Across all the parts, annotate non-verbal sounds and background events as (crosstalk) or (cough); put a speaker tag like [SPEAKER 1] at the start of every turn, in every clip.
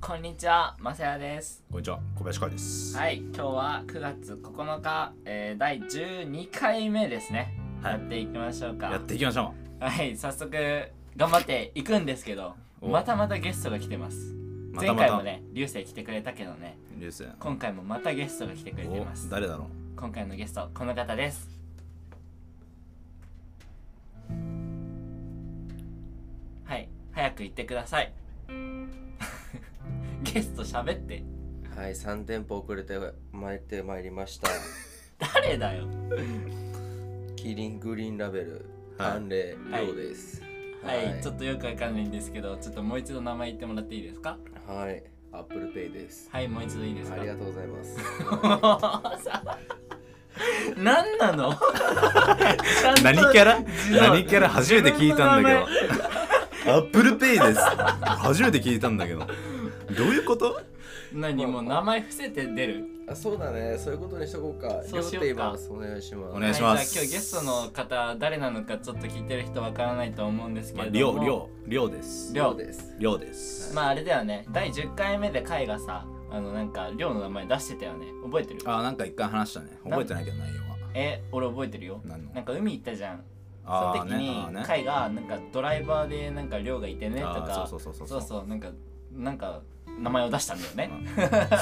[SPEAKER 1] こんにちは、まさやです。
[SPEAKER 2] こんにちは、小林会です。
[SPEAKER 1] はい、今日は9月9日、えー第12回目ですね。
[SPEAKER 2] はい
[SPEAKER 1] やっていきましょうか。
[SPEAKER 2] やっていきましょ
[SPEAKER 1] はい、早速頑張っていくんですけど、
[SPEAKER 2] お
[SPEAKER 1] またまたゲストが来てます。
[SPEAKER 2] う。またま
[SPEAKER 1] 前回も
[SPEAKER 2] た。
[SPEAKER 1] ね、流星来てくれたけどね、
[SPEAKER 2] 流星。
[SPEAKER 1] 今回もまたゲストが来てくれて
[SPEAKER 2] お
[SPEAKER 1] ます。
[SPEAKER 2] 誰だろ
[SPEAKER 1] (laughs) 今回のゲスト、この方です。はい、早く行ってください。 (laughs) ゲスト喋って。
[SPEAKER 3] はい、3店舗遅れて参ってまいりま
[SPEAKER 1] (laughs)
[SPEAKER 3] した。
[SPEAKER 1] 誰だよ。
[SPEAKER 3] キリングリーンラベル、
[SPEAKER 2] はい
[SPEAKER 3] アンレイ、
[SPEAKER 1] はい
[SPEAKER 3] リョウです。
[SPEAKER 1] はい、ちょっとよくわかんないんですけど、ちょっともう一度名前言ってもらっていいですか
[SPEAKER 3] と。はい、アップルペイです。
[SPEAKER 1] はい、もう一度いいですか
[SPEAKER 3] ありがとうございます。
[SPEAKER 1] もうさ、 (laughs) 何なのちゃん
[SPEAKER 2] う。
[SPEAKER 1] と
[SPEAKER 2] (laughs) 何キャラ
[SPEAKER 1] 分
[SPEAKER 2] 何キャラ初めて聞いたんだけ (laughs) ど。アップルペイです。初めて聞いたんだけど。どういうこと
[SPEAKER 1] 何もう名前伏せて出る
[SPEAKER 3] あ、そうだね、そういうことにしとこうか。
[SPEAKER 1] そうしようか
[SPEAKER 3] リョウって言います。お願いします。
[SPEAKER 2] お願いします
[SPEAKER 1] はい、じゃあ今日ゲストの方誰なのかちょっと聞いてる人わからないと思うんですけ
[SPEAKER 2] まあ、
[SPEAKER 1] れ
[SPEAKER 2] り
[SPEAKER 1] ど
[SPEAKER 2] ょ
[SPEAKER 1] も、
[SPEAKER 2] う、りょう、りょうです
[SPEAKER 1] り。
[SPEAKER 3] リョ
[SPEAKER 1] ょ
[SPEAKER 3] ウです。
[SPEAKER 2] りょうです。
[SPEAKER 1] まああれだよね第10回目で海がさあのなんかりょうの名前出してたよね覚えてる
[SPEAKER 2] あー、なんか一回話したね。覚えてないけど内容は。
[SPEAKER 1] え俺覚えてるよ
[SPEAKER 2] 何の
[SPEAKER 1] なんか海行ったじゃんその
[SPEAKER 2] あ
[SPEAKER 1] 時
[SPEAKER 2] ーねあー
[SPEAKER 1] に、
[SPEAKER 2] ね。
[SPEAKER 1] カイがなんかドライバーでなんか量がいてねと
[SPEAKER 2] あ
[SPEAKER 1] か
[SPEAKER 2] ーそうそうそ
[SPEAKER 1] そ
[SPEAKER 2] うそううそ
[SPEAKER 1] そうなんかなんか名前を出したんだよね、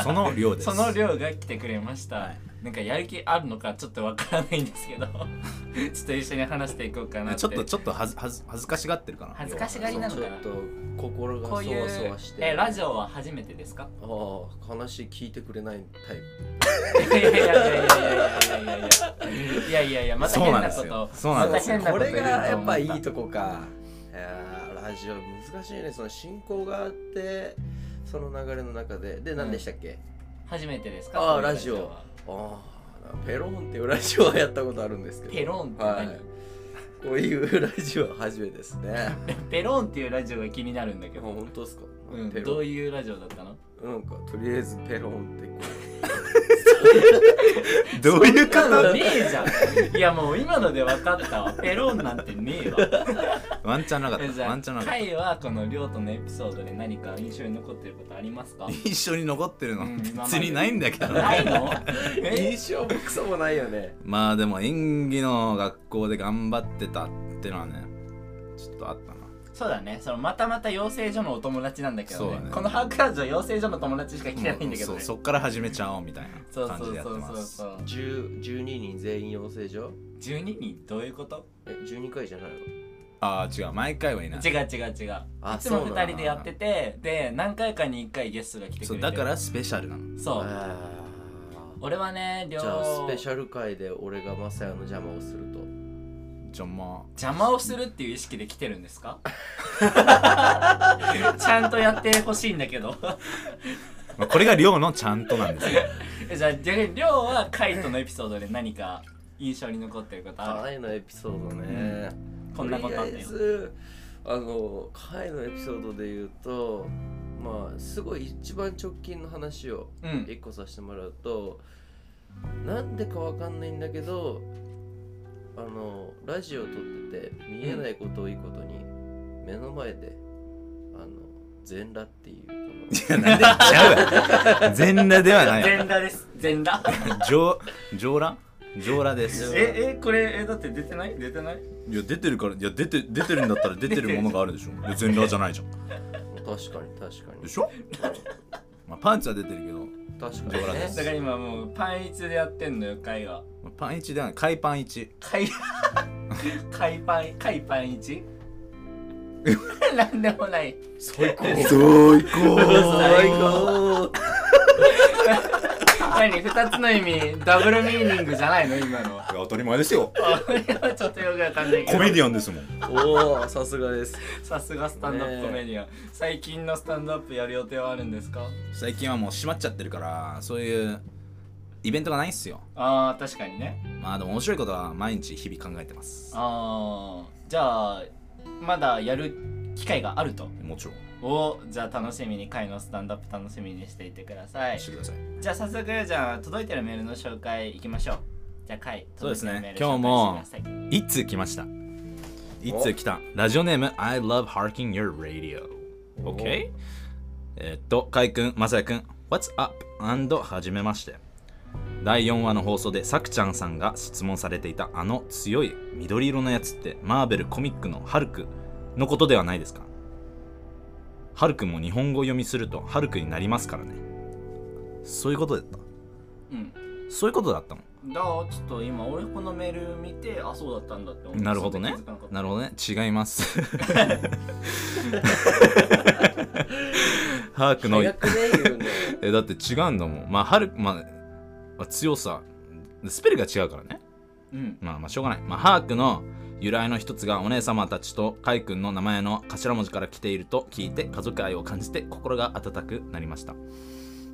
[SPEAKER 2] そのりょうで
[SPEAKER 1] (laughs)
[SPEAKER 2] す。
[SPEAKER 1] その量が来てくれました、
[SPEAKER 2] はい
[SPEAKER 1] なんかやる気あるのかちょっとわからないんですけどちょっと一緒に話していこうかなって
[SPEAKER 2] ちょっと、ちょっとはず、はず、恥ずかしがってるかな。
[SPEAKER 1] 恥ずかしがりなのかな
[SPEAKER 3] そうちょっと心が
[SPEAKER 1] こう
[SPEAKER 3] そわ
[SPEAKER 1] いう
[SPEAKER 3] そわして。
[SPEAKER 1] えラジオは初めてですか
[SPEAKER 3] オ。ああ、話聞いてくれないタイプ。
[SPEAKER 1] いやいやいやいやいやいやいやいやいやいやいやまた変なこ
[SPEAKER 2] そうなん
[SPEAKER 1] と
[SPEAKER 2] ですよそう
[SPEAKER 1] ま
[SPEAKER 2] なんで
[SPEAKER 1] た
[SPEAKER 2] す
[SPEAKER 1] 変な
[SPEAKER 3] こ
[SPEAKER 1] こと
[SPEAKER 3] れ
[SPEAKER 1] 言うと
[SPEAKER 3] が
[SPEAKER 1] 思った
[SPEAKER 3] やっぱいいとこか。いやーラジオ難しいね。その進行があって、その流れの中で。で、何でしたっけ、
[SPEAKER 1] 初めてですかこ
[SPEAKER 3] あー
[SPEAKER 1] ういう
[SPEAKER 3] ラジオ
[SPEAKER 1] は
[SPEAKER 3] ああペロンっていうラジオはやったことあるんですけど
[SPEAKER 1] ペロンって
[SPEAKER 3] は
[SPEAKER 1] 何、
[SPEAKER 3] いこういうラジオは初めてですね
[SPEAKER 1] ペロンっていうラジオが気になるんだ
[SPEAKER 3] い
[SPEAKER 1] け
[SPEAKER 3] や
[SPEAKER 1] ど、
[SPEAKER 3] 本当ですか、
[SPEAKER 1] うん、
[SPEAKER 3] ペ
[SPEAKER 1] ど
[SPEAKER 3] ロ
[SPEAKER 1] う
[SPEAKER 3] ン
[SPEAKER 1] いうラジオだったの (laughs)
[SPEAKER 3] なんかとりあえずペロンってこ
[SPEAKER 2] どうい
[SPEAKER 1] (laughs)
[SPEAKER 2] うこ
[SPEAKER 1] 今
[SPEAKER 2] と
[SPEAKER 1] のねえじゃんいやもう今ので分かったわペロンなんてねえわ
[SPEAKER 2] (laughs) ワンチャンなかっ
[SPEAKER 1] じ
[SPEAKER 2] た。ワ
[SPEAKER 1] ゃ
[SPEAKER 2] ンチャンな
[SPEAKER 1] あ
[SPEAKER 2] かっ
[SPEAKER 1] 回はこの亮とのエピソードで何か印象に残ってることありますか
[SPEAKER 2] (laughs) た。一緒に残ってるの
[SPEAKER 1] うん。
[SPEAKER 2] 別にないんだけどね。
[SPEAKER 1] ないの
[SPEAKER 3] う
[SPEAKER 1] え
[SPEAKER 3] 印象もクソもないよね
[SPEAKER 2] まあでも演技の学校で頑張ってたってのはねちょっとあったな
[SPEAKER 1] そうだねそのまたまた養成所のお友達なんだけど
[SPEAKER 2] そう
[SPEAKER 1] ね
[SPEAKER 2] だね
[SPEAKER 1] このハークラジオ養成所の友達しか来てないんだけど
[SPEAKER 2] そう
[SPEAKER 1] ね
[SPEAKER 2] そっから始めちゃおうみたい
[SPEAKER 1] そ
[SPEAKER 2] な
[SPEAKER 1] うそ
[SPEAKER 2] 感じ
[SPEAKER 1] う
[SPEAKER 2] でやっ
[SPEAKER 1] そ
[SPEAKER 2] て
[SPEAKER 1] うそう
[SPEAKER 2] ます
[SPEAKER 1] そう
[SPEAKER 3] 10 12人全員養成所
[SPEAKER 1] 12人どういうこと
[SPEAKER 3] え12回じゃないの
[SPEAKER 2] ああ違う毎回はいない
[SPEAKER 1] 違う違う違う
[SPEAKER 3] あ
[SPEAKER 1] いつも
[SPEAKER 3] そう
[SPEAKER 1] 2
[SPEAKER 3] なんだ
[SPEAKER 1] 人でやっててで何回かに1回ゲストが来てくれて
[SPEAKER 2] そう
[SPEAKER 1] る
[SPEAKER 2] だからスペシャルなの
[SPEAKER 1] そう
[SPEAKER 3] あー
[SPEAKER 1] 俺はね
[SPEAKER 3] じ
[SPEAKER 1] 亮
[SPEAKER 3] ゃあスペシャル回で俺がマサヤの邪魔をすると
[SPEAKER 2] じゃあま
[SPEAKER 1] 邪魔をするっていう意識で来てるんですか
[SPEAKER 3] (laughs)
[SPEAKER 1] ちゃんとやってほしいんだけど
[SPEAKER 2] あ、まあこれが寮のちゃんとなんです
[SPEAKER 1] (laughs)
[SPEAKER 2] よ
[SPEAKER 1] じゃあ逆に亮はカイトのエピソードで何か印象に残ってることある
[SPEAKER 3] 愛のエピソードね、
[SPEAKER 1] こんなことあ
[SPEAKER 3] と
[SPEAKER 1] っ
[SPEAKER 3] りあ
[SPEAKER 1] た
[SPEAKER 3] え
[SPEAKER 1] よ
[SPEAKER 3] ずあの回のエピソードで言うとまあすごい一番直近の話を
[SPEAKER 1] うん
[SPEAKER 3] 一個させてもらうとなんでかわかんないんだけどあのラジオを撮ってて見えないことをいいことに目の前であの全裸っていうこの
[SPEAKER 2] いやなんで違うわ全裸ではない
[SPEAKER 1] 全
[SPEAKER 2] わ
[SPEAKER 1] 裸です全
[SPEAKER 3] (laughs)
[SPEAKER 1] 裸
[SPEAKER 2] 上上裸上裸です
[SPEAKER 1] ええこれえだって出てない出てない
[SPEAKER 2] いや出てるからいや出て出てるんだったら出てるものがあるでしょいや全裸じゃないじゃん
[SPEAKER 3] 確かに確かに
[SPEAKER 2] で
[SPEAKER 1] (laughs)
[SPEAKER 2] しょ、まあ、パンツは出てるけど
[SPEAKER 3] 確
[SPEAKER 2] 上
[SPEAKER 3] か
[SPEAKER 2] 裸
[SPEAKER 3] に
[SPEAKER 2] で
[SPEAKER 3] ね
[SPEAKER 2] す
[SPEAKER 1] だから今もうパンイチでやってんのよカイは
[SPEAKER 2] まあパン1ではない海パン1
[SPEAKER 1] カ
[SPEAKER 3] (laughs)
[SPEAKER 1] イカイパンカイパンイチなんでもない
[SPEAKER 2] 最高最高
[SPEAKER 1] 最
[SPEAKER 3] 高
[SPEAKER 1] 何二つの意味ダブルミーニングじゃないの今のはい
[SPEAKER 2] や当たり前です (laughs) よ
[SPEAKER 1] あ (laughs) ちょっとよくわかんないけど
[SPEAKER 2] ディアンですもん
[SPEAKER 3] おおさすがです
[SPEAKER 1] さすがスタンドアップコメディアン、最近のスタンドアップやる予定はあるんですか
[SPEAKER 2] 最近はもう閉まっちゃってるからそういうイベントがないんすよ
[SPEAKER 1] あー確かにね
[SPEAKER 2] まあでも面白いことは毎日日々考えてます
[SPEAKER 1] あーじゃあまだやる機会があると
[SPEAKER 2] もちろん
[SPEAKER 1] おじゃあ楽しみに回のスタンドアップ楽しみにしていてください
[SPEAKER 2] してください
[SPEAKER 1] じゃあ早速じゃあ届いてるメールの紹介いきましょうじゃあ回
[SPEAKER 2] そうですね
[SPEAKER 1] 届いてるメール紹介してください
[SPEAKER 2] 一通来ました一通来たラジオネーム I love harking your radio OK、えーっと、かいくん、まさやくん、What's up? and はじめまして。第4話の放送でさくちゃんさんが質問されていたあの強い緑色のやつってマーベルコミックのハルクのことではないですかハルクも日本語読みするとハルクになりますからね。そういうことだった。
[SPEAKER 1] うん
[SPEAKER 2] そういうことだったの。
[SPEAKER 1] だからちょっと今俺このメール見てあそうだったんだって思って
[SPEAKER 2] なるほどね
[SPEAKER 1] それで気づかなかった
[SPEAKER 2] なるほどね違います
[SPEAKER 1] (laughs)
[SPEAKER 2] ハークの
[SPEAKER 3] 早くね言うの
[SPEAKER 2] えだって違うんだもんまあハルクまあまあ強さスペルが違うからね
[SPEAKER 1] うん
[SPEAKER 2] まあまあしょうがないまあハークの由来の一つがお姉様たちとカイ君の名前の頭文字から来ていると聞いて家族愛を感じて心が温かくなりました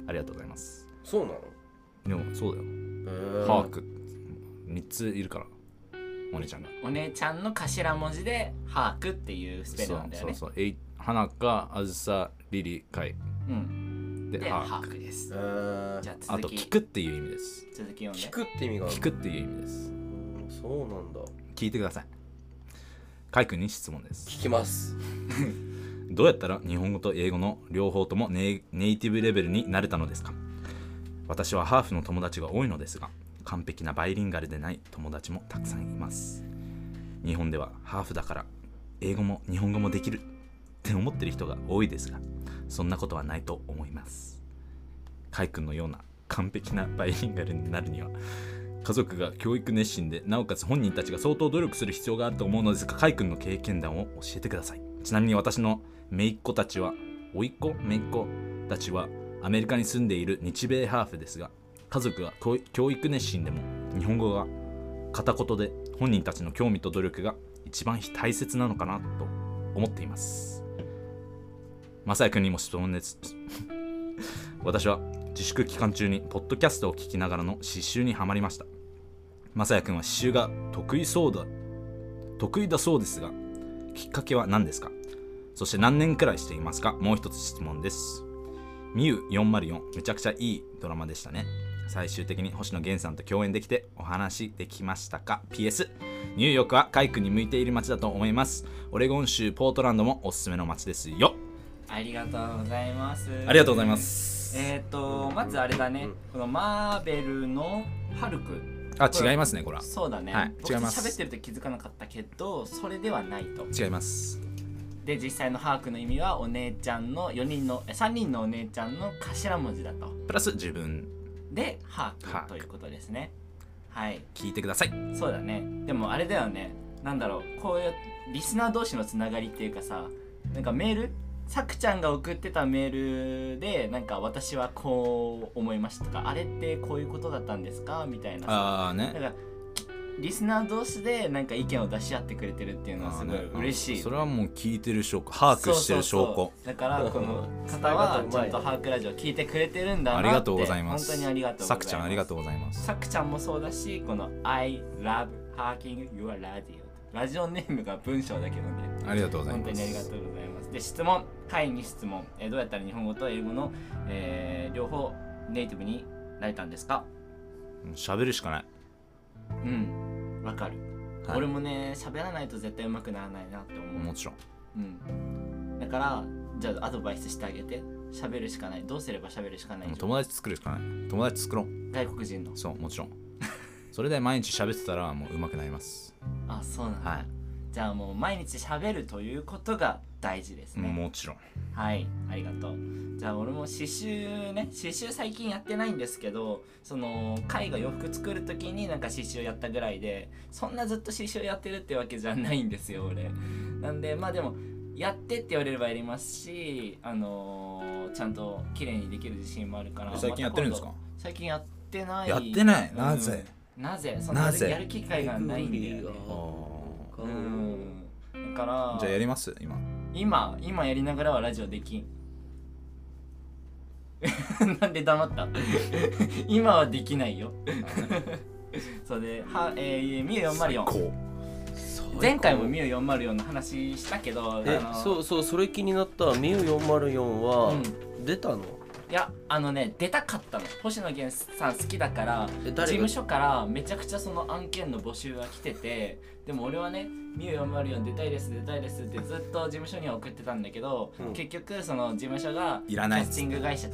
[SPEAKER 2] ありがとうございます
[SPEAKER 3] そうなの
[SPEAKER 2] でもそうだよ、
[SPEAKER 3] え
[SPEAKER 2] ハーク3ついるからお姉ちゃんが
[SPEAKER 1] お姉ちゃんの頭文字で「ハーク」っていうスペルなんだよね
[SPEAKER 2] そうそうそうえい花かあずさリリカイ
[SPEAKER 1] うん
[SPEAKER 2] で
[SPEAKER 1] で「
[SPEAKER 2] ハ
[SPEAKER 1] ハ
[SPEAKER 2] ー
[SPEAKER 1] ーク」です
[SPEAKER 3] え
[SPEAKER 1] じゃあ
[SPEAKER 2] あ
[SPEAKER 1] 続
[SPEAKER 2] と
[SPEAKER 1] き
[SPEAKER 2] 聞くっていう意味です
[SPEAKER 1] 続き読ん
[SPEAKER 3] 聞
[SPEAKER 1] で
[SPEAKER 3] くって意味がある
[SPEAKER 2] 聞くっていう意味です
[SPEAKER 3] うんそうなんだ
[SPEAKER 2] 聞いてくださいカイ君に質問です
[SPEAKER 3] 聞きます
[SPEAKER 2] どうやったら日本語と英語の両方ともネイネイティブレベルになれたのですか私はハーフの友達が多いのですが完璧なバイリンガルでない友達もたくさんいます日本ではハーフだから英語も日本語もできるって思ってる人が多いですがそんなことはないと思いますカイ君のような完璧なバイリンガルになるには家族が教育熱心でなおかつ本人たちが相当努力する必要があると思うのですがカイ君の経験談を教えてくださいちなみに私の姪っ子たちは甥っ子姪っ子たちはアメリカに住んでいる日米ハーフですが家族が教教育熱心でも日本語が片言で本人たちの興味と努力が一番大切なのかなと思っていますまさやくんにも質問です (laughs) 私は自粛期間中にポッドキャストを聞きながらの刺繍にはまりましたまさやくんは刺繍が得意そうだ得意だそうですがきっかけは何ですかそして何年くらいしていますかもう一つ質問ですミュー404めちゃくちゃいいドラマでしたね最終的に星野源さんと共演できてお話できましたか PS ニューヨークはカイ君に向いている街だと思いますオレゴン州ポートランドもおすすめの街ですよ
[SPEAKER 1] ありがとうございます
[SPEAKER 2] ありがとうございます
[SPEAKER 1] えっ、ー、とまずあれだね、このマーベルのハルク
[SPEAKER 2] あ違いますねこれは
[SPEAKER 1] そうだね、
[SPEAKER 2] はい
[SPEAKER 1] 僕
[SPEAKER 2] 違います
[SPEAKER 1] 喋ってると気づかなかったけどそれではないと
[SPEAKER 2] 違います
[SPEAKER 1] で実際のハークの意味はお姉ちゃんの4人の3人のお姉ちゃんの頭文字だと
[SPEAKER 2] プラス自分
[SPEAKER 1] でハー
[SPEAKER 2] ハ
[SPEAKER 1] ク
[SPEAKER 2] ーク
[SPEAKER 1] ということですねはい
[SPEAKER 2] 聞いてください
[SPEAKER 1] そうだねでもあれだよねなんだろうこういうリスナー同士のつながりっていうかさなんかメールさくちゃんが送ってたメールでなんか私はこう思いましたとかあれってこういうことだったんですかみたいなさ
[SPEAKER 2] ああ
[SPEAKER 1] なん
[SPEAKER 2] ね
[SPEAKER 1] かリスナー同士でなんか意見を出し合ってくれてるっていうのはすごい嬉しい、
[SPEAKER 2] それはもう聞いてる証拠把握してる証
[SPEAKER 1] そう
[SPEAKER 2] 拠
[SPEAKER 1] そうそうだからこの方はちゃんとハークラジオ聞いてくれてるんだなっ
[SPEAKER 2] あ
[SPEAKER 1] て
[SPEAKER 2] りがとうございます
[SPEAKER 1] 本当にありがとうございます
[SPEAKER 2] さくちゃんありがと
[SPEAKER 1] う
[SPEAKER 2] うございます
[SPEAKER 1] さくちゃんもそうだしこの I love hacking your radio ラジオネームが文章だけどね
[SPEAKER 2] ありがとうござい
[SPEAKER 1] 本
[SPEAKER 2] ます
[SPEAKER 1] 当にありがとうございますで質問会に質問、えーどうやったら日本語と英語の、えー両方ネイティブになれたんですか
[SPEAKER 2] 喋るしかない
[SPEAKER 1] うんわかる、
[SPEAKER 2] はい
[SPEAKER 1] 俺もね喋らないと絶対うまくならないなって思う
[SPEAKER 2] もちろん
[SPEAKER 1] うん、だからじゃあアドバイスしてあげて喋るしかないどうすれば喋るしかない
[SPEAKER 2] もう友達作るしかない友達作ろう
[SPEAKER 1] 外国人の
[SPEAKER 2] そうもちろ
[SPEAKER 1] (laughs)
[SPEAKER 2] んそれで毎日喋ってたらもう上手くなります
[SPEAKER 1] あそうなんだ、
[SPEAKER 2] はい
[SPEAKER 1] じゃあもう毎日喋るということが大事ですね
[SPEAKER 2] もちろん
[SPEAKER 1] はいありがとうじゃあ俺も刺繍ね刺繍最近やってないんですけどその絵画洋服作る時になんか刺繍やったぐらいでそんなずっと刺繍やってるってわけじゃないんですよ俺なんでまあでもやってって言われればやりますしあのーちゃんと綺麗にできる自信もあるから
[SPEAKER 2] 最近やってるんですか
[SPEAKER 1] また今度最近やってない
[SPEAKER 2] やってない
[SPEAKER 1] うん
[SPEAKER 2] なぜ
[SPEAKER 1] なぜそんな
[SPEAKER 2] なぜ
[SPEAKER 1] やる機会がないんだよね
[SPEAKER 2] あ
[SPEAKER 1] うんだから
[SPEAKER 2] ーじゃあやります今
[SPEAKER 1] 今今やりながらはラジオできん (laughs) なんで黙った今はできないよそれでは、えー、ミュー404
[SPEAKER 2] こ
[SPEAKER 1] 前回もミュー404の話したけど
[SPEAKER 3] え
[SPEAKER 1] あの
[SPEAKER 3] そうそうそれ気になったミュー404
[SPEAKER 1] う
[SPEAKER 3] は
[SPEAKER 1] ん
[SPEAKER 3] 出たの
[SPEAKER 1] いやあのね出たかったの星野源さん好きだから
[SPEAKER 3] え
[SPEAKER 1] 事
[SPEAKER 3] 誰が
[SPEAKER 1] 務所からめちゃくちゃその案件の募集が来ててでも俺はね「ミュー404出たいです出たいです」ってずっと事務所には送ってたんだけど、
[SPEAKER 3] うん
[SPEAKER 1] 結局その事務所が
[SPEAKER 2] いらないっ
[SPEAKER 1] キャ
[SPEAKER 2] つ
[SPEAKER 1] ス
[SPEAKER 2] っ
[SPEAKER 1] テ
[SPEAKER 2] て
[SPEAKER 1] ィング会社違う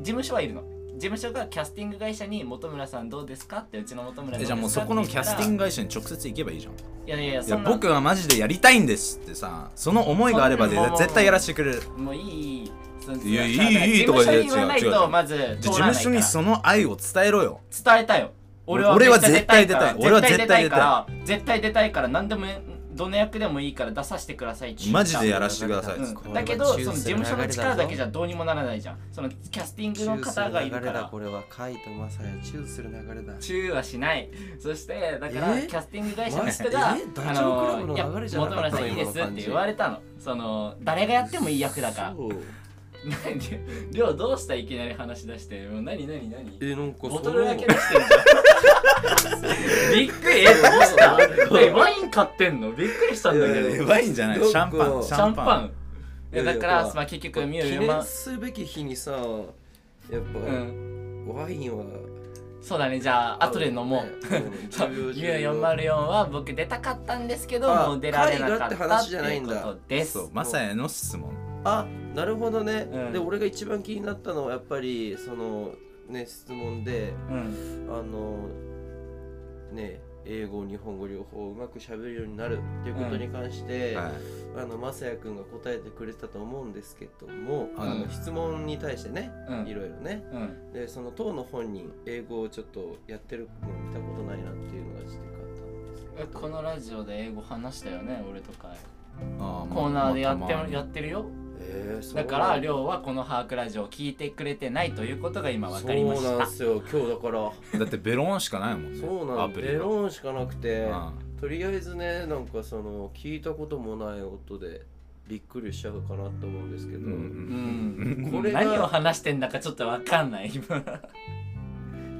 [SPEAKER 1] 事務所はいるの事務所がキャスティング会社に本村さんどうですかってうちの本村どうですか
[SPEAKER 2] えじゃあもうそこのキャスティン
[SPEAKER 1] グ
[SPEAKER 2] グ会社に直接行けばいいじゃんい
[SPEAKER 1] いやいやいや
[SPEAKER 2] や
[SPEAKER 1] そんな
[SPEAKER 2] 僕はマジでやりたいんですってさその思いがあればで
[SPEAKER 1] そんな
[SPEAKER 2] 絶対やらせてくれる
[SPEAKER 1] もういいいいそ
[SPEAKER 2] いやいい
[SPEAKER 1] そんない
[SPEAKER 2] いいいとか
[SPEAKER 1] 事務所
[SPEAKER 2] 言う
[SPEAKER 1] に言わない
[SPEAKER 2] 違う違う違
[SPEAKER 1] と
[SPEAKER 2] う
[SPEAKER 1] まず
[SPEAKER 2] じゃあ
[SPEAKER 1] 通
[SPEAKER 2] 事
[SPEAKER 1] らない
[SPEAKER 2] 務所
[SPEAKER 1] か
[SPEAKER 2] に
[SPEAKER 1] ら
[SPEAKER 2] その愛を伝えろよ
[SPEAKER 1] 伝えたよ俺は
[SPEAKER 2] 俺は
[SPEAKER 1] めっちゃから
[SPEAKER 2] 絶対出たい俺は絶対出たい
[SPEAKER 1] 絶対出たいから絶対出たいから何でもどの役でもいいから出させてくださいって言った
[SPEAKER 2] マジでやらせてください、
[SPEAKER 1] うん
[SPEAKER 2] こ
[SPEAKER 1] だけどその事務所の力だけじゃどうにもならないじゃんそのキャスティングの方がいるか
[SPEAKER 3] チューす流れだ
[SPEAKER 1] ら
[SPEAKER 3] これはカイとマサヤチューする流れだ
[SPEAKER 1] チューはしないそしてだから
[SPEAKER 3] え
[SPEAKER 1] キャスティング会社の人
[SPEAKER 3] マ
[SPEAKER 1] が
[SPEAKER 3] ジでえ
[SPEAKER 1] あ
[SPEAKER 3] ダチョウ倶楽部の
[SPEAKER 1] いや
[SPEAKER 3] 流れじゃな
[SPEAKER 1] 本
[SPEAKER 3] か
[SPEAKER 1] 村
[SPEAKER 3] ったの
[SPEAKER 1] さんいいです
[SPEAKER 3] 今
[SPEAKER 1] っ
[SPEAKER 3] の感
[SPEAKER 1] て
[SPEAKER 3] じ
[SPEAKER 1] 言われたのその誰がやってもいい役だ (laughs) から
[SPEAKER 3] そう
[SPEAKER 1] りょうどうしたいきなり話し出してもう何何何
[SPEAKER 3] えなんかその
[SPEAKER 1] ボトルだけ出してる
[SPEAKER 3] (laughs)
[SPEAKER 1] じゃんびっくりえどうしたえワイン買ってんのびっくりしたんだけどシ
[SPEAKER 2] ワインじゃないシャンパン
[SPEAKER 1] ャンパンいや
[SPEAKER 3] いやい
[SPEAKER 1] だ
[SPEAKER 3] や
[SPEAKER 1] から
[SPEAKER 3] ほら
[SPEAKER 1] まあ結
[SPEAKER 3] 記
[SPEAKER 1] 局ミュー
[SPEAKER 3] 念
[SPEAKER 1] マ
[SPEAKER 3] すべき日にさやっぱ、
[SPEAKER 1] うん
[SPEAKER 3] ワインは
[SPEAKER 1] そうだねじゃあ後で飲もう (laughs) そうミュー404は僕出たかったんですけど
[SPEAKER 3] あ
[SPEAKER 1] もう出られなかっ
[SPEAKER 3] 海外って
[SPEAKER 1] たっ
[SPEAKER 3] 話
[SPEAKER 1] て
[SPEAKER 3] じゃないい
[SPEAKER 1] うんこ
[SPEAKER 3] だ
[SPEAKER 1] とです
[SPEAKER 2] そうまさやの質問
[SPEAKER 3] あなるほどね、
[SPEAKER 1] うん
[SPEAKER 3] で俺が一番気になったのはやっぱりそのね質問で
[SPEAKER 1] うん
[SPEAKER 3] あのね英語日本語両方うまく喋るようになるっていうことに関して、
[SPEAKER 2] はい
[SPEAKER 3] あのまさやくんが答えてくれてたと思うんですけども、あ
[SPEAKER 1] うん
[SPEAKER 3] の質問に対してね
[SPEAKER 1] う
[SPEAKER 3] い
[SPEAKER 1] ん
[SPEAKER 3] ろいろね
[SPEAKER 1] うん
[SPEAKER 3] でその当の本人英語をちょっとやってるの見たことないなっていうのがちょっと一個あったんですけ
[SPEAKER 1] え
[SPEAKER 3] ど
[SPEAKER 1] このラジオで英語話したよね俺とか
[SPEAKER 2] あま
[SPEAKER 1] コーナーでやって
[SPEAKER 2] まあたま
[SPEAKER 1] も
[SPEAKER 2] に
[SPEAKER 1] やってるよ
[SPEAKER 3] えーそう
[SPEAKER 1] だからりょうはこのハークラジオを聞いてくれてないということが今分かりまし
[SPEAKER 3] そうなん
[SPEAKER 1] た
[SPEAKER 3] ですよ今日だから
[SPEAKER 2] だってベロンしかないもんね
[SPEAKER 3] そうな
[SPEAKER 2] ア
[SPEAKER 3] の
[SPEAKER 2] プ
[SPEAKER 3] ベ
[SPEAKER 2] リが
[SPEAKER 3] ロンしかなくて、
[SPEAKER 2] うん
[SPEAKER 3] とりあえずねなんかその聞いたこともない音でびっくりしちゃうかなと思うんですけど、
[SPEAKER 2] うんう
[SPEAKER 1] うんん、
[SPEAKER 3] これが
[SPEAKER 1] 何を話してんだかちょっとわかんない今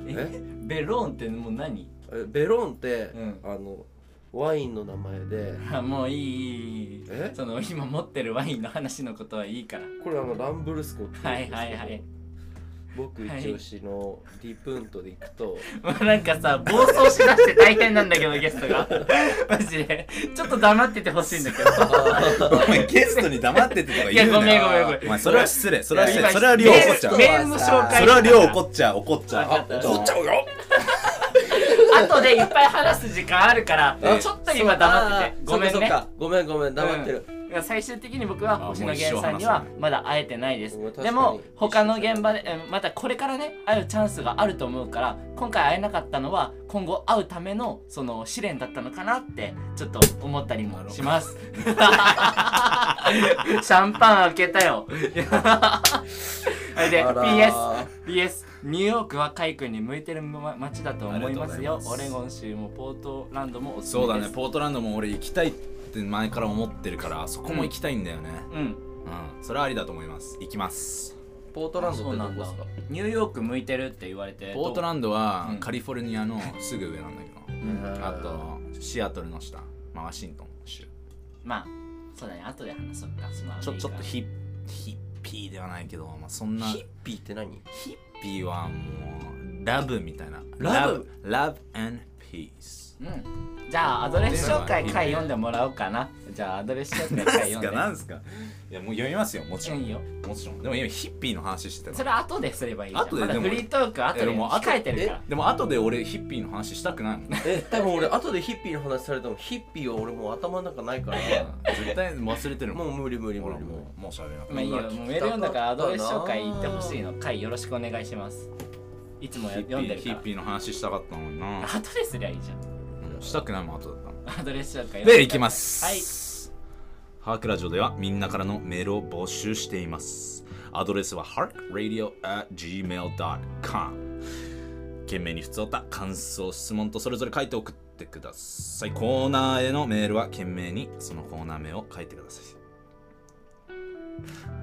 [SPEAKER 1] え
[SPEAKER 3] え
[SPEAKER 1] (laughs) ベローンってもう何 (laughs)
[SPEAKER 3] えベロンって、
[SPEAKER 1] うん
[SPEAKER 3] あのワインの名前で
[SPEAKER 1] あもういいいいいい
[SPEAKER 3] え
[SPEAKER 1] その今持ってるワインの話のことはいいから (laughs)
[SPEAKER 3] これあのランブルスコっていうんですけど、
[SPEAKER 1] はいはいはい
[SPEAKER 3] 僕一押しのディプントでいくと、
[SPEAKER 1] もうなんかさ暴走しだして大変なんだけどゲストが (laughs) マジでちょっと黙っててほしいんだけど
[SPEAKER 2] お前ゲストに黙っててとか言うな
[SPEAKER 1] いやご
[SPEAKER 2] よ
[SPEAKER 1] めんごめんごめん
[SPEAKER 2] お前それは失礼それは失
[SPEAKER 1] いや
[SPEAKER 2] 礼
[SPEAKER 1] 今
[SPEAKER 2] それは量怒っちゃう
[SPEAKER 1] メールの紹介
[SPEAKER 2] それは量怒っちゃう怒っちゃう
[SPEAKER 1] わかった
[SPEAKER 2] 怒っちゃうよ
[SPEAKER 1] 後でいっぱい話す時間あるから
[SPEAKER 3] あ
[SPEAKER 1] ちょっと今黙っててごめん
[SPEAKER 3] そっ
[SPEAKER 1] ね
[SPEAKER 3] かそっかごめんごめん黙ってる、
[SPEAKER 1] いや最終的に僕は
[SPEAKER 2] あ
[SPEAKER 1] 星野源さんにはまだ会えてないです
[SPEAKER 3] もう一生話さな
[SPEAKER 1] で
[SPEAKER 3] い
[SPEAKER 1] も他の現場でうんまたこれからね会うチャンスがあると思うから今回会えなかったのは今後会うためのその試練だったのかなってちょっと思ったりもしますシャンパン開けた
[SPEAKER 2] (laughs)
[SPEAKER 1] よはいで
[SPEAKER 3] あら
[SPEAKER 1] PS BS ニューヨークはカイ君に向いてるま街だと思います
[SPEAKER 2] あ
[SPEAKER 1] よ
[SPEAKER 2] りがとうござい
[SPEAKER 1] オレ
[SPEAKER 2] ます
[SPEAKER 1] ゴン州もポートランドもおすすめ
[SPEAKER 2] そ
[SPEAKER 1] です
[SPEAKER 2] うだねポートランドも俺行きたいって前から思ってるからそこも行きたいんだよね
[SPEAKER 1] うん
[SPEAKER 2] うんそれはありだと思います行きます
[SPEAKER 3] ポートランドってどこで
[SPEAKER 1] そ
[SPEAKER 3] す
[SPEAKER 1] う
[SPEAKER 3] か
[SPEAKER 1] なんだニューヨーク向いてるって言われて
[SPEAKER 2] ポートランドは
[SPEAKER 1] うん
[SPEAKER 2] カリフォルニアのすぐ上なんだけど
[SPEAKER 1] うん
[SPEAKER 2] あとシアトルの下まあワシントン州
[SPEAKER 1] まあそうだね後で話そうかその
[SPEAKER 2] ちょちょっと
[SPEAKER 1] ヒ
[SPEAKER 2] ヒッヒッピーではないけど、まあ、そんな
[SPEAKER 3] ヒッピーって何
[SPEAKER 2] ヒッピーはもうラブみたいな
[SPEAKER 3] ラブ
[SPEAKER 2] ラブ and peace
[SPEAKER 1] うんじゃあアドレス紹介回読んでもらおうかなじゃあアドレス紹介回読んで
[SPEAKER 2] なんすかいやもう読みますよもちろ
[SPEAKER 1] うん
[SPEAKER 2] ん
[SPEAKER 1] いいよ
[SPEAKER 2] もちろんでも今ヒッピーの話して
[SPEAKER 1] そ
[SPEAKER 2] た
[SPEAKER 1] れは後ですればいいじゃん
[SPEAKER 2] 後で
[SPEAKER 1] まだ
[SPEAKER 2] でも
[SPEAKER 1] フリートークは後
[SPEAKER 2] い
[SPEAKER 1] で
[SPEAKER 2] やでも後
[SPEAKER 1] 控えてるから
[SPEAKER 2] でも後で俺ヒッピーの話したくないもん
[SPEAKER 3] え多分俺後でヒッピーの話されてもヒッピーは俺もう頭の中ないから
[SPEAKER 2] 絶対忘れてるも
[SPEAKER 3] も
[SPEAKER 2] ん
[SPEAKER 3] う無理無理
[SPEAKER 2] ほ
[SPEAKER 3] 無
[SPEAKER 2] ら
[SPEAKER 3] 理無理
[SPEAKER 2] もうもう喋れなく
[SPEAKER 1] ま
[SPEAKER 2] な
[SPEAKER 1] あい
[SPEAKER 2] る
[SPEAKER 1] いよ
[SPEAKER 3] 聞き
[SPEAKER 1] もう
[SPEAKER 3] た
[SPEAKER 1] メール読んだから
[SPEAKER 3] か
[SPEAKER 1] ア
[SPEAKER 3] ったな
[SPEAKER 1] ドレス紹介言ってほしいの回よろしくお願いしますいつもや
[SPEAKER 2] ヒッピ
[SPEAKER 1] 読んで
[SPEAKER 2] ー
[SPEAKER 1] る
[SPEAKER 2] ヒ
[SPEAKER 1] か
[SPEAKER 2] ッピーの話したかったのに
[SPEAKER 1] ら
[SPEAKER 2] な
[SPEAKER 1] アドレスりゃいいじゃ
[SPEAKER 2] うんしたくないもん後だったの
[SPEAKER 1] んアドレス紹介
[SPEAKER 2] で、いきますす。ハークラジオではみんなからのメールを募集しています。アドレスは harkradio.gmail.com。懸命に普通た感想、質問とそれぞれ書いて送ってください。コーナーへのメールは懸命にそのコーナー名を書いてください。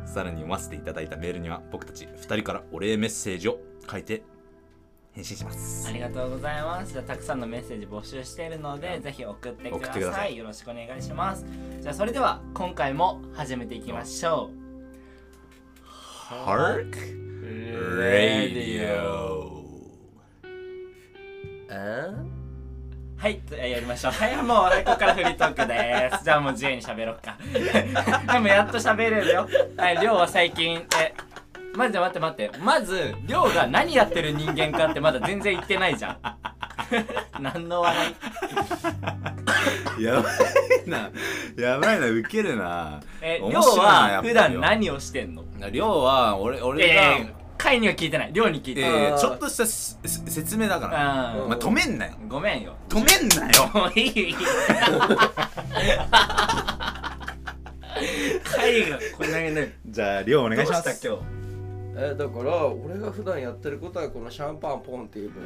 [SPEAKER 2] さらに読ませていただいたメールには僕たち2人からお礼メッセージを書いて返信します
[SPEAKER 1] あ。りがとうございます。じゃあたくさんのメッセージ募集しているので、ぜひ送ってく
[SPEAKER 2] 送
[SPEAKER 1] だ
[SPEAKER 2] っ
[SPEAKER 1] さ
[SPEAKER 2] て
[SPEAKER 1] い。
[SPEAKER 2] ください
[SPEAKER 1] よろしくお願いします。じゃあそれでは今回も始めていきましょう。
[SPEAKER 2] ハーク
[SPEAKER 3] えあ
[SPEAKER 1] はい、やりましょう。はい、もう俺ここからフリートークです。
[SPEAKER 2] (laughs)
[SPEAKER 1] じゃあもう自由に喋ろうか。 (laughs) でもやっと喋れるよ。はい、りょうは最近、え、まず待って待って。まず、りょうが何やってる人間かってまだ全然言ってない
[SPEAKER 2] (laughs)
[SPEAKER 1] じゃん。何の笑い
[SPEAKER 2] やばいなやばいなウケるな
[SPEAKER 1] え、りょう
[SPEAKER 2] 面白いなや
[SPEAKER 1] は
[SPEAKER 2] っぱり
[SPEAKER 1] 普段何をしてんの
[SPEAKER 2] 亮は俺俺が、
[SPEAKER 1] えー、会には聞いてない。りょうに聞い
[SPEAKER 2] い
[SPEAKER 1] て
[SPEAKER 2] や
[SPEAKER 1] る。
[SPEAKER 2] いやちょっとしたすす説明だから、
[SPEAKER 1] う
[SPEAKER 2] お
[SPEAKER 1] ん
[SPEAKER 2] 前止めんなよ
[SPEAKER 1] ごめんよ。
[SPEAKER 2] 止めんなよ
[SPEAKER 1] もういいよいい (laughs) よ。会がこんなにね、
[SPEAKER 2] じゃあ亮お
[SPEAKER 1] お
[SPEAKER 2] 願いします
[SPEAKER 1] 今日。
[SPEAKER 3] えだから俺が普段やってることはこのシャンパンポンっていうの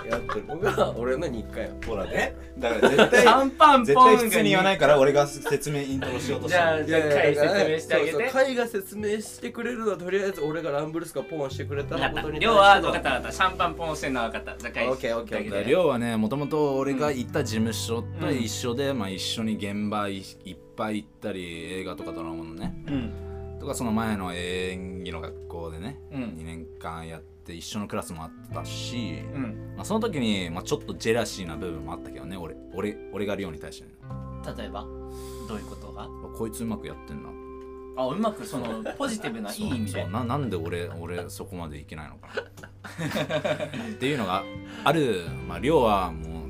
[SPEAKER 3] をやってるのが俺の日課よ
[SPEAKER 2] ほらねだから絶
[SPEAKER 1] シャンパン
[SPEAKER 2] 絶
[SPEAKER 1] ポン
[SPEAKER 2] 対
[SPEAKER 1] が
[SPEAKER 2] 普通に言わないから俺が説明イントロしようとし
[SPEAKER 1] じゃあ
[SPEAKER 2] た
[SPEAKER 1] じゃあ会説明してあげ
[SPEAKER 3] そうそう
[SPEAKER 1] て
[SPEAKER 3] カイが説明してくれるのはとりあえず俺がランブルスカポンしてくれた
[SPEAKER 1] 分かった
[SPEAKER 3] ことに対して
[SPEAKER 1] 量は分かった分かったシャンパンポンしてんのは分かったじゃあ会
[SPEAKER 3] オッケーオッケー
[SPEAKER 1] 言
[SPEAKER 3] オッ
[SPEAKER 1] ってあげ
[SPEAKER 3] ケ
[SPEAKER 1] て
[SPEAKER 2] 亮はねもともと俺が行った事務所と一緒で、まあ、一緒に現場いいっぱい行ったり映画とかドラマのね
[SPEAKER 1] うん
[SPEAKER 2] とかその前の演技の学校でね、
[SPEAKER 1] うん
[SPEAKER 2] 2年間やって一緒のクラスもあったし、
[SPEAKER 1] うん
[SPEAKER 2] まあ、その時に、まあ、ちょっとジェラシーな部分もあったけどね俺俺俺が亮に対してね
[SPEAKER 1] 例えばどういうことが
[SPEAKER 2] あこいつうまくやってんな
[SPEAKER 1] あうまくそのポジティブないい意味
[SPEAKER 2] そう
[SPEAKER 1] で
[SPEAKER 2] ななんで俺俺そこまでいけないのかなっていうのがある、まあ、亮はも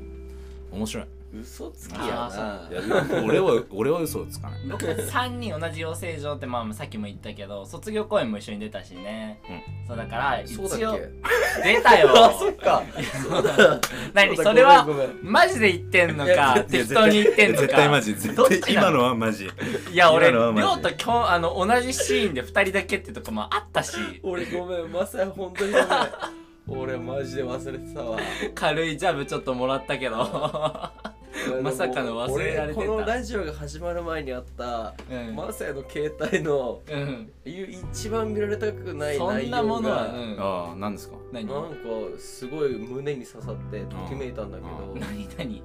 [SPEAKER 2] う面白い
[SPEAKER 3] 嘘つき
[SPEAKER 1] あ
[SPEAKER 3] や
[SPEAKER 1] ー
[SPEAKER 3] な
[SPEAKER 2] 俺は俺は嘘をつかない
[SPEAKER 1] 僕3人同じ養成所ってまあさっきも言ったけど卒業公演も一緒に出たしね、そうだから一
[SPEAKER 3] そうだっ
[SPEAKER 1] 応
[SPEAKER 3] け
[SPEAKER 1] 出たよ
[SPEAKER 3] あそっかそうだ
[SPEAKER 1] (laughs) 何
[SPEAKER 3] そうだ
[SPEAKER 1] それは
[SPEAKER 3] ごめんごめん
[SPEAKER 1] マジで言ってんの
[SPEAKER 3] いや
[SPEAKER 1] か適当に言ってんのか
[SPEAKER 2] 絶対マジ絶
[SPEAKER 1] どっ
[SPEAKER 2] 対
[SPEAKER 1] ちなの
[SPEAKER 2] 今のはマジ
[SPEAKER 1] いや俺
[SPEAKER 2] 今の
[SPEAKER 1] 亮
[SPEAKER 2] はマジ
[SPEAKER 1] ときょあの同じシーンで2人だけってとこもあったし
[SPEAKER 3] 俺ごめんまさや本当にごめん俺マジで忘れてたわ
[SPEAKER 1] 軽いジャブちょっともらったけどまさかの忘れられてた
[SPEAKER 3] 俺このラジオが始まる前にあった、
[SPEAKER 1] うん
[SPEAKER 3] まさやの携帯の
[SPEAKER 1] うん
[SPEAKER 3] いう一番見られたくない内容が
[SPEAKER 1] そんなものは、うん、
[SPEAKER 2] ああ何ですか
[SPEAKER 1] 何
[SPEAKER 3] なんかすごい胸に刺さってときめいたんだけど
[SPEAKER 2] うん
[SPEAKER 1] 何何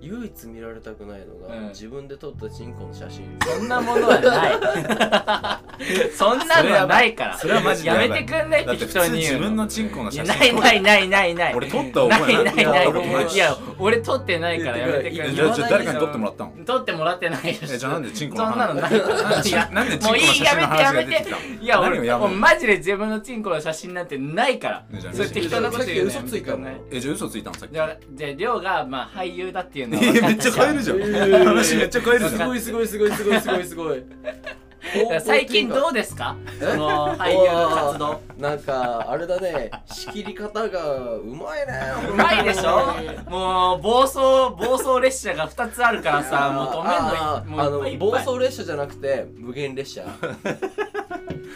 [SPEAKER 3] 唯一見られたくないのが、
[SPEAKER 1] うん
[SPEAKER 3] 自分で撮ったチンコの写真
[SPEAKER 1] そんなものはないそんなのはないから
[SPEAKER 2] それはマジでやばい
[SPEAKER 1] やめてくんないっ
[SPEAKER 2] だって
[SPEAKER 1] 適
[SPEAKER 2] て普
[SPEAKER 1] 当
[SPEAKER 2] 通
[SPEAKER 1] に言
[SPEAKER 2] 自
[SPEAKER 1] うの
[SPEAKER 2] 分のチンコの
[SPEAKER 1] いや
[SPEAKER 2] 写
[SPEAKER 1] ない
[SPEAKER 2] 真
[SPEAKER 1] ないないないない
[SPEAKER 2] 俺撮った
[SPEAKER 1] な
[SPEAKER 2] 覚
[SPEAKER 1] い
[SPEAKER 2] え
[SPEAKER 1] ない
[SPEAKER 2] ない
[SPEAKER 1] ない
[SPEAKER 2] 俺撮った覚え
[SPEAKER 1] いや俺撮ってないからやめてくん
[SPEAKER 2] え
[SPEAKER 1] ない
[SPEAKER 2] じゃあじゃあ誰かに撮ってもらったの
[SPEAKER 1] 撮ってもらってないよ
[SPEAKER 2] えじゃあなんでチンコの
[SPEAKER 1] そんなのないからいや
[SPEAKER 2] なんでチンコ
[SPEAKER 1] もう
[SPEAKER 2] の
[SPEAKER 1] い
[SPEAKER 2] 写
[SPEAKER 1] い
[SPEAKER 2] 真
[SPEAKER 1] やめ
[SPEAKER 2] の
[SPEAKER 1] てや
[SPEAKER 2] 話が
[SPEAKER 1] め
[SPEAKER 2] 出て
[SPEAKER 1] て
[SPEAKER 2] きた
[SPEAKER 1] いや
[SPEAKER 2] 何
[SPEAKER 1] 俺
[SPEAKER 2] をやめ
[SPEAKER 1] も
[SPEAKER 2] ん
[SPEAKER 1] う
[SPEAKER 2] の
[SPEAKER 1] マジで自分のチンコの写真なんてないから
[SPEAKER 2] じゃあ
[SPEAKER 1] それ適当なこと言うのやめてくんない
[SPEAKER 3] さっき
[SPEAKER 2] え
[SPEAKER 3] 嘘ついたの
[SPEAKER 2] じゃあ嘘ついたのさっき
[SPEAKER 1] じゃあじゃあ亮がまあ俳優だっていうのは
[SPEAKER 2] え
[SPEAKER 1] 分か
[SPEAKER 2] め
[SPEAKER 1] っ
[SPEAKER 2] ったちゃ変えるじゃん、
[SPEAKER 3] えー
[SPEAKER 2] 話めっちゃ変える
[SPEAKER 3] す
[SPEAKER 2] じゃん
[SPEAKER 3] ごいすごいすごいすごいすごいすごい
[SPEAKER 1] だから最近どうですかその俳優の活動
[SPEAKER 3] なんかあれだね仕切り方がうまいね
[SPEAKER 1] うまいでしょもう暴走暴走列車が2つあるからさもう止
[SPEAKER 3] あー
[SPEAKER 1] めんのもうい
[SPEAKER 3] あ
[SPEAKER 1] っ
[SPEAKER 3] の
[SPEAKER 1] ぱいいっ
[SPEAKER 3] 暴
[SPEAKER 1] ぱい
[SPEAKER 3] 走列車じゃなくて無限列
[SPEAKER 1] (laughs)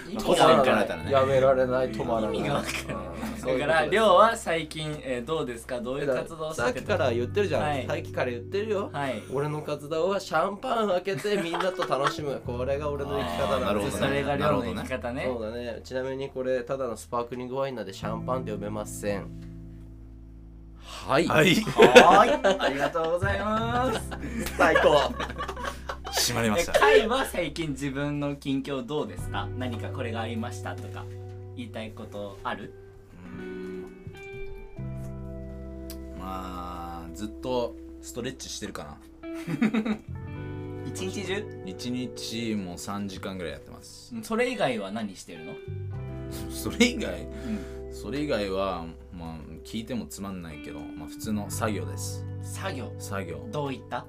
[SPEAKER 3] 車意
[SPEAKER 1] 味がわから
[SPEAKER 2] ない
[SPEAKER 3] やめられない止まらない
[SPEAKER 1] 意味がわから
[SPEAKER 3] うんそういう
[SPEAKER 1] だか
[SPEAKER 3] こと
[SPEAKER 1] ら
[SPEAKER 3] です
[SPEAKER 1] 亮は最近、えーどうですかどういう活動を
[SPEAKER 3] さ
[SPEAKER 1] し
[SPEAKER 3] ってき
[SPEAKER 1] て
[SPEAKER 3] から言ってるじゃん、
[SPEAKER 1] はい
[SPEAKER 3] さっきから言ってるよ、
[SPEAKER 1] はい
[SPEAKER 3] 俺の活動はシャンパン開けてみんなと楽しむこれが俺の生き方
[SPEAKER 2] あーな
[SPEAKER 3] なん
[SPEAKER 2] る
[SPEAKER 3] で
[SPEAKER 2] ほ
[SPEAKER 3] す
[SPEAKER 2] ど
[SPEAKER 1] それが亮の生き方ね
[SPEAKER 3] そうだねちなみにこれただのスパークリングワインなんでシャンパンって呼べませんはい、
[SPEAKER 2] はい
[SPEAKER 1] はーいありがとうございます
[SPEAKER 3] 最高
[SPEAKER 2] 閉まりま
[SPEAKER 1] え
[SPEAKER 2] した
[SPEAKER 1] 会は最近自分の近況どうですか何かこれがありましたとか言いたいことある
[SPEAKER 2] まあずっとストレッチしてるかな
[SPEAKER 1] 一日中
[SPEAKER 2] 1日もう3時間ぐらいやってます
[SPEAKER 1] それ以外は何してるの
[SPEAKER 2] それ以外それ以外はまあ聞いてもつまんないけど、まあ、普通の作業です
[SPEAKER 1] 作業
[SPEAKER 2] 作業、
[SPEAKER 1] どういった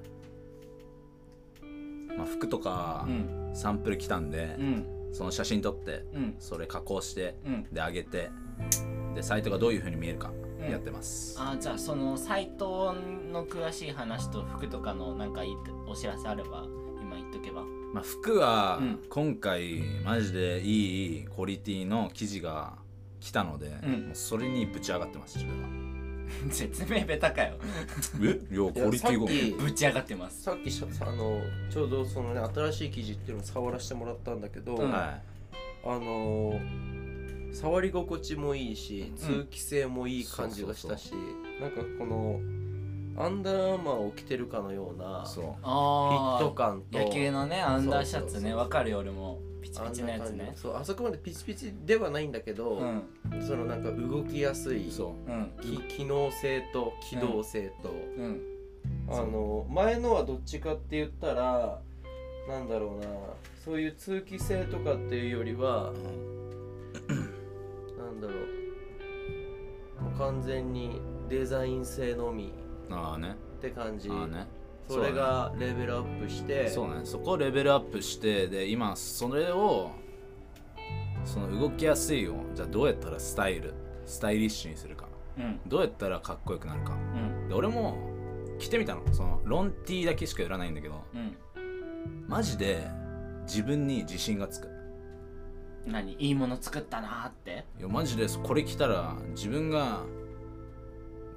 [SPEAKER 2] まあ、服とか
[SPEAKER 1] うん
[SPEAKER 2] サンプル来たんで
[SPEAKER 1] う、ん
[SPEAKER 2] その写真撮って
[SPEAKER 1] うん
[SPEAKER 2] それ加工して
[SPEAKER 1] うん
[SPEAKER 2] で上げてでサイトがどういう風に見えるかやってます、
[SPEAKER 1] あーじゃあそのサイトの詳しい話と服とかのなんかいいお知らせあれば今言っと
[SPEAKER 2] (laughs)
[SPEAKER 1] けば
[SPEAKER 2] まあ、服は
[SPEAKER 1] うん
[SPEAKER 2] 今回マジでいいクオリティの生地が来たので、
[SPEAKER 1] ん
[SPEAKER 2] もうそれにぶち上がってます自分は
[SPEAKER 1] (laughs) 説明ベタかよ
[SPEAKER 2] えいやクオリティが
[SPEAKER 1] ぶち上がってます
[SPEAKER 3] さっきしゃあのちょうどそのね新しい記事っていうのを触らせてもらったんだけど、
[SPEAKER 1] うん
[SPEAKER 3] あ
[SPEAKER 2] は
[SPEAKER 3] のー触り心地もいいし
[SPEAKER 1] ん
[SPEAKER 3] 通気性もいい感じがしたし、なんかこのアンダーアーマーを着てるかのようない
[SPEAKER 2] そ
[SPEAKER 3] フィット
[SPEAKER 1] ああ
[SPEAKER 3] 感と
[SPEAKER 1] 野球のねアンダーシャツ
[SPEAKER 3] そうそう
[SPEAKER 1] ね
[SPEAKER 3] そう
[SPEAKER 1] わかるよ俺もピチ
[SPEAKER 3] あ
[SPEAKER 1] ピ
[SPEAKER 3] ん
[SPEAKER 1] チの
[SPEAKER 3] な
[SPEAKER 1] やつ
[SPEAKER 3] 感じ
[SPEAKER 1] ね
[SPEAKER 3] そうあそこまでピチピチではないんだけど、
[SPEAKER 1] うん
[SPEAKER 3] そのなんか動きやすい
[SPEAKER 2] そ
[SPEAKER 1] うん
[SPEAKER 3] き機能性と機動性と、
[SPEAKER 1] うん
[SPEAKER 3] あの前のはどっちかって言ったらなんだろうなそういう通気性とかっていうよりは
[SPEAKER 2] う、うん
[SPEAKER 3] なんだろうもう完全にデザイン性のみ
[SPEAKER 2] ああね
[SPEAKER 3] って感じ、
[SPEAKER 2] ああね
[SPEAKER 3] それがレベルアップして
[SPEAKER 2] そうねそこをレベルアップしてで今それをその動きやすいをじゃあどうやったらスタイルスタイリッシュにするか
[SPEAKER 1] うん
[SPEAKER 2] どうやったらかっこよくなるか
[SPEAKER 1] うん
[SPEAKER 2] で俺も着てみたのそのロン T だけしか売らないんだけど
[SPEAKER 1] うん
[SPEAKER 2] マジで自分に自信がつく
[SPEAKER 1] 何いいもの作ったなーって
[SPEAKER 2] いやマジでこれ着たら自分が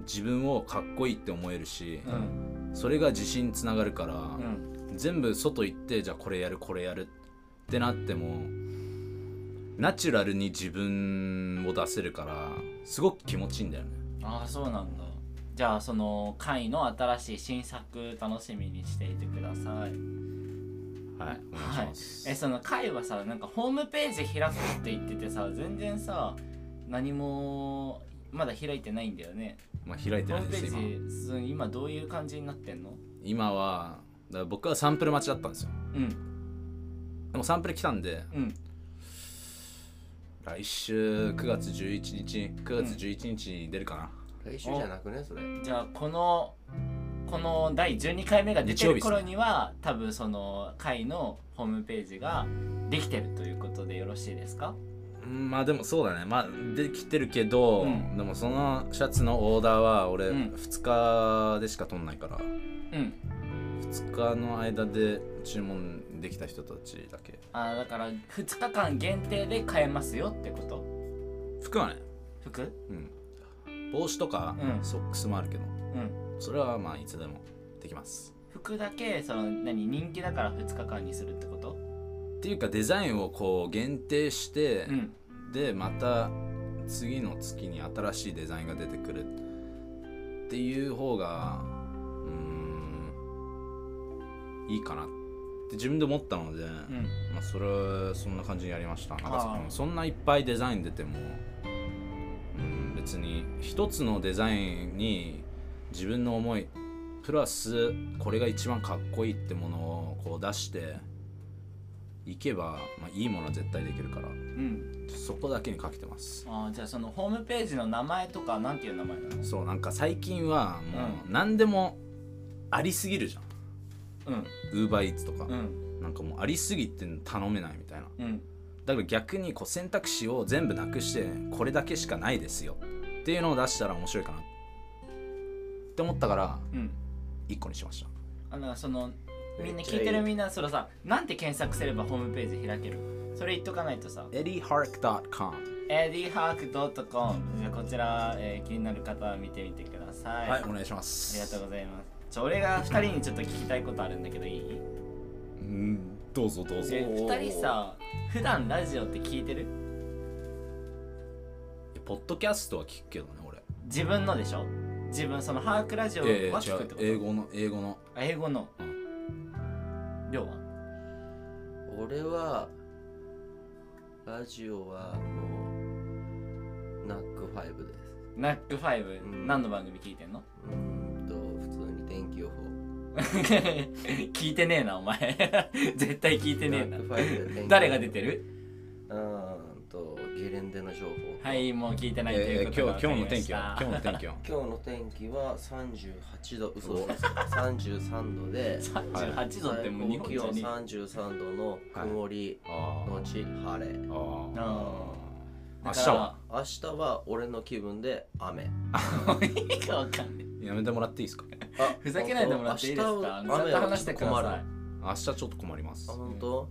[SPEAKER 2] 自分をかっこいいって思えるし、
[SPEAKER 1] ん
[SPEAKER 2] それが自信につながるから、
[SPEAKER 1] うん
[SPEAKER 2] 全部外行ってじゃあこれやるこれやるってなってもナチュラルに自分を出せるからすごく気持ちいいんだよね
[SPEAKER 1] ああそうなんだじゃあその回の新しい新作楽しみにしていてください
[SPEAKER 2] はいお願いします、
[SPEAKER 1] えその会はさなんかホームページ開くって言っててさ全然さ何もまだ開いてないんだよね
[SPEAKER 2] まあ、開いて
[SPEAKER 1] ホ
[SPEAKER 2] な
[SPEAKER 1] ー
[SPEAKER 2] い
[SPEAKER 1] ム
[SPEAKER 2] で
[SPEAKER 1] ペ
[SPEAKER 2] す今
[SPEAKER 1] ージそう今どういう感じになってんの
[SPEAKER 2] 今はだから僕はサンプル待ちだったんですよ
[SPEAKER 1] うん
[SPEAKER 2] でもサンプル来たんで
[SPEAKER 1] うん
[SPEAKER 2] 来週9月11日9月11日に出るかな、
[SPEAKER 3] 来週じゃなくねそれ
[SPEAKER 1] じゃあこのこの第12回目が出てる頃には、多分その会のホームページができてるということでよろしいですか
[SPEAKER 2] うんまあでもそうだねまあできてるけど、
[SPEAKER 1] うん
[SPEAKER 2] でもそのシャツのオーダーは俺
[SPEAKER 1] うん
[SPEAKER 2] 2日でしか取んないから、
[SPEAKER 1] うん
[SPEAKER 2] 2日の間で注文できた人たちだけ
[SPEAKER 1] あーだから2日間限定で買えますよってこと
[SPEAKER 2] 服はね、
[SPEAKER 1] 服
[SPEAKER 2] うん、帽子とか、
[SPEAKER 1] うん
[SPEAKER 2] ソックスもあるけど
[SPEAKER 1] うん
[SPEAKER 2] それはまあいつでもできます
[SPEAKER 1] 服だけその何人気だから2日間にするってこと
[SPEAKER 2] っていうかデザインをこう限定して、
[SPEAKER 1] うん
[SPEAKER 2] でまた次の月に新しいデザインが出てくるっていう方がうーんいいかなって自分で思ったので、
[SPEAKER 1] うん
[SPEAKER 2] まあ、それはそんな感じにやりましたなんかそ
[SPEAKER 1] あー
[SPEAKER 2] うんそんないっぱいデザイン出ても、うん、別に一つのデザインに自分の思いプラスこれが一番かっこいいってものをこう出していけば、まあ、いいものは絶対できるから
[SPEAKER 1] うん
[SPEAKER 2] そこだけにかけてます
[SPEAKER 1] あーじゃあそのホームページの名前とかなんていう名前なの
[SPEAKER 2] そうなんか最近はもう何でもありすぎるじゃん
[SPEAKER 1] うん
[SPEAKER 2] ウーバーイーツとか、
[SPEAKER 1] うん
[SPEAKER 2] なんかもうありすぎて頼めないみたいな
[SPEAKER 1] うん
[SPEAKER 2] だから逆にこう選択肢を全部なくしてこれだけしかないですよっていうのを出したら面白いかなって思ったから
[SPEAKER 1] うん
[SPEAKER 2] 1個にしました
[SPEAKER 1] あのそのみんな
[SPEAKER 3] めっちゃ
[SPEAKER 1] 聞いて
[SPEAKER 3] い
[SPEAKER 1] る
[SPEAKER 3] い
[SPEAKER 1] みんなそれさなんて検索すればホームページ開けるそれ言っとかないとさ
[SPEAKER 2] eddyhark.com
[SPEAKER 1] エディハークドットコムじゃあこちら、えー気になる方は見てみてください、
[SPEAKER 2] はい
[SPEAKER 1] あ
[SPEAKER 2] お願いします
[SPEAKER 1] りがとうございますちょ俺が2人にちょっと聞きたいことあるんだけどいい
[SPEAKER 2] うんどうぞどうぞ
[SPEAKER 1] え2人さ普段ラジオって聞いてる
[SPEAKER 2] ポッドキャストは聞くけどね俺
[SPEAKER 1] 自分のでしょ自分そのハークラジオは
[SPEAKER 2] ええ
[SPEAKER 1] 聞くってこと、
[SPEAKER 2] 違う英語の英語の
[SPEAKER 1] あ英語の
[SPEAKER 2] う
[SPEAKER 1] 量は
[SPEAKER 3] 俺はラジオはあのナックファイブです
[SPEAKER 1] ナックファイブ
[SPEAKER 3] ん
[SPEAKER 1] 何の番組聞いてんの
[SPEAKER 3] うーんと普通に天気予報
[SPEAKER 1] (laughs) 聞いてねえなお前 (laughs) 絶対聞いてねえな
[SPEAKER 3] ナックファイブで天気予報
[SPEAKER 1] 誰が出てる
[SPEAKER 3] うーんとゲレンデの情報
[SPEAKER 1] はいもう聞いてないとい
[SPEAKER 2] え
[SPEAKER 1] うこ
[SPEAKER 2] ー
[SPEAKER 1] とが
[SPEAKER 2] 今
[SPEAKER 1] 分
[SPEAKER 2] 日
[SPEAKER 1] か
[SPEAKER 2] 今日
[SPEAKER 1] り
[SPEAKER 2] の
[SPEAKER 1] ま
[SPEAKER 2] 天
[SPEAKER 1] し
[SPEAKER 2] 気
[SPEAKER 1] た
[SPEAKER 2] は今日の天気は
[SPEAKER 3] 今日の天気は38度嘘
[SPEAKER 2] お
[SPEAKER 3] 嘘33度で
[SPEAKER 1] 38度ってもう日
[SPEAKER 3] 最高
[SPEAKER 1] 本
[SPEAKER 3] 気
[SPEAKER 1] じ
[SPEAKER 3] 温
[SPEAKER 1] ゃね
[SPEAKER 3] 33度の曇り
[SPEAKER 2] あ
[SPEAKER 1] (laughs)
[SPEAKER 3] のち晴れ
[SPEAKER 2] ーあー
[SPEAKER 1] あ
[SPEAKER 2] 明
[SPEAKER 1] だ
[SPEAKER 2] 日は
[SPEAKER 1] か
[SPEAKER 3] 明日は俺の気分で雨
[SPEAKER 1] らもういいかわかんない
[SPEAKER 2] やめてもらっていいですか
[SPEAKER 3] あ
[SPEAKER 1] (laughs) ふざけないでもらっていいですかち
[SPEAKER 3] 明
[SPEAKER 1] ゃん
[SPEAKER 3] 日
[SPEAKER 1] と
[SPEAKER 3] は
[SPEAKER 1] 話してくだ
[SPEAKER 3] 雨は
[SPEAKER 1] さ
[SPEAKER 3] ちょっと困る
[SPEAKER 1] い
[SPEAKER 2] 明日ちょっと困ります
[SPEAKER 3] あ本当、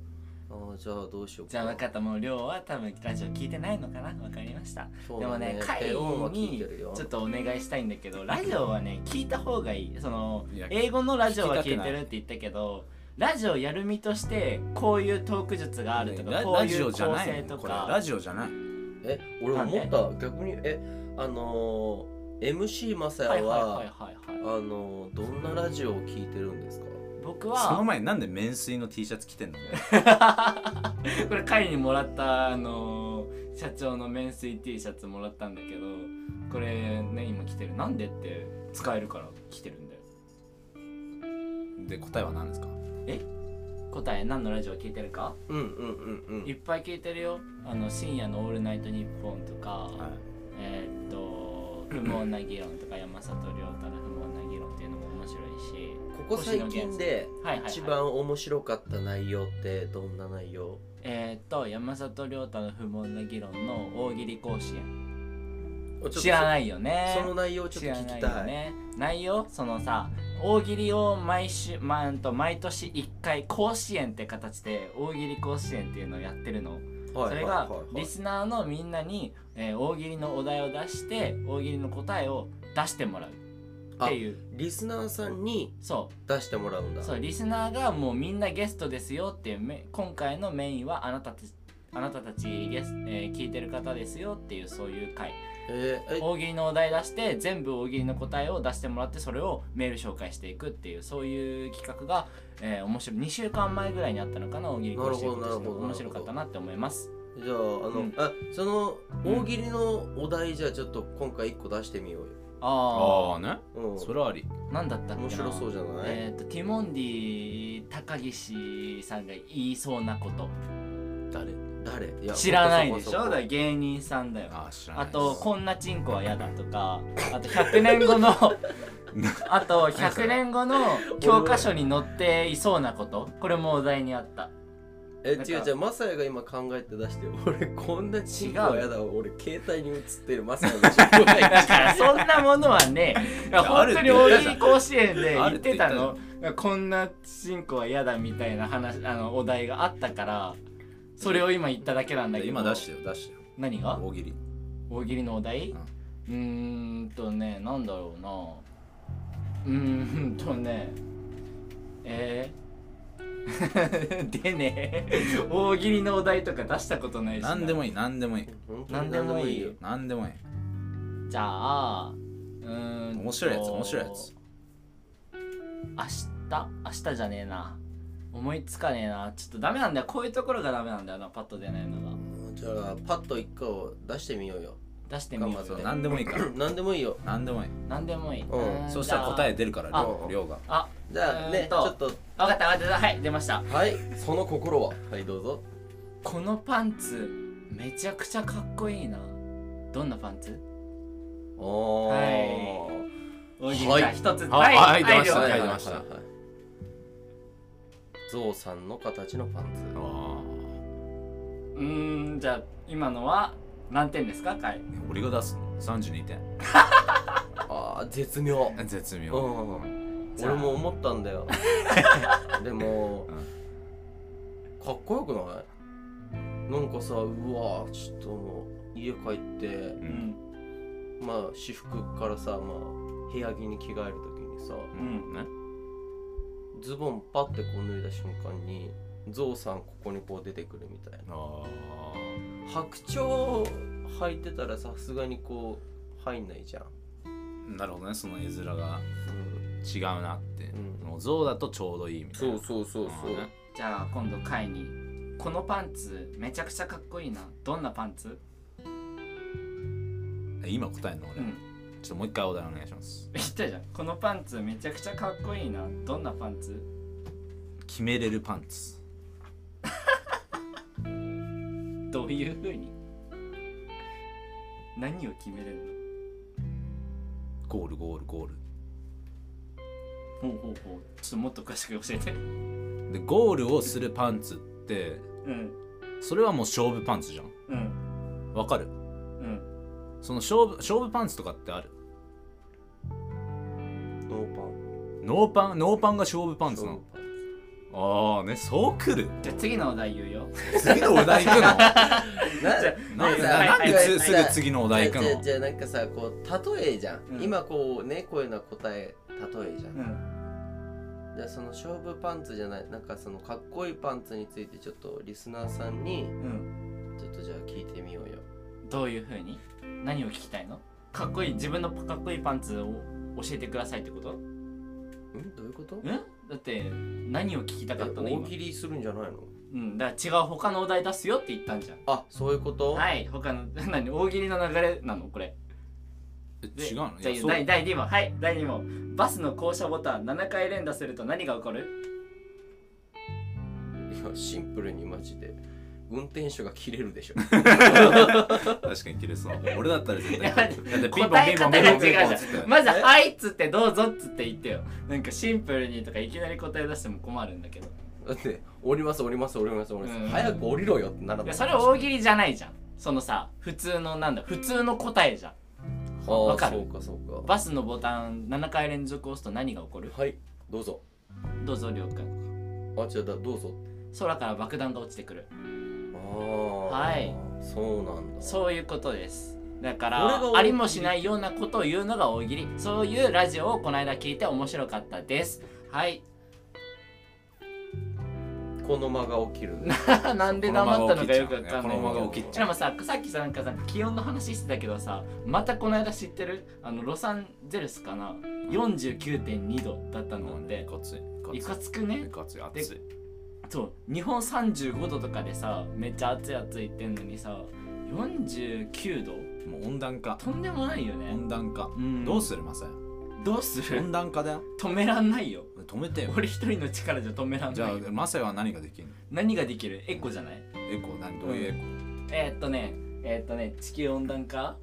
[SPEAKER 3] あーじゃあどうしようか
[SPEAKER 1] じゃあ分かったもう量は多分ラジオ聞いてないのかな分かりました
[SPEAKER 3] そう
[SPEAKER 1] でも
[SPEAKER 3] だ
[SPEAKER 1] ね会
[SPEAKER 3] 低音は聞い
[SPEAKER 1] に
[SPEAKER 3] てるよ
[SPEAKER 1] ちょっとお願いしたいんだけどラジオはね聞いた方がいいその
[SPEAKER 2] いや
[SPEAKER 1] 英語のラジオは聞
[SPEAKER 2] 聞き
[SPEAKER 1] い
[SPEAKER 2] たくな
[SPEAKER 1] て
[SPEAKER 2] い
[SPEAKER 1] るって言ったけどラジオやる身としてこういうトーク術があるとか
[SPEAKER 2] ラ
[SPEAKER 1] こう
[SPEAKER 2] ラ
[SPEAKER 1] い
[SPEAKER 2] ジオ
[SPEAKER 1] う
[SPEAKER 2] じゃ
[SPEAKER 1] 構
[SPEAKER 2] な
[SPEAKER 1] 成
[SPEAKER 2] い
[SPEAKER 1] と
[SPEAKER 2] これラ
[SPEAKER 1] か
[SPEAKER 2] ジオじゃない
[SPEAKER 3] え俺思った逆にえあのー、MC マサヤ
[SPEAKER 1] はいはい
[SPEAKER 3] は,、
[SPEAKER 1] はいはいはい
[SPEAKER 3] あのー、どんなラジオを聞いてるんですか
[SPEAKER 1] 僕
[SPEAKER 2] その
[SPEAKER 1] は
[SPEAKER 2] 前になんで面水の T シャツ着てんの
[SPEAKER 1] これ会にもらったあのー社長の面水 T シャツもらったんだけどこれね今着てるなんでって使えるから着てるんだよ
[SPEAKER 2] で答えは何ですか
[SPEAKER 1] 答え何のラジオ聞いてるか
[SPEAKER 3] うんうんうんう
[SPEAKER 1] いっ
[SPEAKER 3] ん
[SPEAKER 1] ぱい聞いてるよあの深夜の「オールナイトニッポン」とか、えーっと「不毛な議論」とか山里亮太の「不毛な議論」っていうのも面白いし
[SPEAKER 3] ここ最近で
[SPEAKER 1] はいはい、はい、
[SPEAKER 3] 一番面白かった内容ってどんな内容
[SPEAKER 1] えーっと山里亮太の「不毛な議論」の大喜利甲子園知
[SPEAKER 3] 知
[SPEAKER 1] ら
[SPEAKER 3] らない
[SPEAKER 1] ないよね
[SPEAKER 3] その内容をちょっと
[SPEAKER 1] 知ら
[SPEAKER 3] 聞き
[SPEAKER 1] ない
[SPEAKER 3] た
[SPEAKER 1] よ
[SPEAKER 3] い
[SPEAKER 1] ね内容そのさ大喜利を毎週、まあ、うんと毎年1回甲子園って形で大喜利甲子園っていうのをやってるの
[SPEAKER 3] はい
[SPEAKER 1] それ
[SPEAKER 3] は
[SPEAKER 1] が
[SPEAKER 3] いはいはい
[SPEAKER 1] リスナーのみんなに、えー大喜利のお題を出して大喜利の答えを出してもらうっていう
[SPEAKER 3] リスナーさんに
[SPEAKER 1] そ
[SPEAKER 3] 出してもらうん
[SPEAKER 1] う
[SPEAKER 3] だ
[SPEAKER 1] そうリスナーがもうみんなゲストですよっていうめ今回のメインはあなたたちあなたたちゲス、えー聞いてる方ですよっていうそういう回
[SPEAKER 3] えーえ
[SPEAKER 1] 大喜利のお題出して全部大喜利の答えを出してもらってそれをメール紹介していくっていうそういう企画が、えー面白い2週間前ぐらいにあったのかな大喜利講師
[SPEAKER 3] なるほどなるほど
[SPEAKER 1] 面白かったなって思います
[SPEAKER 3] じゃああの、
[SPEAKER 1] うん
[SPEAKER 3] あその
[SPEAKER 1] うん
[SPEAKER 3] 大喜利のお題じゃあちょっと今回一個出してみようよ、
[SPEAKER 1] あ
[SPEAKER 2] ああね
[SPEAKER 3] うん、
[SPEAKER 2] それはあり
[SPEAKER 1] あなんだったっけな
[SPEAKER 3] 面白そうじゃない、
[SPEAKER 1] えー、とティモンディ高岸さんが言いそうなこと
[SPEAKER 2] 誰
[SPEAKER 3] 誰いや
[SPEAKER 1] 知らないでしょ
[SPEAKER 3] そこ
[SPEAKER 1] だ
[SPEAKER 3] そこ
[SPEAKER 1] から芸人さんだよ
[SPEAKER 2] あー知らない
[SPEAKER 1] あ
[SPEAKER 2] です
[SPEAKER 1] と「こんなチンコは嫌だ」とかあと100年後
[SPEAKER 2] (laughs)
[SPEAKER 1] のあと100年後の教科書に載っていそうなことこれもお題にあ
[SPEAKER 2] (laughs)
[SPEAKER 1] った
[SPEAKER 3] え
[SPEAKER 1] なんか
[SPEAKER 3] 違う違うマサヤが今考えて出して俺こんなチンコはやだ俺携帯に映ってるマサヤのチンコは
[SPEAKER 1] (laughs) だ
[SPEAKER 3] やだ
[SPEAKER 1] からそんなものはねいや
[SPEAKER 2] いやあ
[SPEAKER 1] 本
[SPEAKER 2] る
[SPEAKER 1] 当
[SPEAKER 2] って
[SPEAKER 1] に大喜利甲子園で
[SPEAKER 2] あ
[SPEAKER 1] 言
[SPEAKER 2] る
[SPEAKER 1] っ
[SPEAKER 2] って
[SPEAKER 1] て
[SPEAKER 2] 言ったたじゃん
[SPEAKER 1] のこんな進行は嫌だみたいな話あのお題があったからそれを今言っただけなんだけど
[SPEAKER 2] 今出してよ出してよ
[SPEAKER 1] 何が
[SPEAKER 2] 大喜利
[SPEAKER 1] 大喜利のお題
[SPEAKER 2] うん
[SPEAKER 1] うーんとねなんだろうなうーんとねえー (laughs) でね大喜利のお題とか出したことないしな
[SPEAKER 2] 何でもいい何でもいい
[SPEAKER 3] 本当に
[SPEAKER 1] 何でもいいよ
[SPEAKER 2] 何でもいい
[SPEAKER 1] じゃあうーんと
[SPEAKER 2] 面白いやつ面白いやつ
[SPEAKER 1] 明日明日じゃねえな思いつかねえなちょっとダメなんだよこういうところがダメなんだよなパッと出ないのが
[SPEAKER 3] じゃあパッと一個出してみようよ
[SPEAKER 1] 出してみよ
[SPEAKER 3] 頑
[SPEAKER 1] う
[SPEAKER 3] 張
[SPEAKER 1] よ
[SPEAKER 3] って
[SPEAKER 2] 何でもいいから
[SPEAKER 3] 何でもいいよ
[SPEAKER 2] 何でもいい
[SPEAKER 1] 何でもいい、
[SPEAKER 3] うん
[SPEAKER 2] そうしたら答
[SPEAKER 1] え
[SPEAKER 2] え出るから
[SPEAKER 1] あ
[SPEAKER 2] 量量が
[SPEAKER 1] あ
[SPEAKER 3] じゃあ
[SPEAKER 1] えー
[SPEAKER 3] ね
[SPEAKER 1] っ
[SPEAKER 3] ち
[SPEAKER 1] と
[SPEAKER 3] ょっと
[SPEAKER 1] 分かった分かったはい出ました
[SPEAKER 3] はいその心ははいどうぞ
[SPEAKER 1] このパンツめちゃくちゃかっこいいなどんなパンツ
[SPEAKER 3] おー
[SPEAKER 1] はい大喜利
[SPEAKER 3] はい
[SPEAKER 1] じゃあ一つ
[SPEAKER 2] あはい出ました
[SPEAKER 1] 了
[SPEAKER 2] は
[SPEAKER 1] 解
[SPEAKER 2] い出ました
[SPEAKER 3] はいゾウさんの形のパンツ
[SPEAKER 2] あ
[SPEAKER 1] うーんじゃあ今のは何点ですかはい
[SPEAKER 2] ー俺が出すの32点
[SPEAKER 3] あー絶妙
[SPEAKER 2] 絶
[SPEAKER 3] う
[SPEAKER 2] 妙
[SPEAKER 3] ん
[SPEAKER 1] じゃあ
[SPEAKER 3] 俺も思ったんだ (laughs) よでも、かっこよくないなんかさうわーちょっともう家帰って
[SPEAKER 2] う
[SPEAKER 1] うんん
[SPEAKER 3] まあ私服からさ、まあ、部屋着に着替える時にさ
[SPEAKER 1] うん
[SPEAKER 2] ね
[SPEAKER 3] ズボンパッてこう脱いだ瞬間にゾウさんここにこう出てくるみたいな
[SPEAKER 2] あ
[SPEAKER 3] 白鳥履いてたらさすがにこう入んないじゃん、
[SPEAKER 2] ーなるほどねその絵面が違うなって
[SPEAKER 3] うん
[SPEAKER 2] もう象だとちょうどいいみたい
[SPEAKER 3] そ
[SPEAKER 2] な
[SPEAKER 3] うそうそうそう、
[SPEAKER 2] あーね
[SPEAKER 1] じゃあ今度会にこのパンツめちゃくちゃかっこいいなどんなパンツ
[SPEAKER 2] え今答えんの
[SPEAKER 1] う
[SPEAKER 2] 俺ちょ
[SPEAKER 1] ん
[SPEAKER 2] っともう一回お題お願いします
[SPEAKER 1] 言ったじゃんこのパンツめちゃくちゃかっこいいなどんなパンツ
[SPEAKER 2] 決めれるパンツ
[SPEAKER 1] どういうふうに何を決めれる
[SPEAKER 2] ゴールゴールゴール
[SPEAKER 1] のほうほうほうちょっともっと詳しく教えて
[SPEAKER 2] でゴールをするパンツって
[SPEAKER 1] うん
[SPEAKER 2] それはもう勝負パンツじゃん
[SPEAKER 1] うん
[SPEAKER 2] わかる
[SPEAKER 1] うん
[SPEAKER 2] その勝負勝負パンツとかってある
[SPEAKER 3] ノーパン
[SPEAKER 2] ノーパンノーパンが勝負パンツな
[SPEAKER 3] ノー
[SPEAKER 2] の
[SPEAKER 3] パン
[SPEAKER 2] ああねそうくる
[SPEAKER 1] じゃあ次のお題言うよ
[SPEAKER 2] 次のお題
[SPEAKER 1] (laughs)
[SPEAKER 2] 行くの
[SPEAKER 3] な
[SPEAKER 1] じゃ
[SPEAKER 2] な
[SPEAKER 1] はい
[SPEAKER 2] んで
[SPEAKER 1] はい
[SPEAKER 2] なんで
[SPEAKER 1] はい
[SPEAKER 2] つすぐ次のお題行く
[SPEAKER 3] じゃあ
[SPEAKER 2] の
[SPEAKER 3] じゃあなんかさこう例えじゃん、
[SPEAKER 1] うん
[SPEAKER 3] 今こうねこういうのは答え例えじゃん、
[SPEAKER 1] うん
[SPEAKER 3] じゃあその勝負パンツじゃないなんかそのかっこいいパンツについてちょっとリスナーさんに
[SPEAKER 1] うん
[SPEAKER 3] ちょっとじゃあ聞いてみようよ
[SPEAKER 1] どういうふうに何を聞きたいのかっこいい自分のかっこいいパンツを教えてくださいってこと
[SPEAKER 3] んどういうこと
[SPEAKER 1] うんだって何を聞きたかったの
[SPEAKER 3] え大
[SPEAKER 1] 今
[SPEAKER 3] 喜利するんじゃないの
[SPEAKER 1] うんだから違う他のお題出すよって言ったんじゃん
[SPEAKER 3] あそういうこと、
[SPEAKER 1] はい他の (laughs) 何大喜利の流れなのこれ
[SPEAKER 2] え
[SPEAKER 1] で
[SPEAKER 2] 違うのい
[SPEAKER 1] じゃ
[SPEAKER 2] や
[SPEAKER 1] あ
[SPEAKER 2] そう
[SPEAKER 1] 第第2問はい第2問バスの降車ボタン7回連打すると何が起こる
[SPEAKER 3] いやシンプルにマジで運転手が切れるでしょ (laughs)
[SPEAKER 2] 確かに切れそう俺だったら絶
[SPEAKER 1] いや
[SPEAKER 2] 対
[SPEAKER 1] 待
[SPEAKER 2] 切
[SPEAKER 1] っ
[SPEAKER 2] れるだっててピンポン
[SPEAKER 1] 答
[SPEAKER 2] ピ
[SPEAKER 1] え
[SPEAKER 2] ンポ
[SPEAKER 1] 方が
[SPEAKER 2] ンピン
[SPEAKER 1] 違
[SPEAKER 2] ポン
[SPEAKER 1] う
[SPEAKER 2] ピン
[SPEAKER 1] じ
[SPEAKER 2] ポ
[SPEAKER 1] ゃ
[SPEAKER 2] ンっ
[SPEAKER 1] ん
[SPEAKER 2] つって
[SPEAKER 1] まず「
[SPEAKER 3] え
[SPEAKER 1] はい」っつって「どうぞ」っつって言ってよなんかシンプルにとかいきなり答え出しても困るんだけど
[SPEAKER 3] だって降ります降ります降ります降ります、
[SPEAKER 1] うん
[SPEAKER 3] 早く降りろよってなら
[SPEAKER 1] い
[SPEAKER 3] ない
[SPEAKER 1] やそれ大喜利じゃないじゃんそのさ普通のなんだ普通の答えじゃん
[SPEAKER 3] あ
[SPEAKER 1] わ
[SPEAKER 3] あ
[SPEAKER 1] かる
[SPEAKER 3] そうかそうか
[SPEAKER 1] バスのボタン7回連続押すと何が起こる
[SPEAKER 3] はいどうぞ
[SPEAKER 1] どうぞりょうくん
[SPEAKER 3] あじゃあだどうぞ
[SPEAKER 1] 空から爆弾が落ちてくる
[SPEAKER 3] ああ
[SPEAKER 1] はい
[SPEAKER 3] そうなんだ
[SPEAKER 1] そういうことですだか
[SPEAKER 3] 俺
[SPEAKER 1] ら
[SPEAKER 3] が大喜利
[SPEAKER 1] ありもしないようなことを言うのが大喜利そういうラジオをこの間聞いて面白かったですはい
[SPEAKER 3] この間が起きるね
[SPEAKER 1] (laughs) なんで黙ったのかよくわ
[SPEAKER 2] こ
[SPEAKER 1] かんな
[SPEAKER 2] の
[SPEAKER 1] い
[SPEAKER 2] まま起きち
[SPEAKER 1] し
[SPEAKER 2] ゃ
[SPEAKER 1] か
[SPEAKER 2] う
[SPEAKER 1] もささっきさなんかさ気温の話してたけどさまたこの間知ってるあのロサンゼルスかな49.2度だった
[SPEAKER 2] もう
[SPEAKER 1] の
[SPEAKER 2] ねい
[SPEAKER 1] で
[SPEAKER 2] かつい
[SPEAKER 1] い
[SPEAKER 2] い
[SPEAKER 1] か
[SPEAKER 2] かつ
[SPEAKER 1] つくね
[SPEAKER 2] いいかつい熱い
[SPEAKER 1] そう日本35度とかでさめっちゃ暑い暑いってんのにさ49度
[SPEAKER 2] もう温暖化
[SPEAKER 1] とんでもないよね
[SPEAKER 2] 温暖化
[SPEAKER 1] うん
[SPEAKER 2] どうするマサヤ
[SPEAKER 1] どうする
[SPEAKER 2] 温暖化だよ
[SPEAKER 1] 止めらんないよ
[SPEAKER 2] 止めてよ
[SPEAKER 1] 俺一人の力じゃ止めらん
[SPEAKER 2] じ
[SPEAKER 1] な
[SPEAKER 2] ゃ
[SPEAKER 1] いよ
[SPEAKER 2] あマサヤは何ができるの
[SPEAKER 1] 何ができるエコじゃない
[SPEAKER 2] エコ何どういうエコ
[SPEAKER 1] えー、っとねえー、っとね地球温暖化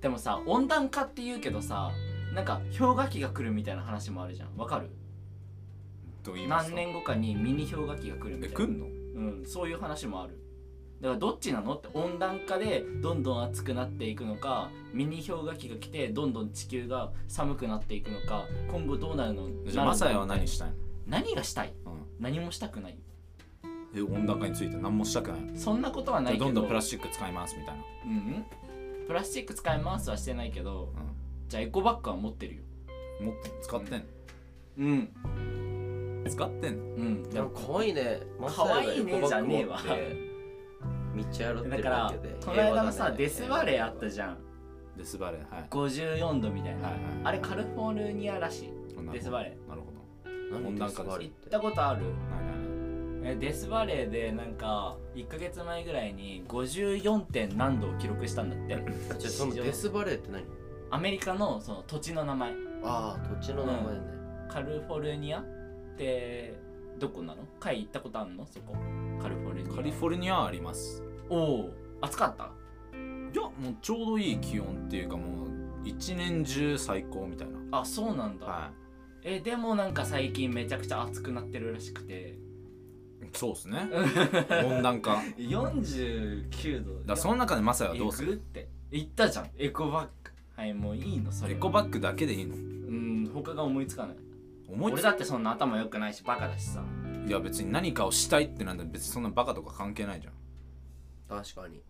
[SPEAKER 1] でもさ温暖化って言うけどさなんか氷河期が来るみたいな話もあるじゃんわかる
[SPEAKER 2] と言いま
[SPEAKER 1] 何
[SPEAKER 2] すと
[SPEAKER 1] 年後かにミニ氷河期が来るみた
[SPEAKER 2] え
[SPEAKER 1] いな
[SPEAKER 2] 来んの
[SPEAKER 1] うん、そういう話もあるだからどっちなのって温暖化でどんどん暑くなっていくのかミニ氷河期が来てどんどん地球が寒くなっていくのか今後どうなるの
[SPEAKER 2] じゃあマサヤは何したい
[SPEAKER 1] 何がしたい
[SPEAKER 2] のうん
[SPEAKER 1] 何もしたくない
[SPEAKER 2] え温暖化について何もしたくない
[SPEAKER 1] そんなことはないけど
[SPEAKER 2] どんどんプラスチック使いますみたいな、
[SPEAKER 1] うんうんプラスチック使い回すはしてないけどじゃあエコバッグは持ってるよ
[SPEAKER 2] うん、もっと使ってん、
[SPEAKER 1] うん
[SPEAKER 2] 使ってん
[SPEAKER 1] うん
[SPEAKER 3] でも可愛いねマサ
[SPEAKER 1] 可
[SPEAKER 3] ヤが
[SPEAKER 1] 愛い
[SPEAKER 3] エ
[SPEAKER 1] ね
[SPEAKER 3] コバッグ持
[SPEAKER 1] じゃねえわ
[SPEAKER 3] って道歩って
[SPEAKER 1] だ
[SPEAKER 3] る
[SPEAKER 1] か
[SPEAKER 3] だ
[SPEAKER 1] ら
[SPEAKER 3] けで
[SPEAKER 1] この間のさ、デスバレーあった
[SPEAKER 3] ゃ
[SPEAKER 1] じゃん
[SPEAKER 2] デスバレーはい
[SPEAKER 1] 54度みたいな、
[SPEAKER 2] はいはい
[SPEAKER 1] あれカリフォルニアらしい
[SPEAKER 2] なるほど
[SPEAKER 1] デスバレ
[SPEAKER 2] なるほど
[SPEAKER 3] ん
[SPEAKER 2] 温暖化です
[SPEAKER 3] デスバレ
[SPEAKER 1] 行
[SPEAKER 3] ーっ
[SPEAKER 1] ってたことある
[SPEAKER 2] ないないない
[SPEAKER 1] えデスバレーでなんか1ヶ月前ぐらいに54点何度を記録したんだって
[SPEAKER 3] あじゃあそのデスバレーって何
[SPEAKER 1] アメリカのその土地の名前
[SPEAKER 3] ああ土地の名前ね、
[SPEAKER 1] カルフォルニアってどこなの海行ったことあるのそこカルフォルニア
[SPEAKER 2] カリフォルニアはあります
[SPEAKER 1] おお暑かった
[SPEAKER 2] いやもうちょうどいい気温っていうかもう一年中最高みたいな
[SPEAKER 1] あそうなんだ、
[SPEAKER 2] は
[SPEAKER 1] えでもなんか最近めちゃくちゃ暑くなってるらしくて
[SPEAKER 2] いそうで
[SPEAKER 1] (laughs)
[SPEAKER 2] すね温暖化だか
[SPEAKER 1] 49度
[SPEAKER 2] らその中でマサヤはど
[SPEAKER 1] 行
[SPEAKER 2] うす
[SPEAKER 1] く
[SPEAKER 2] る
[SPEAKER 1] って言ったじゃんエコバッグはいもういいのそれ
[SPEAKER 2] エ
[SPEAKER 1] は
[SPEAKER 2] コバッグだけでいいの
[SPEAKER 1] うん他が思いつかない
[SPEAKER 2] 思いつ
[SPEAKER 1] 俺だってそんな頭良くないしバカだしさ
[SPEAKER 2] いや別に何かをしたいってなんだ別にそんなバカとか関係ないじゃん
[SPEAKER 3] 確かに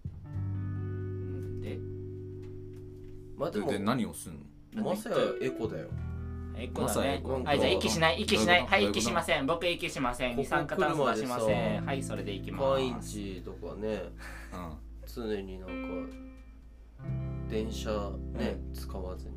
[SPEAKER 1] で
[SPEAKER 3] まあで
[SPEAKER 2] で
[SPEAKER 3] も
[SPEAKER 2] で何をすんの
[SPEAKER 3] マサヤエコだよ
[SPEAKER 1] エコだ
[SPEAKER 2] まさにエ
[SPEAKER 1] ね
[SPEAKER 2] コだ
[SPEAKER 1] はいじゃあ息しない息しない
[SPEAKER 2] どういう
[SPEAKER 1] はい
[SPEAKER 2] ことどういうこと
[SPEAKER 1] 息しません僕息しません
[SPEAKER 3] ここ
[SPEAKER 1] 二酸化炭素はしま
[SPEAKER 3] 来るま
[SPEAKER 1] せ
[SPEAKER 3] で
[SPEAKER 1] ん
[SPEAKER 3] さ
[SPEAKER 1] はいそれでいきま
[SPEAKER 3] パイン
[SPEAKER 1] す
[SPEAKER 3] チとかね
[SPEAKER 2] うん
[SPEAKER 3] 常になんか電車ね、使わずに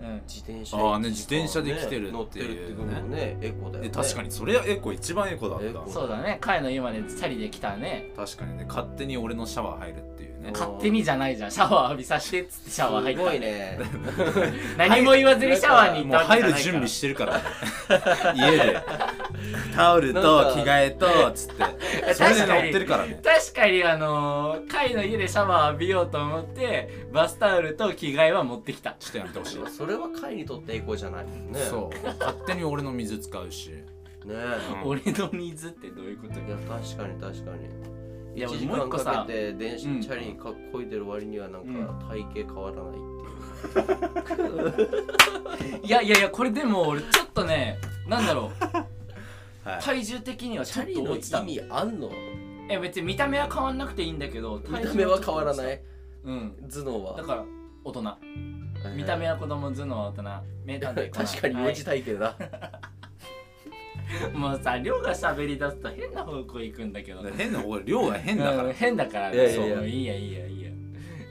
[SPEAKER 1] うん
[SPEAKER 3] 自転車
[SPEAKER 2] あーね自転車で来てる
[SPEAKER 3] 乗
[SPEAKER 2] っ
[SPEAKER 3] ってて
[SPEAKER 2] い
[SPEAKER 3] るって
[SPEAKER 2] う
[SPEAKER 3] こ
[SPEAKER 2] ね
[SPEAKER 3] ともねエコだよ、
[SPEAKER 2] え
[SPEAKER 3] ね、
[SPEAKER 2] 確かにそれはエコ一番エコだった
[SPEAKER 3] エコ
[SPEAKER 1] そうだね彼の今までチャリで来たね
[SPEAKER 2] 確かにね勝手に俺のシャワー入るっていうね
[SPEAKER 3] うん
[SPEAKER 1] 勝手にじゃないじゃんシャワー浴びさせてっつってシャワー入った
[SPEAKER 3] すごいね
[SPEAKER 2] (laughs)
[SPEAKER 1] 何も言わずにシャワーに行っ
[SPEAKER 2] もう
[SPEAKER 1] たわけ
[SPEAKER 2] 入
[SPEAKER 1] じゃ
[SPEAKER 2] る
[SPEAKER 1] ないから
[SPEAKER 2] 準備してるから、ね、家でタオルと着替えとつってそれで乗ってるからね
[SPEAKER 1] 確かにあのー、カイの家でシャワー浴びようと思ってバスタオルと着替えは持ってきた
[SPEAKER 2] ちょっとやめてほしい、
[SPEAKER 3] それは会にとってエコじゃないもんね
[SPEAKER 2] そう勝手に俺の水使うし、
[SPEAKER 3] うね
[SPEAKER 2] うん
[SPEAKER 1] 俺の水ってどういうこと
[SPEAKER 3] いや確かに確かに
[SPEAKER 1] いや
[SPEAKER 3] 1時
[SPEAKER 1] もう
[SPEAKER 3] 間
[SPEAKER 1] 一個さ
[SPEAKER 3] かけて電車、
[SPEAKER 1] うん
[SPEAKER 3] チャリにかこいでる割にはなん
[SPEAKER 1] うん
[SPEAKER 3] か体型変わらないっていう、
[SPEAKER 1] いやいやいやこれでも俺ちょっとねなんだろう
[SPEAKER 3] (laughs)
[SPEAKER 2] はい
[SPEAKER 1] 体重的にはちょっと落ちたの
[SPEAKER 3] 意味あんの
[SPEAKER 1] え別に見た目は変わんなくていいんだけど
[SPEAKER 3] 見た目は変わらないい
[SPEAKER 1] うん
[SPEAKER 3] 頭脳は
[SPEAKER 1] だから大人
[SPEAKER 3] えー
[SPEAKER 1] 見た目は子供頭脳は大人名探偵コナン
[SPEAKER 3] (laughs) 確かに
[SPEAKER 1] は
[SPEAKER 3] 幼
[SPEAKER 1] い
[SPEAKER 3] 児体型だ、
[SPEAKER 1] (laughs) もうさ亮が喋り出すと変な方向行くんだけど
[SPEAKER 2] 変な俺量が変だから、
[SPEAKER 1] うん変だから
[SPEAKER 3] いやいやいや
[SPEAKER 1] そういいやいいやいいや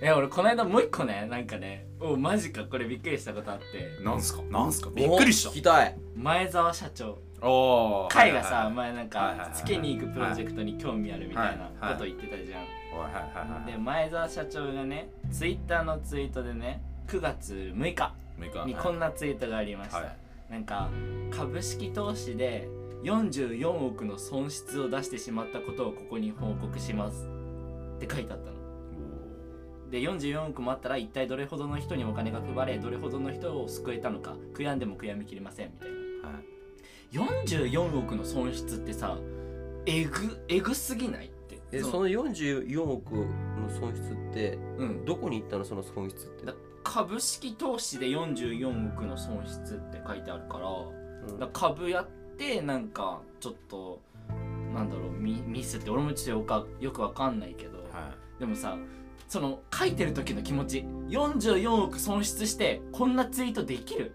[SPEAKER 1] え俺この間もう一個ねなんかねおマジかこれびっくりしたことあって
[SPEAKER 2] なんすかなんすかびっくりし
[SPEAKER 3] お
[SPEAKER 2] た
[SPEAKER 3] 聞きたい
[SPEAKER 1] 前澤社長
[SPEAKER 2] おー
[SPEAKER 1] 海がさ
[SPEAKER 2] はい
[SPEAKER 1] 前なん
[SPEAKER 2] はいはい
[SPEAKER 1] か
[SPEAKER 2] はい
[SPEAKER 1] 月に行くプロジェクトに興味あるみたいなこと言ってたじゃん
[SPEAKER 2] はいはいはい
[SPEAKER 1] で前澤社長がねツイッターのツイートでね9月6日
[SPEAKER 2] 6日
[SPEAKER 1] にこんなツイートがありました、
[SPEAKER 2] はい
[SPEAKER 1] なんか株式投資で44億の損失を出してしまったことをここに報告しますって書いてあったので44億もあったら一体どれほどの人にお金が配れどれほどの人を救えたのか悔やんでも悔やみきれませんみたいな
[SPEAKER 2] はい
[SPEAKER 1] 44億の損失ってさえぐえぐすぎないって
[SPEAKER 3] えその44億の損失って
[SPEAKER 1] うん
[SPEAKER 3] どこに行ったのその損失って
[SPEAKER 1] だ株式投資で44億の損失って書いてあるから
[SPEAKER 3] うん
[SPEAKER 1] だから株やってなんかちょっとなんだろうミミスって俺もちょっとよかよくわかんないけど、
[SPEAKER 2] は
[SPEAKER 1] でもさその書いてる時の気持ち44億損失してこんなツイートできる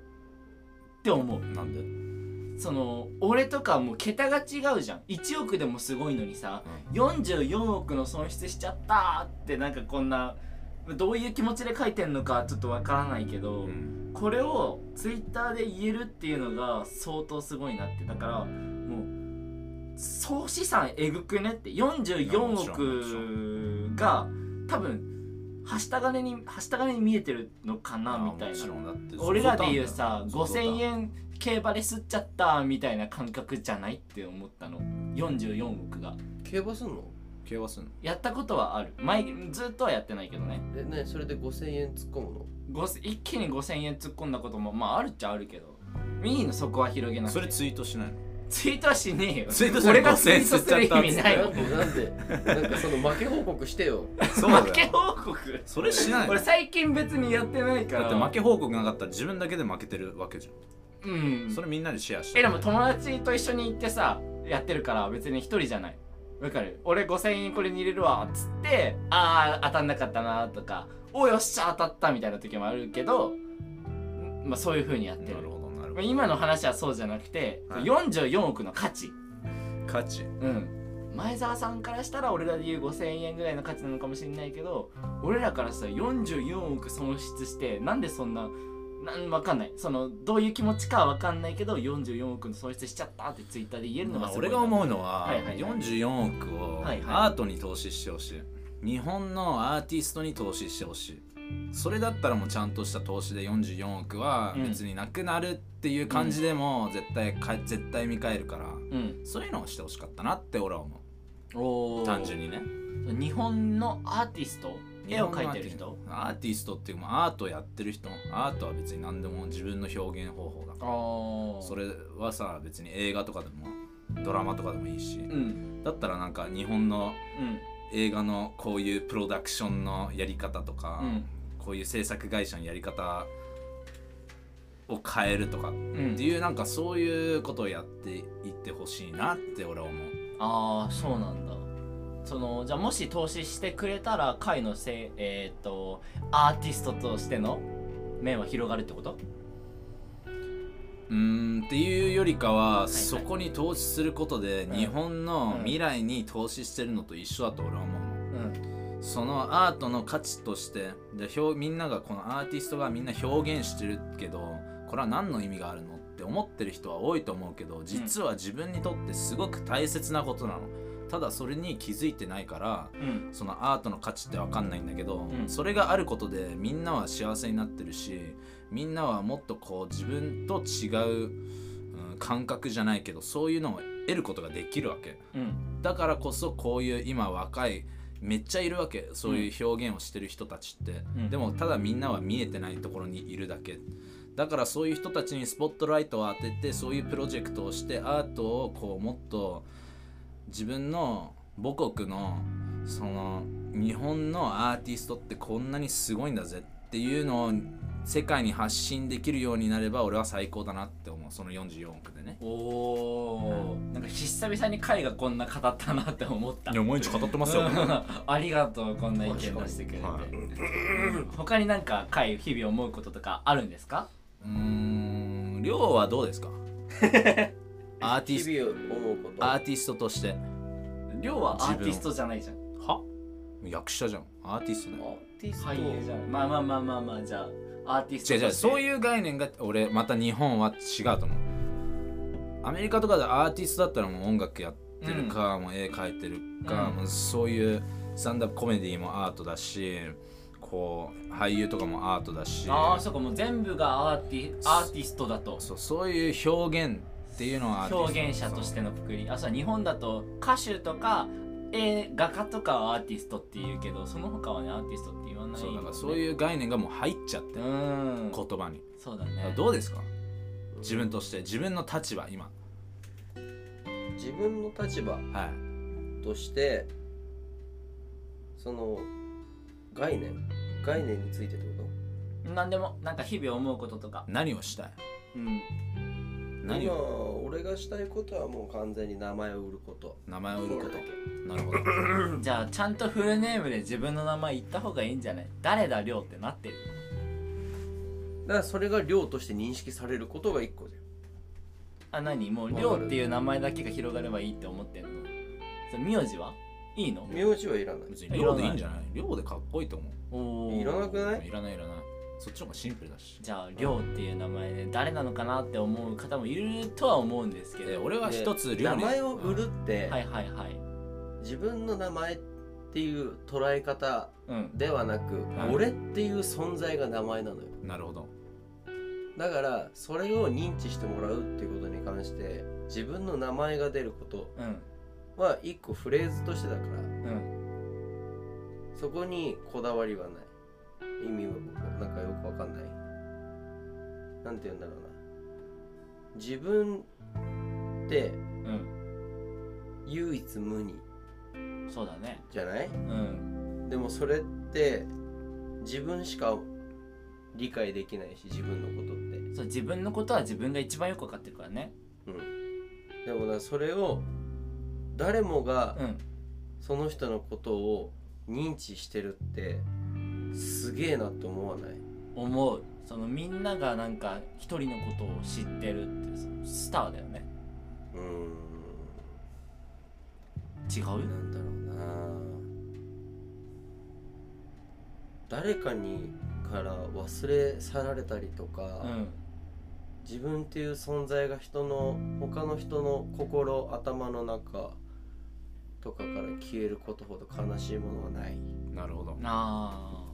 [SPEAKER 1] って思う
[SPEAKER 2] いなんで
[SPEAKER 1] その俺とかはもう桁が違うじゃん1億でもすごいのにさ44億の損失しちゃったってなんかこんなどういう気持ちで書いてんのかちょっとわからないけど、
[SPEAKER 2] うん
[SPEAKER 1] これをツイッターで言えるっていうのが相当すごいなってだからもう総資産えぐくねって44億が多分はした金にはした金に見えてるのかなみたい
[SPEAKER 2] も
[SPEAKER 1] な
[SPEAKER 2] ちろんだって
[SPEAKER 1] 俺らで言うさ
[SPEAKER 2] そうだ
[SPEAKER 1] 5000円競馬で吸っちゃったみたいな感覚じゃないって思ったの44億が
[SPEAKER 3] 競馬すんの
[SPEAKER 2] 競馬すんの
[SPEAKER 1] やったことはある前ずっとはやってないけどね
[SPEAKER 3] えねそれで5000円突っ込むの
[SPEAKER 1] 5000一気に5000円突っ込んだこともまああるっちゃあるけどいいのそこは広げなくて
[SPEAKER 2] それツイート
[SPEAKER 1] (laughs)
[SPEAKER 2] しないの
[SPEAKER 1] ツイートはしねえよ。
[SPEAKER 2] ツイートしない
[SPEAKER 1] 俺がツイートする意味な
[SPEAKER 2] はい
[SPEAKER 3] な
[SPEAKER 1] よ
[SPEAKER 3] ん。でなんでなんかその負け報告してよ
[SPEAKER 2] そ
[SPEAKER 1] 負け報告
[SPEAKER 2] それしないの
[SPEAKER 1] 俺最近別にやってないか
[SPEAKER 2] だっ
[SPEAKER 1] ら。
[SPEAKER 2] て負け報告なかったら自分だけで負けてるわけじ
[SPEAKER 1] う
[SPEAKER 2] ゃん
[SPEAKER 1] ん
[SPEAKER 2] そ。れみんなでシェアして
[SPEAKER 1] え、でも友達と一緒に行ってさ、やってるから別に一人じゃない。わかる俺5000円これに入れるわっつって、あー当たんなかったなとか、およっしゃ当たったみたいな時もあるけど、まあそういう風にやって
[SPEAKER 2] な
[SPEAKER 1] る
[SPEAKER 2] る。ほどなる
[SPEAKER 1] まあ
[SPEAKER 2] ほど
[SPEAKER 1] 今の話はそうじゃなくて、
[SPEAKER 2] はい
[SPEAKER 1] 44億の価値。
[SPEAKER 2] 価値
[SPEAKER 1] うん前澤さんからしたら俺らで言う5000円ぐらいの価値なのかもしれないけど俺らからしたら44億損失してなんでそんななんわかんないそのどういう気持ちかはわかんないけど44億の損失しちゃったってツイッターで言えるのが
[SPEAKER 2] まあ
[SPEAKER 1] すごい
[SPEAKER 2] 俺
[SPEAKER 1] な
[SPEAKER 2] が思うのは
[SPEAKER 1] はいはいはい
[SPEAKER 2] 44億を
[SPEAKER 1] はいはい
[SPEAKER 2] アートに投資してほしい日本のアーティストに投資してほしいそれだったらもうちゃんとした投資で44億は
[SPEAKER 1] うん
[SPEAKER 2] 別になくなるっていう感じでも絶対か絶対見返るから
[SPEAKER 1] うん
[SPEAKER 2] そういうのをしてほしかったなって俺は思
[SPEAKER 1] お
[SPEAKER 2] う単純
[SPEAKER 1] に
[SPEAKER 2] にね
[SPEAKER 1] 日本のアーティスト絵を描いてる
[SPEAKER 2] 日
[SPEAKER 1] 人
[SPEAKER 2] 本のアーティアーティストっていうかまあアートやってる人アートは別に何でも自分の表現方法だから
[SPEAKER 1] あ
[SPEAKER 2] それはさ別に映画とかでもドラマとかでもいいし
[SPEAKER 1] うん
[SPEAKER 2] だったらなんか日本の
[SPEAKER 1] うん
[SPEAKER 2] 映画のこういうプロダクションのやり方とか、
[SPEAKER 1] うん
[SPEAKER 2] こういう制作会社のやり方を変えるとかっ
[SPEAKER 1] うん
[SPEAKER 2] ていうなんかそういうことをやっていってほしいなって俺は思う
[SPEAKER 1] ああそうなんだそのじゃあもし投資してくれたら会のせいえーっとアーティストとしての面は広がるってこと
[SPEAKER 2] うーんっていうよりかは、
[SPEAKER 1] い
[SPEAKER 2] そこに投資することで、
[SPEAKER 1] うん
[SPEAKER 2] 日本の
[SPEAKER 1] うん
[SPEAKER 2] 未来に投資してるのと一緒だと俺は思うの
[SPEAKER 1] うん
[SPEAKER 2] そのアートの価値としてで表みんながこのアーティストがみんな表現してるけどこれは何の意味があるのって思ってる人は多いと思うけど実は自分にとってすごく大切なことなのただそれに気づいてないから
[SPEAKER 1] うん
[SPEAKER 2] そのアートの価値って分かんないんだけど、
[SPEAKER 1] うん
[SPEAKER 2] それがあることでみんなは幸せになってるしみんなはもっとこう自分と違う、うん感覚じゃないけどそういうのを得ることができるわけ。
[SPEAKER 1] うん
[SPEAKER 2] だからこそこういう今若いめっちゃいるわけそういう表現をしてる人たちって、
[SPEAKER 1] うん
[SPEAKER 2] でもただみんなは見えてないところにいるだけだからそういう人たちにスポットライトを当ててそういうプロジェクトをしてアートをこうもっと自分の母国のその日本のアーティストってこんなにすごいんだぜっていうのを世界に発信できるようになれば俺は最高だなって思うその44億でね
[SPEAKER 1] おおーなんか久々に会がこんな語ったなって思った
[SPEAKER 2] 毎日語って (laughs) ま
[SPEAKER 1] うん (laughs) ありがとうこんな意見出してくれて、
[SPEAKER 2] 確か
[SPEAKER 1] 他になんか会日々思うこととかあるんですか
[SPEAKER 2] うーん量はど
[SPEAKER 1] (laughs)
[SPEAKER 2] うですかアーティス
[SPEAKER 3] 日々思うこと
[SPEAKER 2] アーティストとして
[SPEAKER 1] 亮はアーティストじゃないじゃん
[SPEAKER 2] は役者じゃんアーティストだよ
[SPEAKER 3] ティスト
[SPEAKER 1] 俳優じゃないまあまあまあまあまあじゃあアーティスト
[SPEAKER 2] 違う違うそう
[SPEAKER 1] う
[SPEAKER 2] いう概念が俺また日本は違うと思うアメリカとかでアーティストだったらもう音楽やってるか、もう絵描いてるか、
[SPEAKER 1] うん
[SPEAKER 2] もうそういうスタンダップコメディもアートだしこう俳優とかもアートだし
[SPEAKER 1] ああそうかもう全部がアーティアーティストだと
[SPEAKER 2] そうそういう表現っていうのはアーティスト
[SPEAKER 1] 表現者としてのくくりあそう日本だと歌手とか絵画家とかはアーティストって言うけどその他はねアーティストって言わない
[SPEAKER 2] そうだからそう
[SPEAKER 1] う
[SPEAKER 2] いう概念がもう入っちゃって
[SPEAKER 1] う
[SPEAKER 2] る
[SPEAKER 1] ん
[SPEAKER 2] 言葉に
[SPEAKER 1] そうだ
[SPEAKER 2] だから
[SPEAKER 1] ね
[SPEAKER 2] どうですか自分として自分の立場今
[SPEAKER 3] 自分の立場
[SPEAKER 2] はい
[SPEAKER 3] としてその概念概念についてってこ
[SPEAKER 1] 何でもなんか日々思うこととか
[SPEAKER 2] 何をしたい
[SPEAKER 1] うん
[SPEAKER 3] と
[SPEAKER 2] 何
[SPEAKER 3] 今
[SPEAKER 2] を
[SPEAKER 3] 俺がしたいことはもう完全に名前を売ること
[SPEAKER 2] 名前を売るこ
[SPEAKER 3] これだけ
[SPEAKER 2] となるほ
[SPEAKER 3] (laughs)
[SPEAKER 2] ど
[SPEAKER 1] じゃあちゃんとフルネームで自分の名前言った方がいいんじゃない誰だりょうってなってる
[SPEAKER 3] だからそれが量として認識されることが一個で
[SPEAKER 1] あ何もうりょうっていう名前だけが広がればいいって思ってんのそれ名字はいいの
[SPEAKER 3] 名字はいらない
[SPEAKER 2] 別に量でいいんじゃない量でかっこいいと思
[SPEAKER 1] おー
[SPEAKER 3] いらなくな
[SPEAKER 2] う
[SPEAKER 3] い
[SPEAKER 2] いらないいらないそっちの方がシンプルだし
[SPEAKER 1] じゃありょうっていう名前で誰なのかなって思う方もいるとは思うんですけ
[SPEAKER 2] で
[SPEAKER 1] ど
[SPEAKER 2] 俺は一つ
[SPEAKER 3] で
[SPEAKER 2] 量
[SPEAKER 3] 名
[SPEAKER 2] に
[SPEAKER 3] 前を売るって、
[SPEAKER 1] はいはいはい
[SPEAKER 3] 自分の名前っていう捉え方
[SPEAKER 1] うん
[SPEAKER 3] ではなく、
[SPEAKER 2] はい
[SPEAKER 3] 俺っていう存在が名前なのよ
[SPEAKER 2] なるほど
[SPEAKER 3] だからそれを認知してもらうっていうことに関して自分の名前が出ること
[SPEAKER 1] うん
[SPEAKER 3] は一個フレーズとしてだから
[SPEAKER 1] うん
[SPEAKER 3] そこにこだわりはない意味はなんかよくわかんないなんて言うんだろうな自分って
[SPEAKER 1] うん
[SPEAKER 3] 唯一無二
[SPEAKER 1] そうだね
[SPEAKER 3] じゃない
[SPEAKER 1] うん
[SPEAKER 3] でもそれって自分しか理解できないし自分のことって
[SPEAKER 1] そう自分のことは自分が一番よく分かってるからね
[SPEAKER 3] うん、でもなそれを誰もが
[SPEAKER 1] うん
[SPEAKER 3] その人のことを認知してるってすげえなと思わない
[SPEAKER 1] 思うそのみんながなんか一人のことを知ってるっていうそのスターだよね
[SPEAKER 3] うーん
[SPEAKER 1] 違う
[SPEAKER 3] なんだろうな誰かにから忘れ去られたりとか、
[SPEAKER 1] うん
[SPEAKER 3] 自分っていう存在が人の他の人の心頭の中とかから消えることほど悲しいものはない。
[SPEAKER 2] なるほ
[SPEAKER 3] (laughs)
[SPEAKER 2] ど
[SPEAKER 1] あ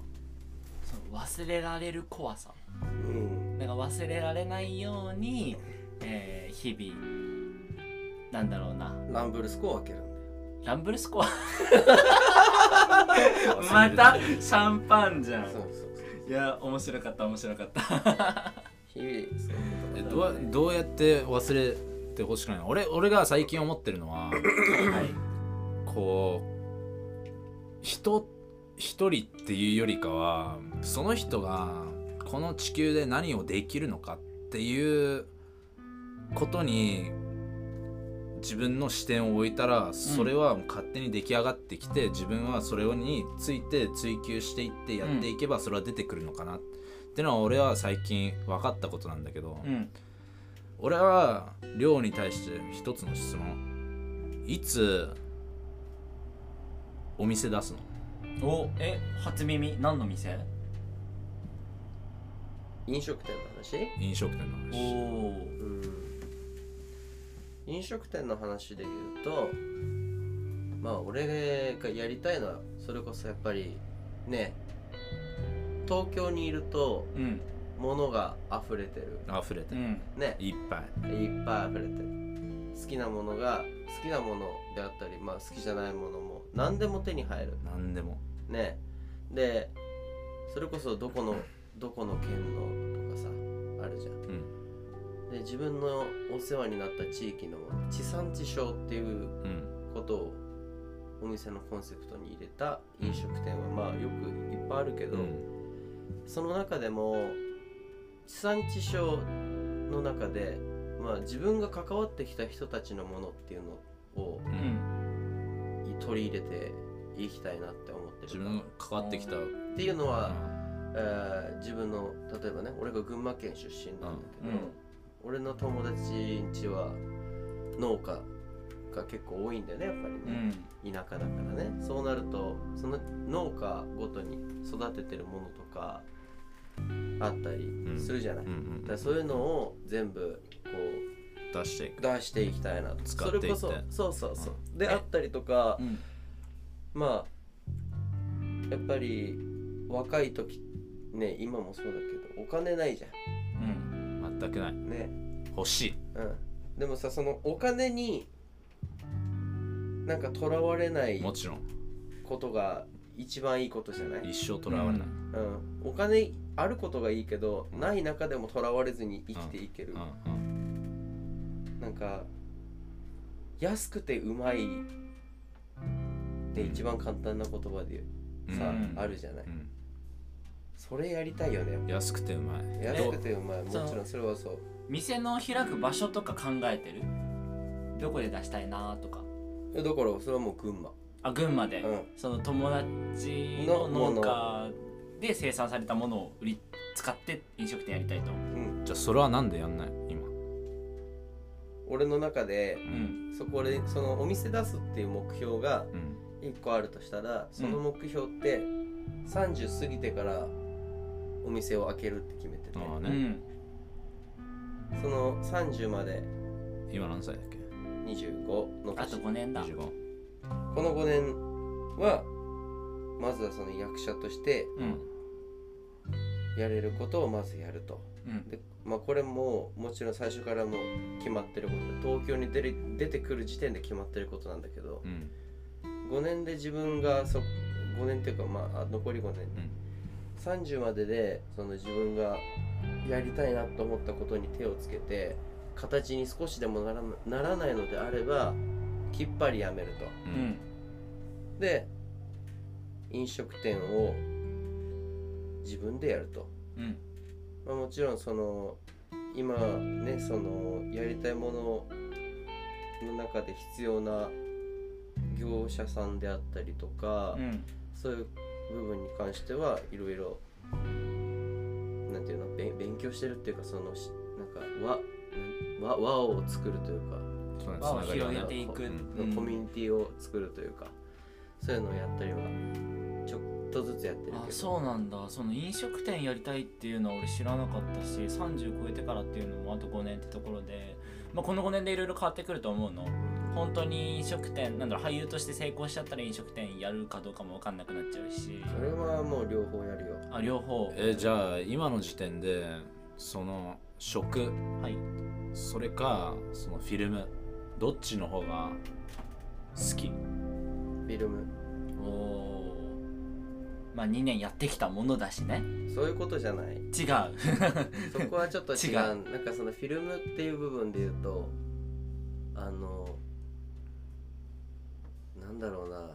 [SPEAKER 1] ーその忘れられる怖さ
[SPEAKER 3] うん
[SPEAKER 1] なんか忘れられないように、えー日々なんだろうな
[SPEAKER 3] ランブルスコを開けるん
[SPEAKER 1] ランブルスコア
[SPEAKER 3] だよ
[SPEAKER 1] またシャンパンじゃん
[SPEAKER 3] そうそうそう
[SPEAKER 1] いや面白かった面白かった
[SPEAKER 3] 日々そう
[SPEAKER 2] え
[SPEAKER 3] いうこと
[SPEAKER 2] ど
[SPEAKER 3] だ
[SPEAKER 2] うどうやって忘れてほしくないの俺俺が最近思ってるのは
[SPEAKER 1] はい
[SPEAKER 2] こう人一人っていうよりかはその人がこの地球で何をできるのかっていうことに自分の視点を置いたらそれはもう勝手に出来上がってきて、自分はそれについて追求していってやっていけばそれは出てくるのかなってのは俺は最近分かったことなんだけど、
[SPEAKER 1] うん
[SPEAKER 2] 俺は亮に対して一つの質問いつお店出すの
[SPEAKER 1] おえ初耳何の店
[SPEAKER 3] 飲食店の話
[SPEAKER 2] 飲食店の
[SPEAKER 1] お
[SPEAKER 2] 話
[SPEAKER 1] お
[SPEAKER 3] うん飲食店の話で言うとまあ俺がやりたいのはそれこそやっぱりね東京にいると
[SPEAKER 1] うん
[SPEAKER 3] 物が溢れてる
[SPEAKER 2] 溢れ
[SPEAKER 1] う
[SPEAKER 2] てる、
[SPEAKER 1] ん
[SPEAKER 3] ね
[SPEAKER 2] いっぱい
[SPEAKER 3] いっぱい溢れてる好きなものが好きなものであったりまあ好きじゃないものも何でも手に入る
[SPEAKER 2] 何でも
[SPEAKER 3] ねでそれこそどこのどこの県のとかさあるじゃん、で自分のお世話になった地域の地産地消っていう
[SPEAKER 2] うん
[SPEAKER 3] ことをお店のコンセプトに入れた飲食店はまあよくいっぱいあるけ
[SPEAKER 2] う
[SPEAKER 3] ど、
[SPEAKER 2] ん
[SPEAKER 3] その中でも地産地消の中で、まあ、自分が関わってきた人たちのものっていうのを
[SPEAKER 2] う
[SPEAKER 1] うんん
[SPEAKER 3] 取り入れていきたいなって思って
[SPEAKER 2] 自
[SPEAKER 3] る
[SPEAKER 2] 分が関わってきた、
[SPEAKER 3] っていうのは、えー自分の例えばね俺が群馬県出身なんだけど、俺の友達んちは農家が結構多いんだよねやっぱり
[SPEAKER 1] うん
[SPEAKER 3] ね、田舎だからねそうなるとその農家ごとに育ててるものとかあったりするじゃない、
[SPEAKER 2] うんう
[SPEAKER 3] だ
[SPEAKER 2] ん
[SPEAKER 3] からそういうのを全部こう
[SPEAKER 2] 出していく
[SPEAKER 3] 出していきたいなと
[SPEAKER 2] 使っていって
[SPEAKER 3] それこそそうそうそうであったりとか
[SPEAKER 1] うん
[SPEAKER 3] まあやっぱり若い時ね今もそうだけどお金ないじゃ
[SPEAKER 1] うん
[SPEAKER 2] 全くない
[SPEAKER 3] んね
[SPEAKER 2] 欲しい
[SPEAKER 3] うんでもさそのお金になんかとらわれない
[SPEAKER 2] もちろん
[SPEAKER 3] ことが一番いいことじゃない、
[SPEAKER 2] 一生とらわれない、
[SPEAKER 3] うん、お金あることがいいけどない中でもとらわれずに生きていける
[SPEAKER 2] うんうん
[SPEAKER 3] なんか安くてうまいって一番簡単な言葉で
[SPEAKER 2] うん
[SPEAKER 3] さ、
[SPEAKER 1] うん
[SPEAKER 3] あるじゃない
[SPEAKER 2] うん
[SPEAKER 3] それやりたいよね
[SPEAKER 2] 安くてうまい
[SPEAKER 3] 安くてうまいもち
[SPEAKER 1] そう
[SPEAKER 3] ろんそれはそう
[SPEAKER 1] 店の開く場所とか考えてるどこで出したいなとか
[SPEAKER 3] えだからそれはもう群馬
[SPEAKER 1] あ群馬で、
[SPEAKER 3] う
[SPEAKER 1] その友達の農家で生産されたものを売り使って飲食店やりたいと
[SPEAKER 3] うん
[SPEAKER 2] じゃあそれはなんでやんない今
[SPEAKER 3] 俺の中で
[SPEAKER 1] うん
[SPEAKER 3] そこでそのお店出すっていう目標が
[SPEAKER 2] うん
[SPEAKER 3] 1個あるとしたらその目標って30過ぎてからお店を開けるって決めてて、
[SPEAKER 2] ああ
[SPEAKER 1] う
[SPEAKER 2] ね、
[SPEAKER 1] ん
[SPEAKER 3] その30まで
[SPEAKER 2] 今何歳だっけ
[SPEAKER 3] 25の
[SPEAKER 1] あと5年だ
[SPEAKER 2] ?25
[SPEAKER 3] この5年はまずはその役者として
[SPEAKER 1] うん
[SPEAKER 3] やれることをまずやると
[SPEAKER 1] うん
[SPEAKER 3] で、まあ、これももちろん最初からもう決まってることで東京に出る出てくる時点で決まってることなんだけど
[SPEAKER 2] うん
[SPEAKER 3] 5年で自分がそ5年っていうかまああ残り5年、30まででその自分がやりたいなと思ったことに手をつけて形に少しでもならなならないのであればきっぱりやめると。
[SPEAKER 2] う
[SPEAKER 1] うんん
[SPEAKER 3] で飲食店を自分でやると、
[SPEAKER 1] うん
[SPEAKER 3] まあ、もちろんその今ねそのやりたいものの中で必要な業者さんであったりとか、
[SPEAKER 1] うん
[SPEAKER 3] そういう部分に関してはいろいろなんていうのべん勉強してるっていうかそのしなんか和ん和和を作るというか
[SPEAKER 2] そうね
[SPEAKER 1] 輪を
[SPEAKER 2] つながりはね
[SPEAKER 1] 広げていく、
[SPEAKER 2] うん
[SPEAKER 1] うん
[SPEAKER 3] コミュニティを作るというか、そういうのをやったりはちょっとずつやってる
[SPEAKER 1] あ
[SPEAKER 3] けど
[SPEAKER 1] そうなんだその飲食店やりたいっていうのは俺知らなかったし30超えてからっていうのもあと5年ってところで、まあ、この5年でいろいろ変わってくると思うの本当に飲食店なんだろう俳優として成功しちゃったら飲食店やるかどうかも分かんなくなっちゃうし
[SPEAKER 3] それはもう両方やるよ
[SPEAKER 1] あ両方
[SPEAKER 2] えーじゃあ今の時点でその食
[SPEAKER 1] はい
[SPEAKER 2] それかそのフィルムどっちの方が好き
[SPEAKER 3] フィルム
[SPEAKER 1] おおまあ2年やってきたものだしね
[SPEAKER 3] そういうことじゃない
[SPEAKER 1] 違う (laughs)
[SPEAKER 3] そこはちょっと違う
[SPEAKER 1] 違う
[SPEAKER 3] なんかそのフィルムっていう部分で言うとあのなんだろうな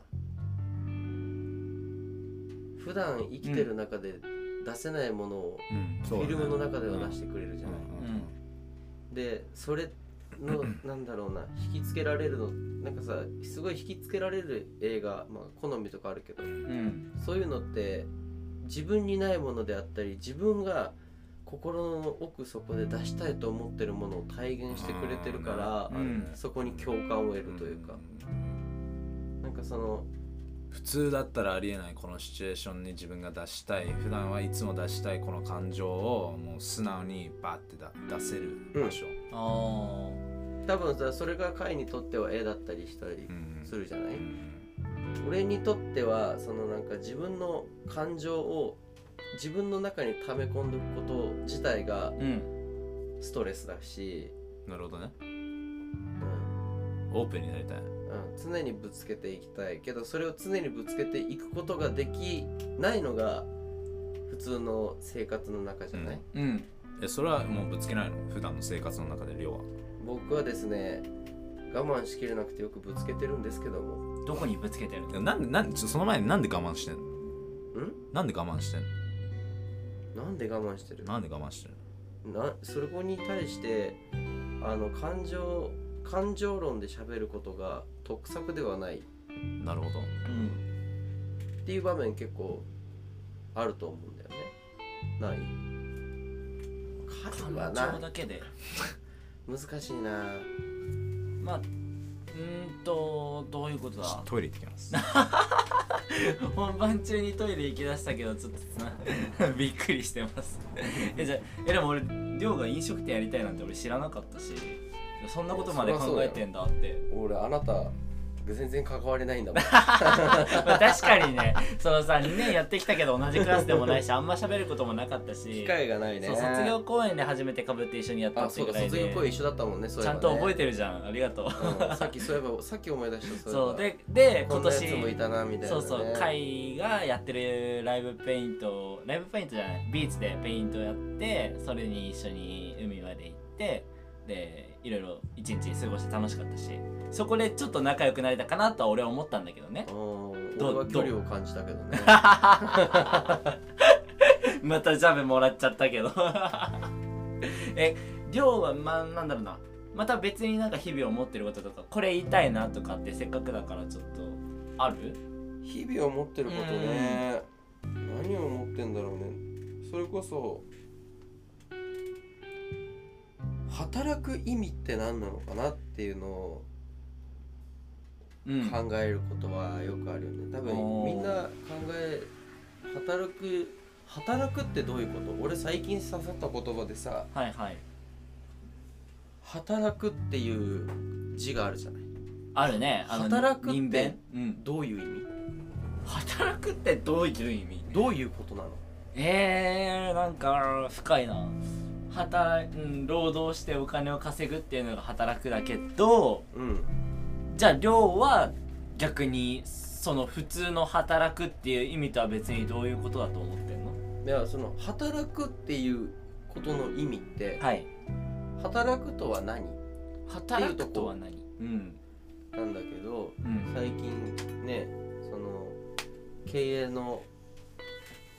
[SPEAKER 3] 普段生きてる中で出せないものを
[SPEAKER 2] うん
[SPEAKER 3] フィルムの中では出しててくれるじゃない、
[SPEAKER 2] うん
[SPEAKER 3] でそれのなんだろうな引きつけられるのなんかさすごい引きつけられる映画、まあ、好みとかあるけど
[SPEAKER 1] うん
[SPEAKER 3] そういうのって自分にないものであったり自分が心の奥底で出したいと思ってるものを体現してくれてるから
[SPEAKER 2] あ、ーなるほどね
[SPEAKER 3] そこに共感を得るというか、なんかその
[SPEAKER 2] 普通だったらありえないこのシチュエーションに自分が出したい普段はいつも出したいこの感情をもう素直にバーってだ出せる場所、
[SPEAKER 1] あー
[SPEAKER 3] 多分さそれが彼にとっては絵だったりしたり
[SPEAKER 2] うん
[SPEAKER 3] するじゃない、
[SPEAKER 2] うん
[SPEAKER 3] 俺にとってはそのなんか自分の感情を自分の中に溜め込んでおくこと自体が
[SPEAKER 1] うん
[SPEAKER 3] ストレスだし、
[SPEAKER 2] なるほどね
[SPEAKER 3] うん
[SPEAKER 2] オープンになりたい
[SPEAKER 3] うん、常にぶつけていきたいけどそれを常にぶつけていくことができないのが普通の生活の中じゃない、
[SPEAKER 1] うん
[SPEAKER 2] えそれはもうぶつけないの普段の生活の中で量は
[SPEAKER 3] 僕はですね我慢しきれなくてよくぶつけてるんですけども
[SPEAKER 1] どこにぶつけてるの
[SPEAKER 2] なんでなんちょその前になんで我慢してんの
[SPEAKER 3] ん
[SPEAKER 2] なんで我慢してん
[SPEAKER 3] なんで我慢してる
[SPEAKER 2] のなんで我慢してんの
[SPEAKER 3] なそこに対してあの感情感情論で喋ることが得策ではない
[SPEAKER 2] なるほど
[SPEAKER 1] うん
[SPEAKER 3] っていう場面結構あると思うんだよねない数は
[SPEAKER 1] 感情
[SPEAKER 3] な
[SPEAKER 1] だけで
[SPEAKER 3] 難しいな
[SPEAKER 1] まあうーんいうことだ
[SPEAKER 2] トイレ行ってきます。
[SPEAKER 1] 本番中にトイレ行きだしたけどちょっとな (laughs) びっくりしてます
[SPEAKER 3] (laughs)
[SPEAKER 1] えじゃあえでも俺亮が飲食店やりたいなんて俺知らなかったしそんなことまで考えてんだって
[SPEAKER 3] 俺あなた全然関わりないん
[SPEAKER 1] (laughs)
[SPEAKER 3] だもん
[SPEAKER 1] まあ確かにね (laughs) そのさ2年やってきたけど同じクラスでもないしあんま喋ることもなかったし
[SPEAKER 3] 機会がないね
[SPEAKER 1] そう卒業公演で初めてかぶって一緒にやった
[SPEAKER 3] あ
[SPEAKER 1] って
[SPEAKER 3] そ
[SPEAKER 1] いうう
[SPEAKER 3] か
[SPEAKER 1] ぐらい
[SPEAKER 3] 卒業
[SPEAKER 1] で
[SPEAKER 3] 公演一緒だったもんねそうい
[SPEAKER 1] ち
[SPEAKER 3] え
[SPEAKER 1] ゃ
[SPEAKER 3] ば
[SPEAKER 1] ん
[SPEAKER 3] ね
[SPEAKER 1] と覚えてるじゃんありがとう
[SPEAKER 3] うんさっきそういえばさっき思い出したいえば
[SPEAKER 1] そうでで
[SPEAKER 3] こ
[SPEAKER 1] 今
[SPEAKER 3] んなやつ
[SPEAKER 1] 年
[SPEAKER 3] もいたなみたいな、ね、
[SPEAKER 1] そうそう会がやってるライブペイントライブペイントじゃないビーチでペイントやってそれに一緒に海まで行ってでいろいろ一日過ごして楽しかったしそこでちょっと仲良くなれたかなとは俺は思ったんだけどね
[SPEAKER 3] うん
[SPEAKER 1] ど
[SPEAKER 3] 俺は距離を感じたけどね
[SPEAKER 1] またジャブもらっちゃったけ
[SPEAKER 3] (laughs)
[SPEAKER 1] どえ亮はまあなんだろうなまた別になんか日々思ってることとかこれ言いたいなとかってせっかくだからちょっとある
[SPEAKER 3] 日々思ってることね何を思ってんだろうねそれこそ働く意味って何なのかなっていうのを
[SPEAKER 1] うん
[SPEAKER 3] 考えることはよくあるよね多分
[SPEAKER 1] おー
[SPEAKER 3] みんな考え働く働くってどういうこと俺最近刺さった言葉でさ
[SPEAKER 1] はいはい
[SPEAKER 3] 働くっていう字があるじゃない
[SPEAKER 1] あるねあの
[SPEAKER 3] 働くって
[SPEAKER 1] 人弁うん
[SPEAKER 3] どういう意味
[SPEAKER 1] 働くってどういう意味
[SPEAKER 3] どういうことなの
[SPEAKER 1] えー、なんか深いな働い、うん、労働してお金を稼ぐっていうのが働くだけど
[SPEAKER 3] うん
[SPEAKER 1] じゃあ量は逆にその普通の働くっていう意味とは別にどういうことだと思ってんの
[SPEAKER 3] いやその働くっていうことの意味って、
[SPEAKER 1] はい
[SPEAKER 3] 働くとは何
[SPEAKER 1] 働くとは何うん
[SPEAKER 3] なんだけど
[SPEAKER 1] うん
[SPEAKER 3] 最近ねその経営の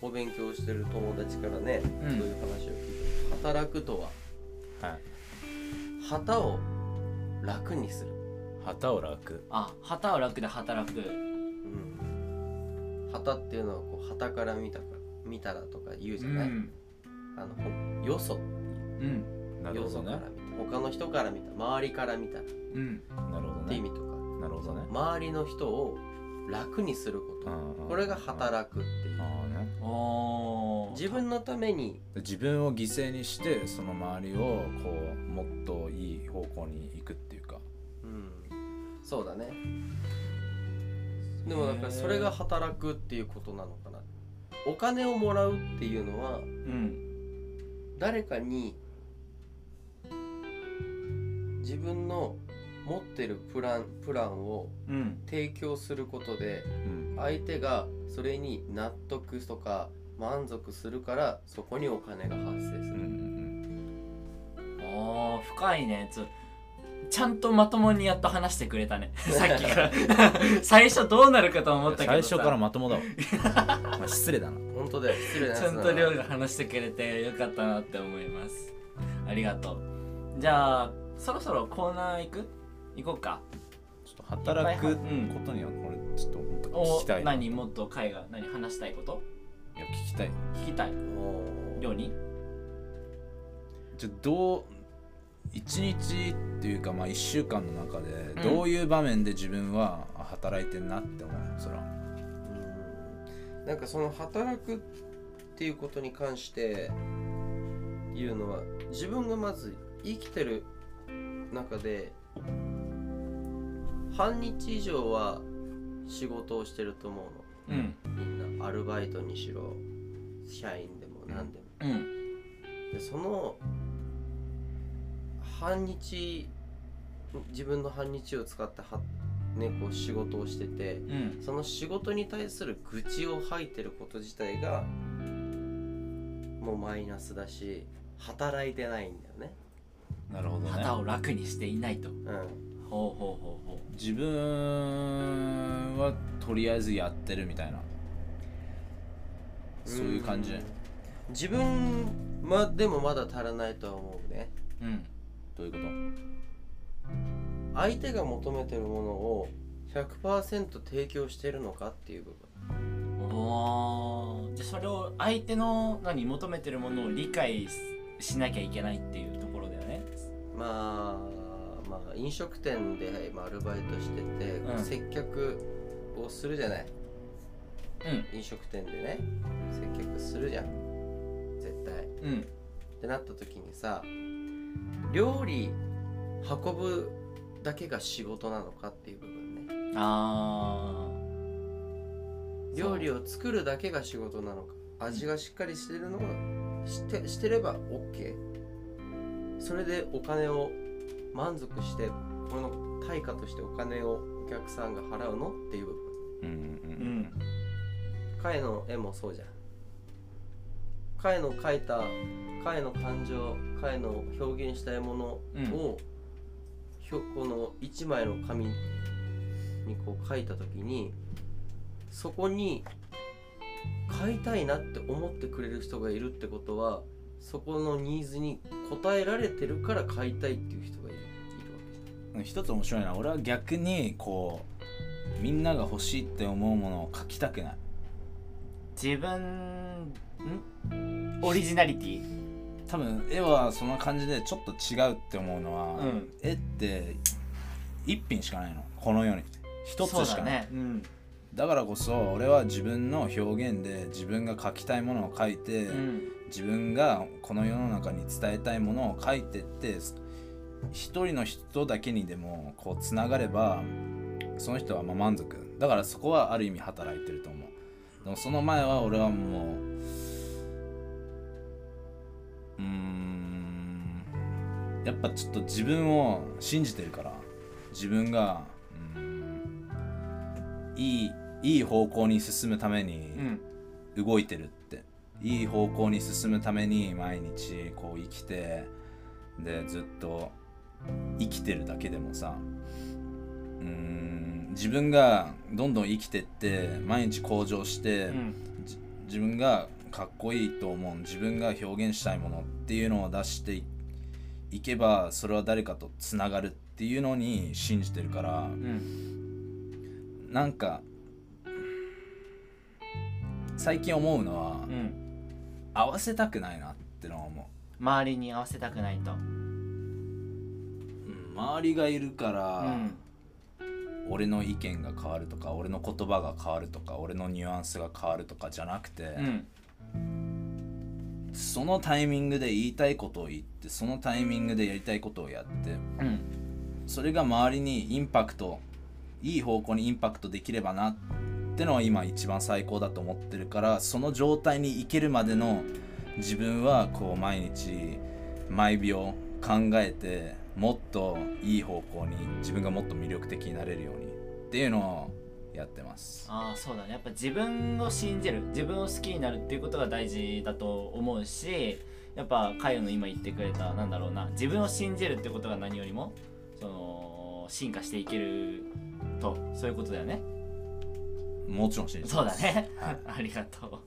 [SPEAKER 3] お勉強してる友達からね、
[SPEAKER 1] うん
[SPEAKER 3] そういう話を聞いて働くとは
[SPEAKER 2] はい。
[SPEAKER 3] 旗を楽にする、
[SPEAKER 2] 旗を楽。
[SPEAKER 1] あ旗を楽で働く
[SPEAKER 3] うん、旗っていうのはこう旗から見たか見たらとか言う
[SPEAKER 1] う
[SPEAKER 3] じゃない、
[SPEAKER 1] ん
[SPEAKER 3] あのほよそ
[SPEAKER 1] うん
[SPEAKER 2] なる
[SPEAKER 3] よ
[SPEAKER 2] ほ
[SPEAKER 3] そ
[SPEAKER 2] ど
[SPEAKER 3] か
[SPEAKER 2] ね。
[SPEAKER 3] ら見た他の人から見た周りから見たらっ
[SPEAKER 1] うん
[SPEAKER 2] なるほど
[SPEAKER 3] て意
[SPEAKER 2] ね。
[SPEAKER 3] 味とか
[SPEAKER 2] なるほどね。
[SPEAKER 3] 周りの人を楽にすること、これが働くっていう、
[SPEAKER 2] ああね。
[SPEAKER 1] おー
[SPEAKER 3] 自分のために
[SPEAKER 2] 自分を犠牲にしてその周りをこうもっといい方向に行くっていうか。
[SPEAKER 3] うんそうだねでもだからそれが働くっていうことなのかなお金をもらうっていうのは
[SPEAKER 1] うん
[SPEAKER 3] 誰かに自分の持ってるプランプランを
[SPEAKER 1] うん
[SPEAKER 3] 提供することで
[SPEAKER 2] うん。
[SPEAKER 3] 相手がそれに納得とか満足するからそこにお金が発生す
[SPEAKER 2] う
[SPEAKER 3] る、
[SPEAKER 2] ん
[SPEAKER 1] おー深いねちょちゃんとまともにやっと話してくれた
[SPEAKER 2] (laughs)
[SPEAKER 1] ねさっきから (laughs) 最初どうなるかと
[SPEAKER 2] う
[SPEAKER 1] 思っ
[SPEAKER 2] んうん。
[SPEAKER 1] たけど
[SPEAKER 2] 最
[SPEAKER 1] さ
[SPEAKER 2] 初からまともだわ。まあ失礼だな。
[SPEAKER 3] 本当だよ失礼なやつ
[SPEAKER 1] ち
[SPEAKER 3] だ
[SPEAKER 1] ゃ
[SPEAKER 3] なん
[SPEAKER 1] と亮が話してくれてよかったなって思いますありがとうじゃあそろそろコーナー行く行こうか
[SPEAKER 2] ちょっと働
[SPEAKER 1] い
[SPEAKER 2] く
[SPEAKER 1] っぱいは
[SPEAKER 2] ことにはこれちょっともっと
[SPEAKER 1] お
[SPEAKER 2] 聞きたい。い
[SPEAKER 1] 何もっと海が何話したいこと
[SPEAKER 2] や聞きたい。
[SPEAKER 1] 聞きたい
[SPEAKER 3] おー
[SPEAKER 1] 亮に
[SPEAKER 2] じゃあどう一日っていうかまあ1週間の中でどういう場面で自分はあ働いてんなって思うのそら
[SPEAKER 3] うんなんかその働くっていうことに関して言うのは自分がまず生きてる中で半日以上は仕事をしてると思う
[SPEAKER 1] うん
[SPEAKER 3] のみんなアルバイトにしろ社員でも何でも、
[SPEAKER 1] うん
[SPEAKER 3] でその半日自分の半日を使っては、ね、こう仕事をしてて、
[SPEAKER 1] うん
[SPEAKER 3] その仕事に対する愚痴を吐いてること自体がもうマイナスだし働いてないんだよね、
[SPEAKER 2] なるほど
[SPEAKER 1] 旗を楽にしていないと
[SPEAKER 3] うん、
[SPEAKER 1] ほうほうほうほ
[SPEAKER 2] 自分はとりあえずやってるみたいなそういう感じ
[SPEAKER 3] ん自分までもまだ足らないとは思うね
[SPEAKER 1] ううん
[SPEAKER 2] どういうこと
[SPEAKER 3] 相手が求めてるものを100%提供してるのかっていう部
[SPEAKER 1] おーじゃあそれを相手の何求めてるものを理解ししなきゃいけないっていうところだよね
[SPEAKER 3] 分まあまあ飲食店で今アルバイトしてて、
[SPEAKER 1] うん
[SPEAKER 3] 接客をするじゃない
[SPEAKER 1] うん
[SPEAKER 3] 飲食店でね接客するじゃん絶対っ
[SPEAKER 1] うん
[SPEAKER 3] てなった時にさ料理運ぶだけが仕事なのかっていう部分ね
[SPEAKER 1] あー
[SPEAKER 3] 料理を作るだけが仕事なのか味がしっかりしてるのがしてしてれば OK それでお金を満足してこの対価としてお金をお客さんが払うのっていう部分
[SPEAKER 2] うん
[SPEAKER 1] そううん
[SPEAKER 3] カエの絵もそうじゃんカエの描いたカエの感情カエの表現したいものを、
[SPEAKER 1] うん
[SPEAKER 3] ひょこの一枚の紙にこう描いた時にそこに買いたいなって思ってくれる人がいるってことはそこのニーズに応えられてるから買いたいっていう人がいるいるわけじ
[SPEAKER 2] うん一つ面白いな俺は逆にこうみんなが欲しいって思うものを書きたくない
[SPEAKER 1] 自分んオリジナリティ
[SPEAKER 2] 多分絵はそんな感じでちょっと違うって思うのは、
[SPEAKER 1] うん
[SPEAKER 2] 絵って一品しかないのこの世に一つし
[SPEAKER 1] そう
[SPEAKER 2] か
[SPEAKER 1] だ
[SPEAKER 2] ないだ,、
[SPEAKER 1] ねうん
[SPEAKER 2] からこそ俺は自分の表現で自分が書きたいものを書いて、
[SPEAKER 1] うん
[SPEAKER 2] 自分がこの世の中に伝えたいものを書いてって一人の人だけにでもこうつながればその人はまあ満足だからそこはある意味働いてると思うでもその前は俺はもううーんやっぱちょっと自分を信じてるから自分がうーんいいいい方向に進むために、
[SPEAKER 1] うん
[SPEAKER 2] 動いてるっていい方向に進むために毎日こう生きてでずっと生きてるだけでもさうーん自分がどんどん生きてって毎日向上して、
[SPEAKER 1] うん
[SPEAKER 2] じ自分がかっこいいと思う自分が表現したいものっていうのを出していいけばそれは誰かとつながるっていうのに信じてるから
[SPEAKER 1] うん
[SPEAKER 2] なんか最近思うのは、
[SPEAKER 1] うん
[SPEAKER 2] 合わせたくないなってのは思
[SPEAKER 1] 周りに合わせたくないと
[SPEAKER 2] う、周りがいるから、
[SPEAKER 1] うん
[SPEAKER 2] 俺の意見が変わるとか俺の言葉が変わるとか俺のニュアンスが変わるとかじゃなくて、
[SPEAKER 1] うん
[SPEAKER 2] そのタイミングで言いたいことを言ってそのタイミングでやりたいことをやって
[SPEAKER 1] うん
[SPEAKER 2] それが周りにインパクトいい方向にインパクトできればなってのは今一番最高だと思ってるからその状態に行けるまでの自分はこう毎日毎秒考えてもっといい方向に自分がもっと魅力的になれるようにっていうのをやってます
[SPEAKER 1] ああそうだねやっぱ自分を信じる自分を好きになるっていうことが大事だと思うしやっぱカヨの今言ってくれたなんだろうな自分を信じるってことが何よりもその進化していけるとそういうことだよね (laughs)
[SPEAKER 2] もちろん信じて
[SPEAKER 1] そう
[SPEAKER 2] ま
[SPEAKER 1] だ
[SPEAKER 2] す
[SPEAKER 1] ね、
[SPEAKER 2] はい
[SPEAKER 1] ありがとう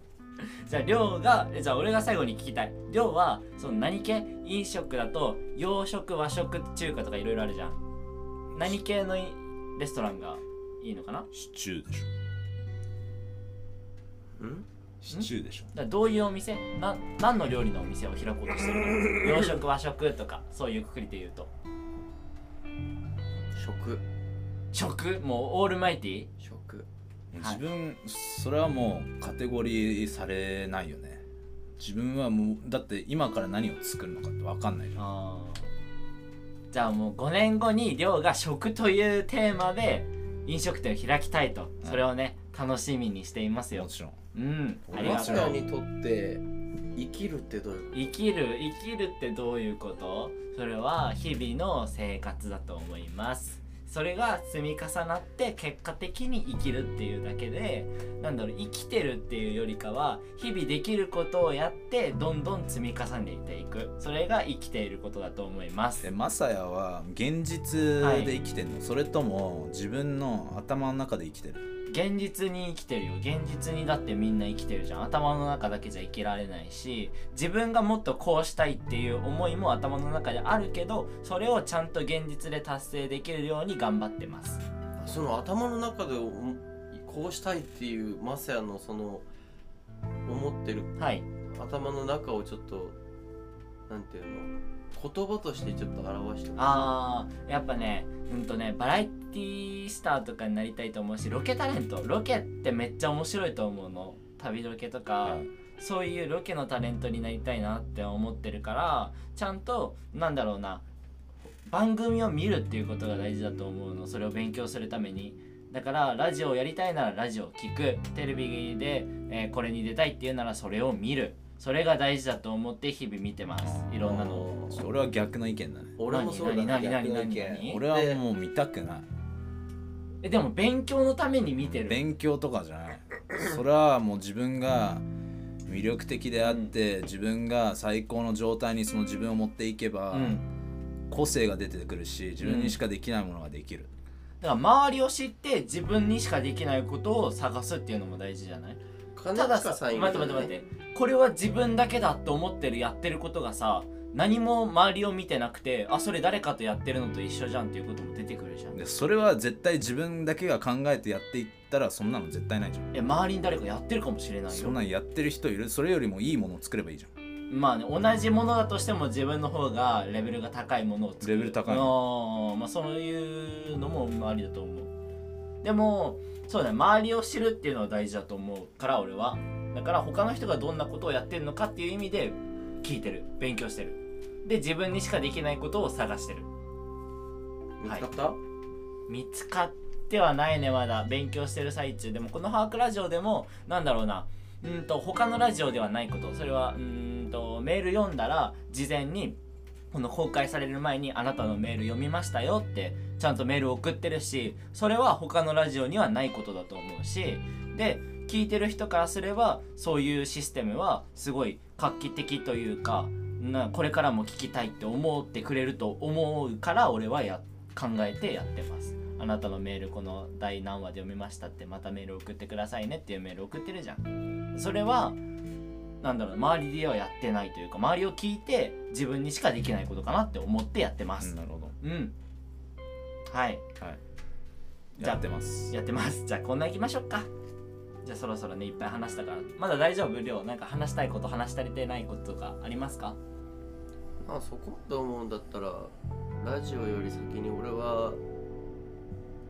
[SPEAKER 1] (laughs) じゃあ亮がえじゃあ俺が最後に聞きたい亮はその何系飲食だと洋食和食中華とかいろいろあるじゃん何系のいレストランがいいのかなだか
[SPEAKER 2] シチューでしょ
[SPEAKER 3] ゃんん
[SPEAKER 2] シチューでしょ
[SPEAKER 1] らどういうお店な何の料理のお店を開こうとしてる (laughs) の洋食和食とかそういうくくりで言うと
[SPEAKER 3] 食
[SPEAKER 1] 食もうオールマイティ
[SPEAKER 3] 食
[SPEAKER 1] はい
[SPEAKER 2] 自分それはもうカテゴリーされないよね自分はもうだって今から何を作るのかって分かんないじゃん
[SPEAKER 1] あーじゃあもう5年後に亮が食というテーマで飲食店を開きたいと
[SPEAKER 2] うん
[SPEAKER 1] それをね、楽しみにしていますよ
[SPEAKER 2] もちろん
[SPEAKER 1] うんあり
[SPEAKER 3] マ
[SPEAKER 1] が
[SPEAKER 3] ス
[SPEAKER 1] と
[SPEAKER 3] ター
[SPEAKER 1] う
[SPEAKER 3] にとって生きるってどういうこ
[SPEAKER 1] 生きる生きるってどういうことそれは日々の生活だと思いますそれが積み重なって結果的に生きるっていうだけでなんだろう生きてるっていうよりかは日々できることをやってどんどん積み重ねていくそれが生きていることだと思います
[SPEAKER 2] えマサヤは現実で生きてるの、それとも自分の頭の中で生きてる
[SPEAKER 1] 現実に生きてるよ現実にだってみんな生きてるじゃん頭の中だけじゃ生きられないし自分がもっとこうしたいっていう思いも頭の中であるけどそれをちゃんと現実で達成できるように頑張ってます
[SPEAKER 3] とその頭の中でおこうしたいっていうマサヤのその思ってる
[SPEAKER 1] はい
[SPEAKER 3] 頭の中をちょっとなんていうの言葉としてちょっと表してま
[SPEAKER 1] あーやっぱねうんとねバラエティスターとかになりたいと思うしロケタレントロケってめっちゃ面白いと思うの旅ロケとか、
[SPEAKER 3] はい
[SPEAKER 1] そういうロケのタレントになりたいなって思ってるからちゃんとなんだろうな番組を見るっていうことが大事だと思うのそれを勉強するためにだからラジオをやりたいならラジオを聞くテレビで、えーこれに出たいっていうならそれを見るそれが大事だと思って日々見てますいろんなのを
[SPEAKER 3] す
[SPEAKER 4] 俺は逆の意見だね
[SPEAKER 3] 俺もそうだ
[SPEAKER 1] 何
[SPEAKER 3] ね
[SPEAKER 1] 何
[SPEAKER 4] 逆
[SPEAKER 1] 何
[SPEAKER 4] の意見
[SPEAKER 1] 何
[SPEAKER 4] 俺はもう見たくない
[SPEAKER 1] えでも勉強のために見てる
[SPEAKER 4] 勉強とかじゃないそれはもう自分が魅力的であって、自分が最高の状態にその自分を持っていけば、
[SPEAKER 1] うん
[SPEAKER 4] 個性が出てくるし自分にしかできないものができる、
[SPEAKER 1] だから周りを知って自分にしかできないことを探すっていうのも大事じゃない
[SPEAKER 3] 金
[SPEAKER 1] ただ
[SPEAKER 3] 近
[SPEAKER 1] さ
[SPEAKER 3] さん
[SPEAKER 1] 待っ
[SPEAKER 3] い
[SPEAKER 1] て
[SPEAKER 3] るよ
[SPEAKER 1] 待
[SPEAKER 3] ね
[SPEAKER 1] って待ってこれは自分だけだと思ってるやってることがさ何も周りを見てなくてあそれ誰かとやってるのと一緒じゃんっていうことも出てくるじゃん
[SPEAKER 4] でそれは絶対自分だけが考えてやっていったらそんなの絶対ないじゃん
[SPEAKER 1] え周りに誰かやってるかもしれない
[SPEAKER 4] そ
[SPEAKER 1] よ
[SPEAKER 4] んなんやってる人いるそれよりもいいものを作ればいいじゃん
[SPEAKER 1] まあね同じものだとしても自分の方がレベルが高いものを作る
[SPEAKER 4] レベル高い
[SPEAKER 1] あーまあそういうのもまあありだと思うでもそうだね周りを知るっていうのは大事だと思うから俺はだから他の人がどんなことをやってるのかっていう意味で聞いてる勉強してるで自分にしかできないことを探してる
[SPEAKER 3] 見つかった、
[SPEAKER 1] 見つかってはないねまだ勉強してる最中でもこの「ハークラジオ」でもなんだろうなうーんと他のラジオではないことそれはうーんとメール読んだら事前にこの公開される前にあなたのメール読みましたよってちゃんとメール送ってるしそれは他のラジオにはないことだと思うしで聞いてる人からすればそういうシステムはすごい画期的というかなこれからも聞きたいって思ってくれると思うから俺はや考えてやってますあなたのメールこの第何話で読みましたってまたメール送ってくださいねっていうメール送ってるじゃんそれはなんだろう周りではやってないというか周りを聞いて自分にしかできないことかなって思ってやってます
[SPEAKER 4] なるほど
[SPEAKER 1] うん、はいじゃあ
[SPEAKER 4] やってます
[SPEAKER 1] やってますじゃあこんな行きましょうかじゃあそろそろねいっぱい話したからまだ大丈夫量なんか話したいこと話したりてないこととかありますか
[SPEAKER 3] まあそこまで思うんだったらラジオより先に俺は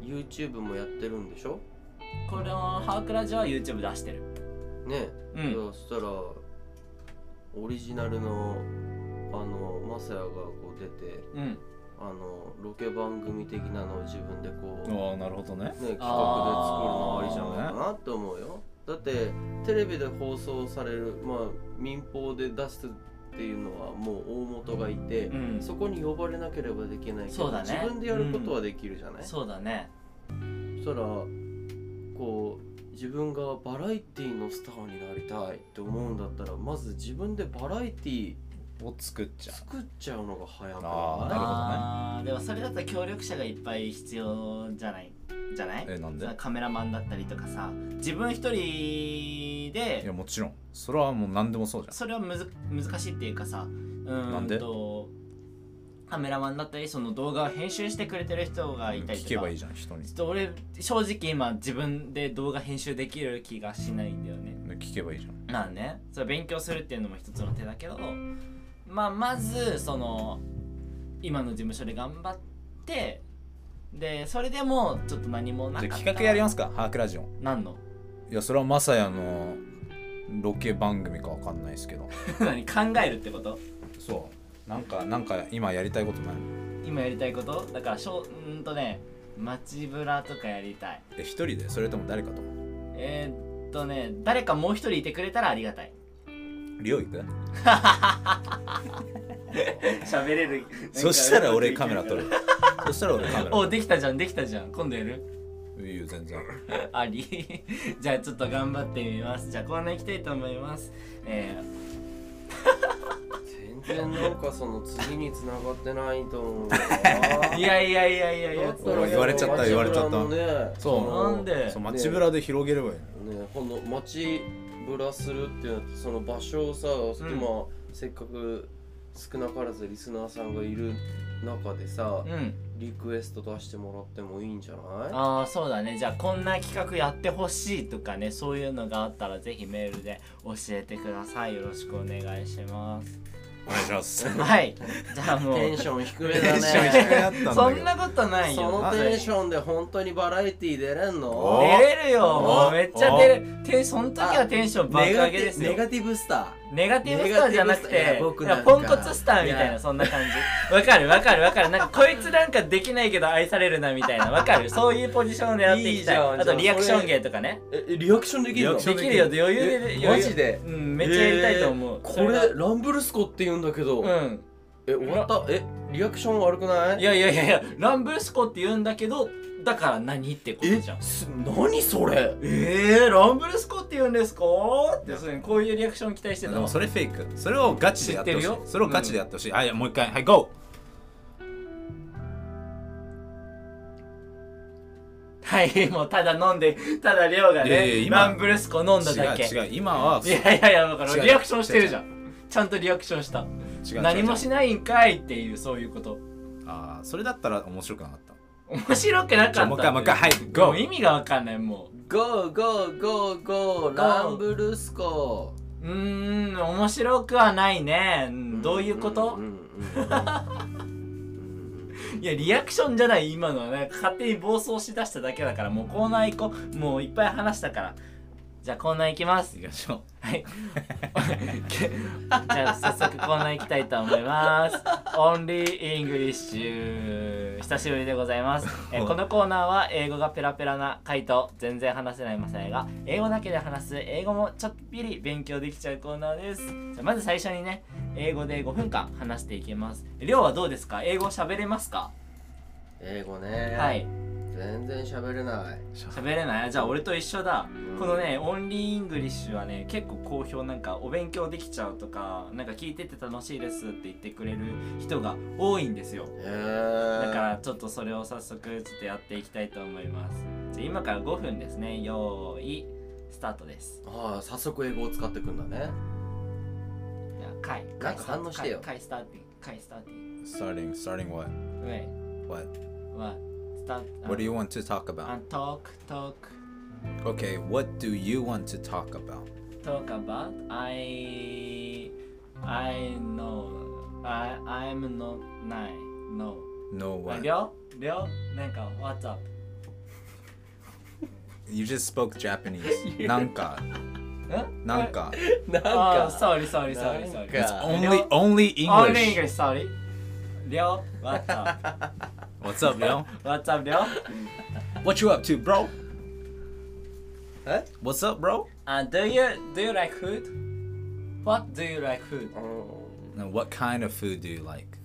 [SPEAKER 3] YouTube もやってるんでしょ
[SPEAKER 1] これのハークラジオは YouTube 出してる
[SPEAKER 3] ね
[SPEAKER 1] う
[SPEAKER 3] え、
[SPEAKER 1] ん
[SPEAKER 3] そしたらオリジナルのあのマサヤがこう出て
[SPEAKER 1] うん
[SPEAKER 3] あのロケ番組的なのを自分でこう、ね、
[SPEAKER 4] ああなるほどね
[SPEAKER 3] 企画で作るのありじゃないかなって思うよだってテレビで放送されるまあ民放で出すっていうのはもう大元がいて、
[SPEAKER 1] うん
[SPEAKER 3] そこに呼ばれなければできないけ
[SPEAKER 1] そ
[SPEAKER 3] ど、
[SPEAKER 1] うだね
[SPEAKER 3] 自分でやることはできるじゃない、
[SPEAKER 1] そうだね
[SPEAKER 3] そしたらこう自分がバラエティのスターになりたいって思うんだったらまず自分でバラエティ
[SPEAKER 4] を作っちゃう
[SPEAKER 3] 作っちゃうのが早く
[SPEAKER 4] あーなるほどね
[SPEAKER 1] あーでもそれだったら協力者がいっぱい必要じゃないじゃない
[SPEAKER 4] えなんで
[SPEAKER 1] カメラマンだったりとかさ自分一人
[SPEAKER 4] い
[SPEAKER 1] で
[SPEAKER 4] やもちろんそれはもう何でもそうじゃん
[SPEAKER 1] それはむず難しいっていうかさう
[SPEAKER 4] なん
[SPEAKER 1] ー
[SPEAKER 4] で
[SPEAKER 1] んとカメラマンだったりその動画を編集してくれてる人がいたりと
[SPEAKER 4] 聞
[SPEAKER 1] か
[SPEAKER 4] けばいいじゃん人に
[SPEAKER 1] ちょっと俺正直今自分で動画編集できる気がしないんだよね
[SPEAKER 4] 聞けばいいじゃん
[SPEAKER 1] まあねそれ勉強するっていうのも一つの手だけど、まあ、まずその今の事務所で頑張ってでそれでもちょっと何もなか
[SPEAKER 4] じ
[SPEAKER 1] っ
[SPEAKER 4] ゃ
[SPEAKER 1] た
[SPEAKER 4] あ企画やりますすかハークラジオ
[SPEAKER 1] 何の (laughs)
[SPEAKER 4] いやそれはまさやのロケ番組かわかんないです
[SPEAKER 1] (laughs)
[SPEAKER 4] けど
[SPEAKER 1] 何考えるってこと
[SPEAKER 4] そうなんかなんか今やりたいことない
[SPEAKER 1] 今やりたいことだからしょうーんとね街ブラとかやりたい
[SPEAKER 4] え一人でそれとも誰かと
[SPEAKER 1] えー、っとね誰かもう一人いてくれたらありがたい
[SPEAKER 4] リオ行く
[SPEAKER 1] 喋れる
[SPEAKER 4] (laughs) そしたら俺カメラ撮
[SPEAKER 2] (laughs)
[SPEAKER 4] るそしたら俺カメラ
[SPEAKER 1] お
[SPEAKER 4] 撮
[SPEAKER 1] できたじゃんできたじゃん今度やる (laughs)
[SPEAKER 4] るいいよ全然
[SPEAKER 1] あり (laughs) じゃあちょっと頑張ってみますじゃあコーナー行きたいと思いますえー
[SPEAKER 3] 全然なんかその次に繋がってないと思う
[SPEAKER 4] (laughs)
[SPEAKER 3] ない
[SPEAKER 1] やいやいやいやい (laughs) や
[SPEAKER 4] おい言われちゃった言われちゃった
[SPEAKER 3] ね、
[SPEAKER 4] そう
[SPEAKER 1] なんで
[SPEAKER 4] そう街ぶらで広げればいいの
[SPEAKER 3] ねほんの街ぶらするっていうのはその場所をさ、
[SPEAKER 1] ん
[SPEAKER 3] 今せっかく少なからずリスナーさんがいる中でさ、
[SPEAKER 1] うん
[SPEAKER 3] リクエスト出してもらってもいいんじゃない
[SPEAKER 1] ああそうだねじゃあこんな企画やってほしいとかねそういうのがあったらぜひメールで教えてくださいよろしくお願いします
[SPEAKER 2] お願いします。
[SPEAKER 1] はいじゃあもう
[SPEAKER 3] テンション低め
[SPEAKER 2] テ
[SPEAKER 3] だ
[SPEAKER 2] ンション低めだ
[SPEAKER 3] ね
[SPEAKER 2] ったんだけど
[SPEAKER 1] そんなことない
[SPEAKER 3] そ
[SPEAKER 1] よ
[SPEAKER 3] のテンションで本当にバラエティー出れん
[SPEAKER 2] お
[SPEAKER 3] の
[SPEAKER 1] 出れるよもうめっちゃ出るテンその時はテンション爆
[SPEAKER 3] ネガ
[SPEAKER 1] 上
[SPEAKER 3] テ
[SPEAKER 1] げで
[SPEAKER 3] ィ
[SPEAKER 1] す
[SPEAKER 3] ブネ
[SPEAKER 1] よ
[SPEAKER 3] ガティブスター
[SPEAKER 1] ネガティブスターじゃなく
[SPEAKER 3] ネガティブスターい
[SPEAKER 1] て
[SPEAKER 3] や僕
[SPEAKER 1] い
[SPEAKER 3] なん
[SPEAKER 1] や
[SPEAKER 3] か
[SPEAKER 1] ポンコツスターみたい
[SPEAKER 3] い
[SPEAKER 1] な
[SPEAKER 3] や
[SPEAKER 1] そんな感
[SPEAKER 3] (laughs)
[SPEAKER 1] じわかるわかるわかるなんかこいつなんかできないけど愛されるなみたいなわかるそういうポジションを狙っていきたい
[SPEAKER 3] いいじゃん
[SPEAKER 1] あとリアクション芸とかね
[SPEAKER 3] えリアクションできるの
[SPEAKER 2] リアクショ
[SPEAKER 1] で
[SPEAKER 2] ン
[SPEAKER 1] きるよ余裕で
[SPEAKER 3] え
[SPEAKER 1] 余裕
[SPEAKER 3] マジで
[SPEAKER 1] うんめっちゃやりたいと思う、
[SPEAKER 3] えー
[SPEAKER 1] そ
[SPEAKER 3] こ
[SPEAKER 1] が
[SPEAKER 3] れランブルスコって言うんだけど、
[SPEAKER 1] うん
[SPEAKER 3] え終わったえリアクション悪くない
[SPEAKER 1] いやいやいやいやランブルスコって言うんだけどだから何ってこと
[SPEAKER 3] え
[SPEAKER 1] じゃん
[SPEAKER 3] す何それ
[SPEAKER 1] えー、ランブルスコって言うんですかってそういうこういうリアクション期待して
[SPEAKER 2] (laughs) で
[SPEAKER 1] たわ
[SPEAKER 2] もそれフェイク。それをガチでやってほし
[SPEAKER 1] 知っ
[SPEAKER 2] い
[SPEAKER 1] てる。よ
[SPEAKER 2] それをガチでやってほしい。はい、もう一回。はい、GO!
[SPEAKER 1] はいもうただ飲んで (laughs) ただ量が
[SPEAKER 2] いやいや
[SPEAKER 1] ね
[SPEAKER 2] 今
[SPEAKER 1] ランブルスコ飲んだだけ
[SPEAKER 2] 違う違う。今はい
[SPEAKER 1] やいやいやだから
[SPEAKER 2] 違う
[SPEAKER 1] リアクションしてるじゃんちゃんとリアクションした
[SPEAKER 2] 違う
[SPEAKER 1] 何もし
[SPEAKER 2] ない。
[SPEAKER 1] ないんかいっていうそういうこと
[SPEAKER 2] ああ、それだったら面白くなかった。
[SPEAKER 1] 面白くなかっ
[SPEAKER 2] じ
[SPEAKER 1] た
[SPEAKER 2] ゃあもう一回、もう一回。はい、
[SPEAKER 1] も
[SPEAKER 2] GO!
[SPEAKER 1] う意味がわかんないも
[SPEAKER 3] Go go go go ランブルスコ
[SPEAKER 1] ううーん面白くはないねうんどういうこと
[SPEAKER 3] んうんうん
[SPEAKER 1] いやリアクションじゃない今のはね勝手に暴走しだしただけだからもうコーナー行こうもういっぱい話したからじゃあコーナー行きます
[SPEAKER 2] 行きましょう。
[SPEAKER 1] はい (laughs) じゃあ早速コーナー行きたいと思いますオンリーイングリッシュ久しぶりでございます、えーこのコーナーは英語がペラペラな回と全然話せないマサイが英語だけで話す英語もちょっぴり勉強できちゃうコーナーですじゃあまず最初にね英語で5分間話していきますりょうはどうですか英語喋れますか
[SPEAKER 3] 英語ね、
[SPEAKER 1] はい
[SPEAKER 3] 全然喋れない
[SPEAKER 1] 喋れないじゃあ俺と一緒だ、
[SPEAKER 3] うん
[SPEAKER 1] このねオンリーイングリッシュはね結構好評なんかお勉強できちゃうとかなんか聞いてて楽しいですって言ってくれる人が多いんですよ
[SPEAKER 3] え
[SPEAKER 1] だ
[SPEAKER 3] ー、
[SPEAKER 1] からちょっとそれを早速ちょっとやっていきたいと思いますじゃあ今から5分ですね用意スタートです
[SPEAKER 3] ああ早速英語を使ってくんだね
[SPEAKER 1] じゃあ回
[SPEAKER 3] なんか反応してよ
[SPEAKER 1] 回スターティング回スターティン
[SPEAKER 2] Starting, starting what?
[SPEAKER 1] グ Wait
[SPEAKER 2] What?
[SPEAKER 1] what スター
[SPEAKER 2] What do you want to talk about?
[SPEAKER 1] and talk talk
[SPEAKER 2] Okay, what do you want to talk about?
[SPEAKER 1] talk about I I know I I'm not nine no
[SPEAKER 2] No
[SPEAKER 1] あ
[SPEAKER 2] one.
[SPEAKER 1] りょうりょうなんか What's up
[SPEAKER 2] You just spoke (laughs) Japanese. なんか、
[SPEAKER 1] ん
[SPEAKER 2] なん (laughs) か。
[SPEAKER 3] なん
[SPEAKER 1] あ
[SPEAKER 3] か
[SPEAKER 1] sorry sorry sorry
[SPEAKER 3] なん
[SPEAKER 1] sorry
[SPEAKER 3] か
[SPEAKER 2] Only, only
[SPEAKER 1] only
[SPEAKER 2] English.
[SPEAKER 1] English sorry りょう What's
[SPEAKER 3] (laughs)
[SPEAKER 1] up
[SPEAKER 2] What's up, yo?
[SPEAKER 1] What's up りょう
[SPEAKER 2] What you up to, bro?
[SPEAKER 3] え
[SPEAKER 2] What's up, bro?
[SPEAKER 1] and do you do you like food What do you like food
[SPEAKER 3] うん
[SPEAKER 2] And what kind of food do you like?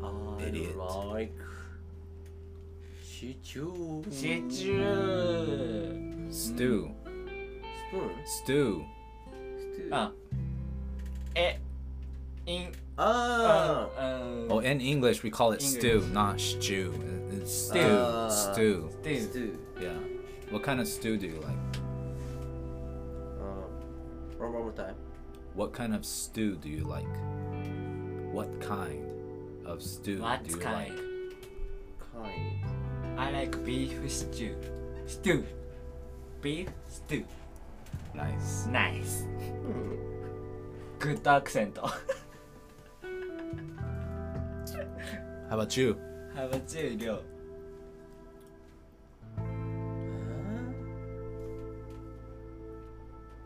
[SPEAKER 3] I
[SPEAKER 2] Idiot.
[SPEAKER 3] like シチュー
[SPEAKER 1] シチュー
[SPEAKER 2] Stew.
[SPEAKER 3] スプーン
[SPEAKER 2] Stew.
[SPEAKER 3] スチュー
[SPEAKER 1] あえ in
[SPEAKER 3] あー
[SPEAKER 2] Oh,
[SPEAKER 1] うん
[SPEAKER 2] in English we call it stew,
[SPEAKER 1] English.
[SPEAKER 2] not stew. It's stew.
[SPEAKER 3] Ah.
[SPEAKER 2] stew.
[SPEAKER 1] で
[SPEAKER 3] スチュー
[SPEAKER 2] Yeah. What kind of stew do you like?
[SPEAKER 3] うんロボルタイム
[SPEAKER 2] What kind of stew do you like? What kind of stew
[SPEAKER 1] What
[SPEAKER 2] do you
[SPEAKER 1] kind
[SPEAKER 2] like?
[SPEAKER 3] カイ
[SPEAKER 1] I like beef stew. Stew. Beef stew.
[SPEAKER 2] Nice.
[SPEAKER 1] Nice. Good accent. (laughs)
[SPEAKER 2] How about you?
[SPEAKER 1] How about you, Leo?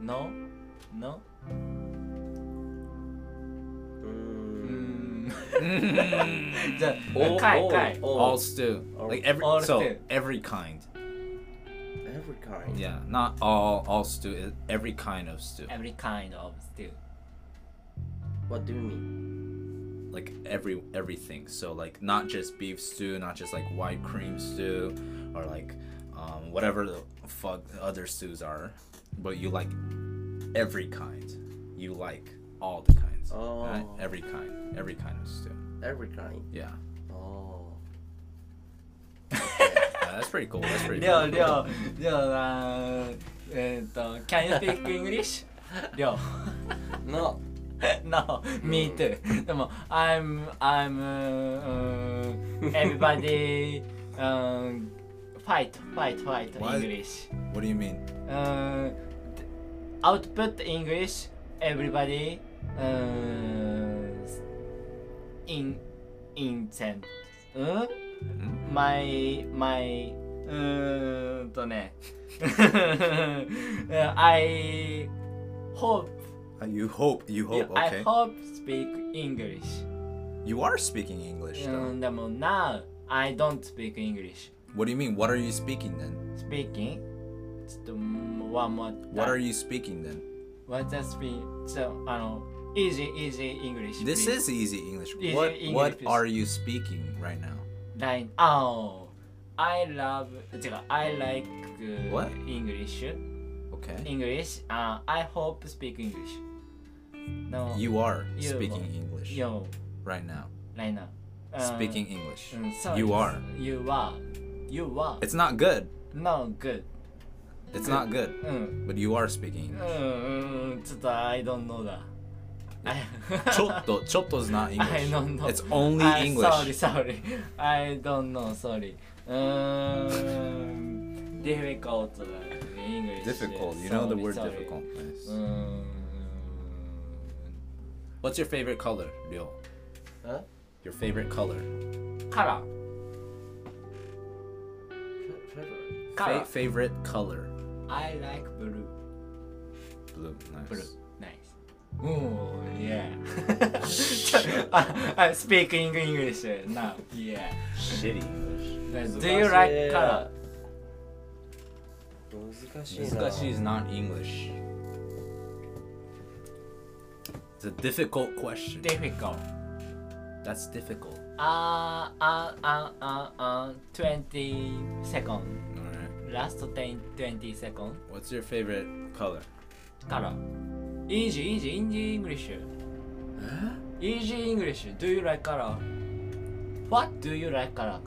[SPEAKER 3] ン
[SPEAKER 1] No? No?
[SPEAKER 3] うん
[SPEAKER 1] うーん。 (laughs) じゃあ、かいかい。
[SPEAKER 3] お
[SPEAKER 2] All stew.
[SPEAKER 3] All-
[SPEAKER 2] Like every
[SPEAKER 1] all
[SPEAKER 2] so
[SPEAKER 1] stew.
[SPEAKER 2] every kind.
[SPEAKER 3] Every kind
[SPEAKER 2] Yeah, not all all stew. it- Every kind of stew.
[SPEAKER 1] Every kind of stew.
[SPEAKER 3] What do you mean?
[SPEAKER 2] Like every everything. So like not just beef stew, not just like white cream stew, or like um, whatever the fuck the other stews are, but you like every kind. You like all the kinds.
[SPEAKER 3] Oh.
[SPEAKER 2] right? Every kind. Every kind of stew.
[SPEAKER 3] Every kind
[SPEAKER 1] (laughs)
[SPEAKER 2] Yeah.
[SPEAKER 3] あ
[SPEAKER 2] Yeah, that's pretty cool. That's pretty
[SPEAKER 1] りょう、
[SPEAKER 2] cool.
[SPEAKER 1] りょう、りょうなー。えーっと、Can you speak English? りょう。 (laughs)
[SPEAKER 3] ーな
[SPEAKER 1] No, me too. でも、I'm, I'm, uh, everybody, um, fight, fight, fight
[SPEAKER 2] Why-
[SPEAKER 1] English.
[SPEAKER 2] What do you mean?
[SPEAKER 1] Uh, output English, everybody, うん、in incent うん my my uh, うーんと (laughs) ね Uh, I hope
[SPEAKER 2] Uh, you hope. You hope.
[SPEAKER 1] I
[SPEAKER 2] Okay.
[SPEAKER 1] hope speak English
[SPEAKER 2] You are speaking English
[SPEAKER 1] う
[SPEAKER 2] though.
[SPEAKER 1] んでも now I don't speak English
[SPEAKER 2] What do you mean? What are you speaking then?
[SPEAKER 1] speaking ちょっともう one more time.
[SPEAKER 2] What are you speaking then?
[SPEAKER 1] What's that speak? ちょあの easy easy English
[SPEAKER 2] This
[SPEAKER 1] please.
[SPEAKER 2] is easy English.
[SPEAKER 1] Easy
[SPEAKER 2] what what
[SPEAKER 1] English.
[SPEAKER 2] are you speaking right now?
[SPEAKER 1] Line. Oh, I love. 違う I like uh,
[SPEAKER 2] What?
[SPEAKER 1] English.
[SPEAKER 2] Okay.
[SPEAKER 1] English. Uh, I hope speak English. No.
[SPEAKER 2] You are
[SPEAKER 1] You
[SPEAKER 2] speaking
[SPEAKER 1] are.
[SPEAKER 2] English
[SPEAKER 1] Yo.
[SPEAKER 2] right now.
[SPEAKER 1] Right now. Uh,
[SPEAKER 2] Speaking English.
[SPEAKER 1] mm, so
[SPEAKER 2] You
[SPEAKER 1] it's-
[SPEAKER 2] are.
[SPEAKER 1] You are. You are.
[SPEAKER 2] It's not good.
[SPEAKER 1] No good. Mm.
[SPEAKER 2] It's not good.
[SPEAKER 1] うん。
[SPEAKER 2] But you are speaking
[SPEAKER 1] う
[SPEAKER 2] English.
[SPEAKER 1] んうん。ちょっと I don't know
[SPEAKER 2] (laughs)
[SPEAKER 1] that. I- (laughs)
[SPEAKER 2] Chotto. Chotto is not English.
[SPEAKER 1] I don't know.
[SPEAKER 2] It's only
[SPEAKER 1] I-
[SPEAKER 2] English.
[SPEAKER 1] Sorry, sorry. I don't know. Sorry. うーん。difficult だね。English.
[SPEAKER 2] Difficult. You know the
[SPEAKER 1] Sorry,
[SPEAKER 2] word
[SPEAKER 1] sorry. Mm.
[SPEAKER 2] difficult. Nice.
[SPEAKER 1] うーん。
[SPEAKER 2] What's your favorite color, Ryo?
[SPEAKER 3] あ
[SPEAKER 2] Your favorite color?
[SPEAKER 1] カラー。カ
[SPEAKER 2] Fa-
[SPEAKER 1] ラー。
[SPEAKER 2] favorite color?
[SPEAKER 1] I like blue.
[SPEAKER 2] Blue. Nice.
[SPEAKER 1] Blue. Nice. Oh yeah. (laughs) ちょああ Speaking English now. Yeah.
[SPEAKER 2] Shitty English.
[SPEAKER 1] Do you like color?
[SPEAKER 3] 難しいな
[SPEAKER 2] Musashi is not English. It's a difficult question.
[SPEAKER 1] Difficult.
[SPEAKER 2] That's difficult.
[SPEAKER 1] Ah ah ah ah ah. Twenty second.
[SPEAKER 2] All right.
[SPEAKER 1] Last 10, 20 second.
[SPEAKER 2] What's your favorite color?
[SPEAKER 1] Color. Easy, easy, easy English. Easy English. Do you like color? What do you like color?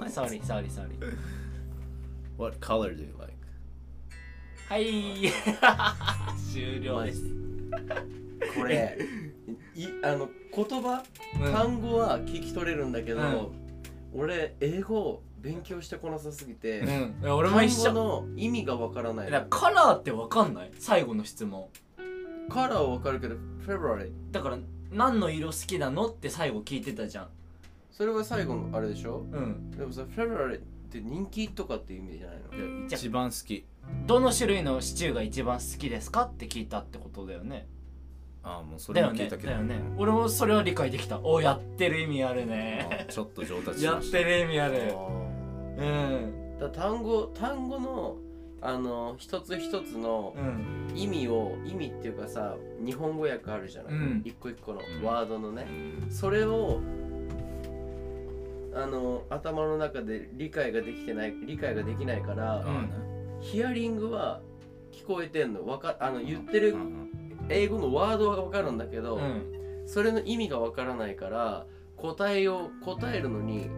[SPEAKER 1] か Sorry, sorry, sorry.
[SPEAKER 2] What color do you like?
[SPEAKER 1] はい。終了です。
[SPEAKER 3] これいあの言葉、
[SPEAKER 1] うん
[SPEAKER 3] 単語は聞き取れるんだけど、
[SPEAKER 1] うん
[SPEAKER 3] 俺英語勉強してこなさすぎて、
[SPEAKER 1] うん。俺も
[SPEAKER 3] 単
[SPEAKER 1] 一
[SPEAKER 3] 語
[SPEAKER 1] 緒。
[SPEAKER 3] の意味がわからない
[SPEAKER 1] だからカラーってわかんない最後の質問。
[SPEAKER 3] カラーはわかるけど February
[SPEAKER 1] だから何の色好きなのって最後聞いてたじゃん。
[SPEAKER 3] それは最後のあれでしょ
[SPEAKER 1] うん。
[SPEAKER 3] でもさ February って人気とかっていう意味じゃないの
[SPEAKER 1] じゃあ
[SPEAKER 2] 一番好き。
[SPEAKER 1] どの種類のシチューが一番好きですかって聞いたってことだよね。だよね。だよね。俺もそれは理解できた。おやってる意味あるね。やってる意味ある。うん。
[SPEAKER 3] だから単語単語のあの一つ一つの
[SPEAKER 1] うん。
[SPEAKER 3] 意味を意味っていうかさ日本語訳あるじゃない、
[SPEAKER 1] うん
[SPEAKER 3] 一個一個の
[SPEAKER 2] うん
[SPEAKER 3] ワードのね、それをあの頭の中で理解ができてない理解ができないから、ヒアリングは聞こえてんのわかあの言ってる英語のワードはわかるんだけど、
[SPEAKER 1] うん。
[SPEAKER 3] それの意味がわからないから答えを答えるのに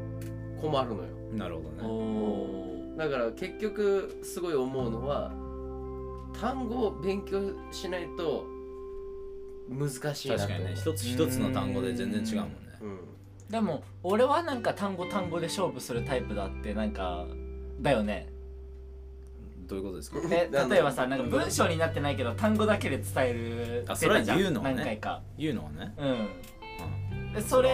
[SPEAKER 3] 困るのよ
[SPEAKER 2] なるほどね。
[SPEAKER 1] おー。
[SPEAKER 3] だから結局すごい思うのは単語を勉強しないと難しいなと思
[SPEAKER 2] 確
[SPEAKER 3] う
[SPEAKER 2] かにね。一つ一つの単語で全然違うもんね。
[SPEAKER 3] うん
[SPEAKER 1] でも俺はなんか単語単語で勝負するタイプだってなんかだよ
[SPEAKER 2] (laughs)
[SPEAKER 1] ね
[SPEAKER 2] どういうことですか？
[SPEAKER 1] で
[SPEAKER 3] なんだ
[SPEAKER 1] 例えばさなんか文章になってないけど単語だけで伝える
[SPEAKER 2] あそれは
[SPEAKER 1] 出たじゃん
[SPEAKER 2] 言うのね
[SPEAKER 1] 何回か
[SPEAKER 2] 言うのはね。
[SPEAKER 1] うんでそれ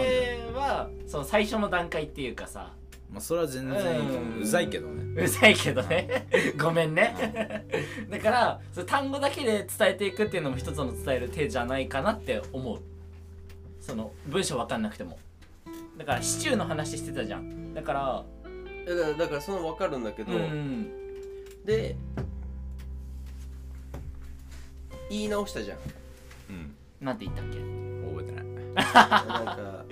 [SPEAKER 1] はその最初の段階っていうかさ
[SPEAKER 2] まあそれは全然いいと思う
[SPEAKER 1] うん
[SPEAKER 2] うざいけどね。
[SPEAKER 1] うざいけどねごめんねだからその単語だけで伝えていくっていうのも一つの伝える手じゃないかなって思うその文章わかんなくてもだからシチューの話してたじゃんだから
[SPEAKER 3] だからだからその分かるんだけど、
[SPEAKER 1] うん
[SPEAKER 3] で言い直したじゃん
[SPEAKER 2] うん。
[SPEAKER 1] なんて言ったっけ
[SPEAKER 2] 覚えてない。
[SPEAKER 3] なんか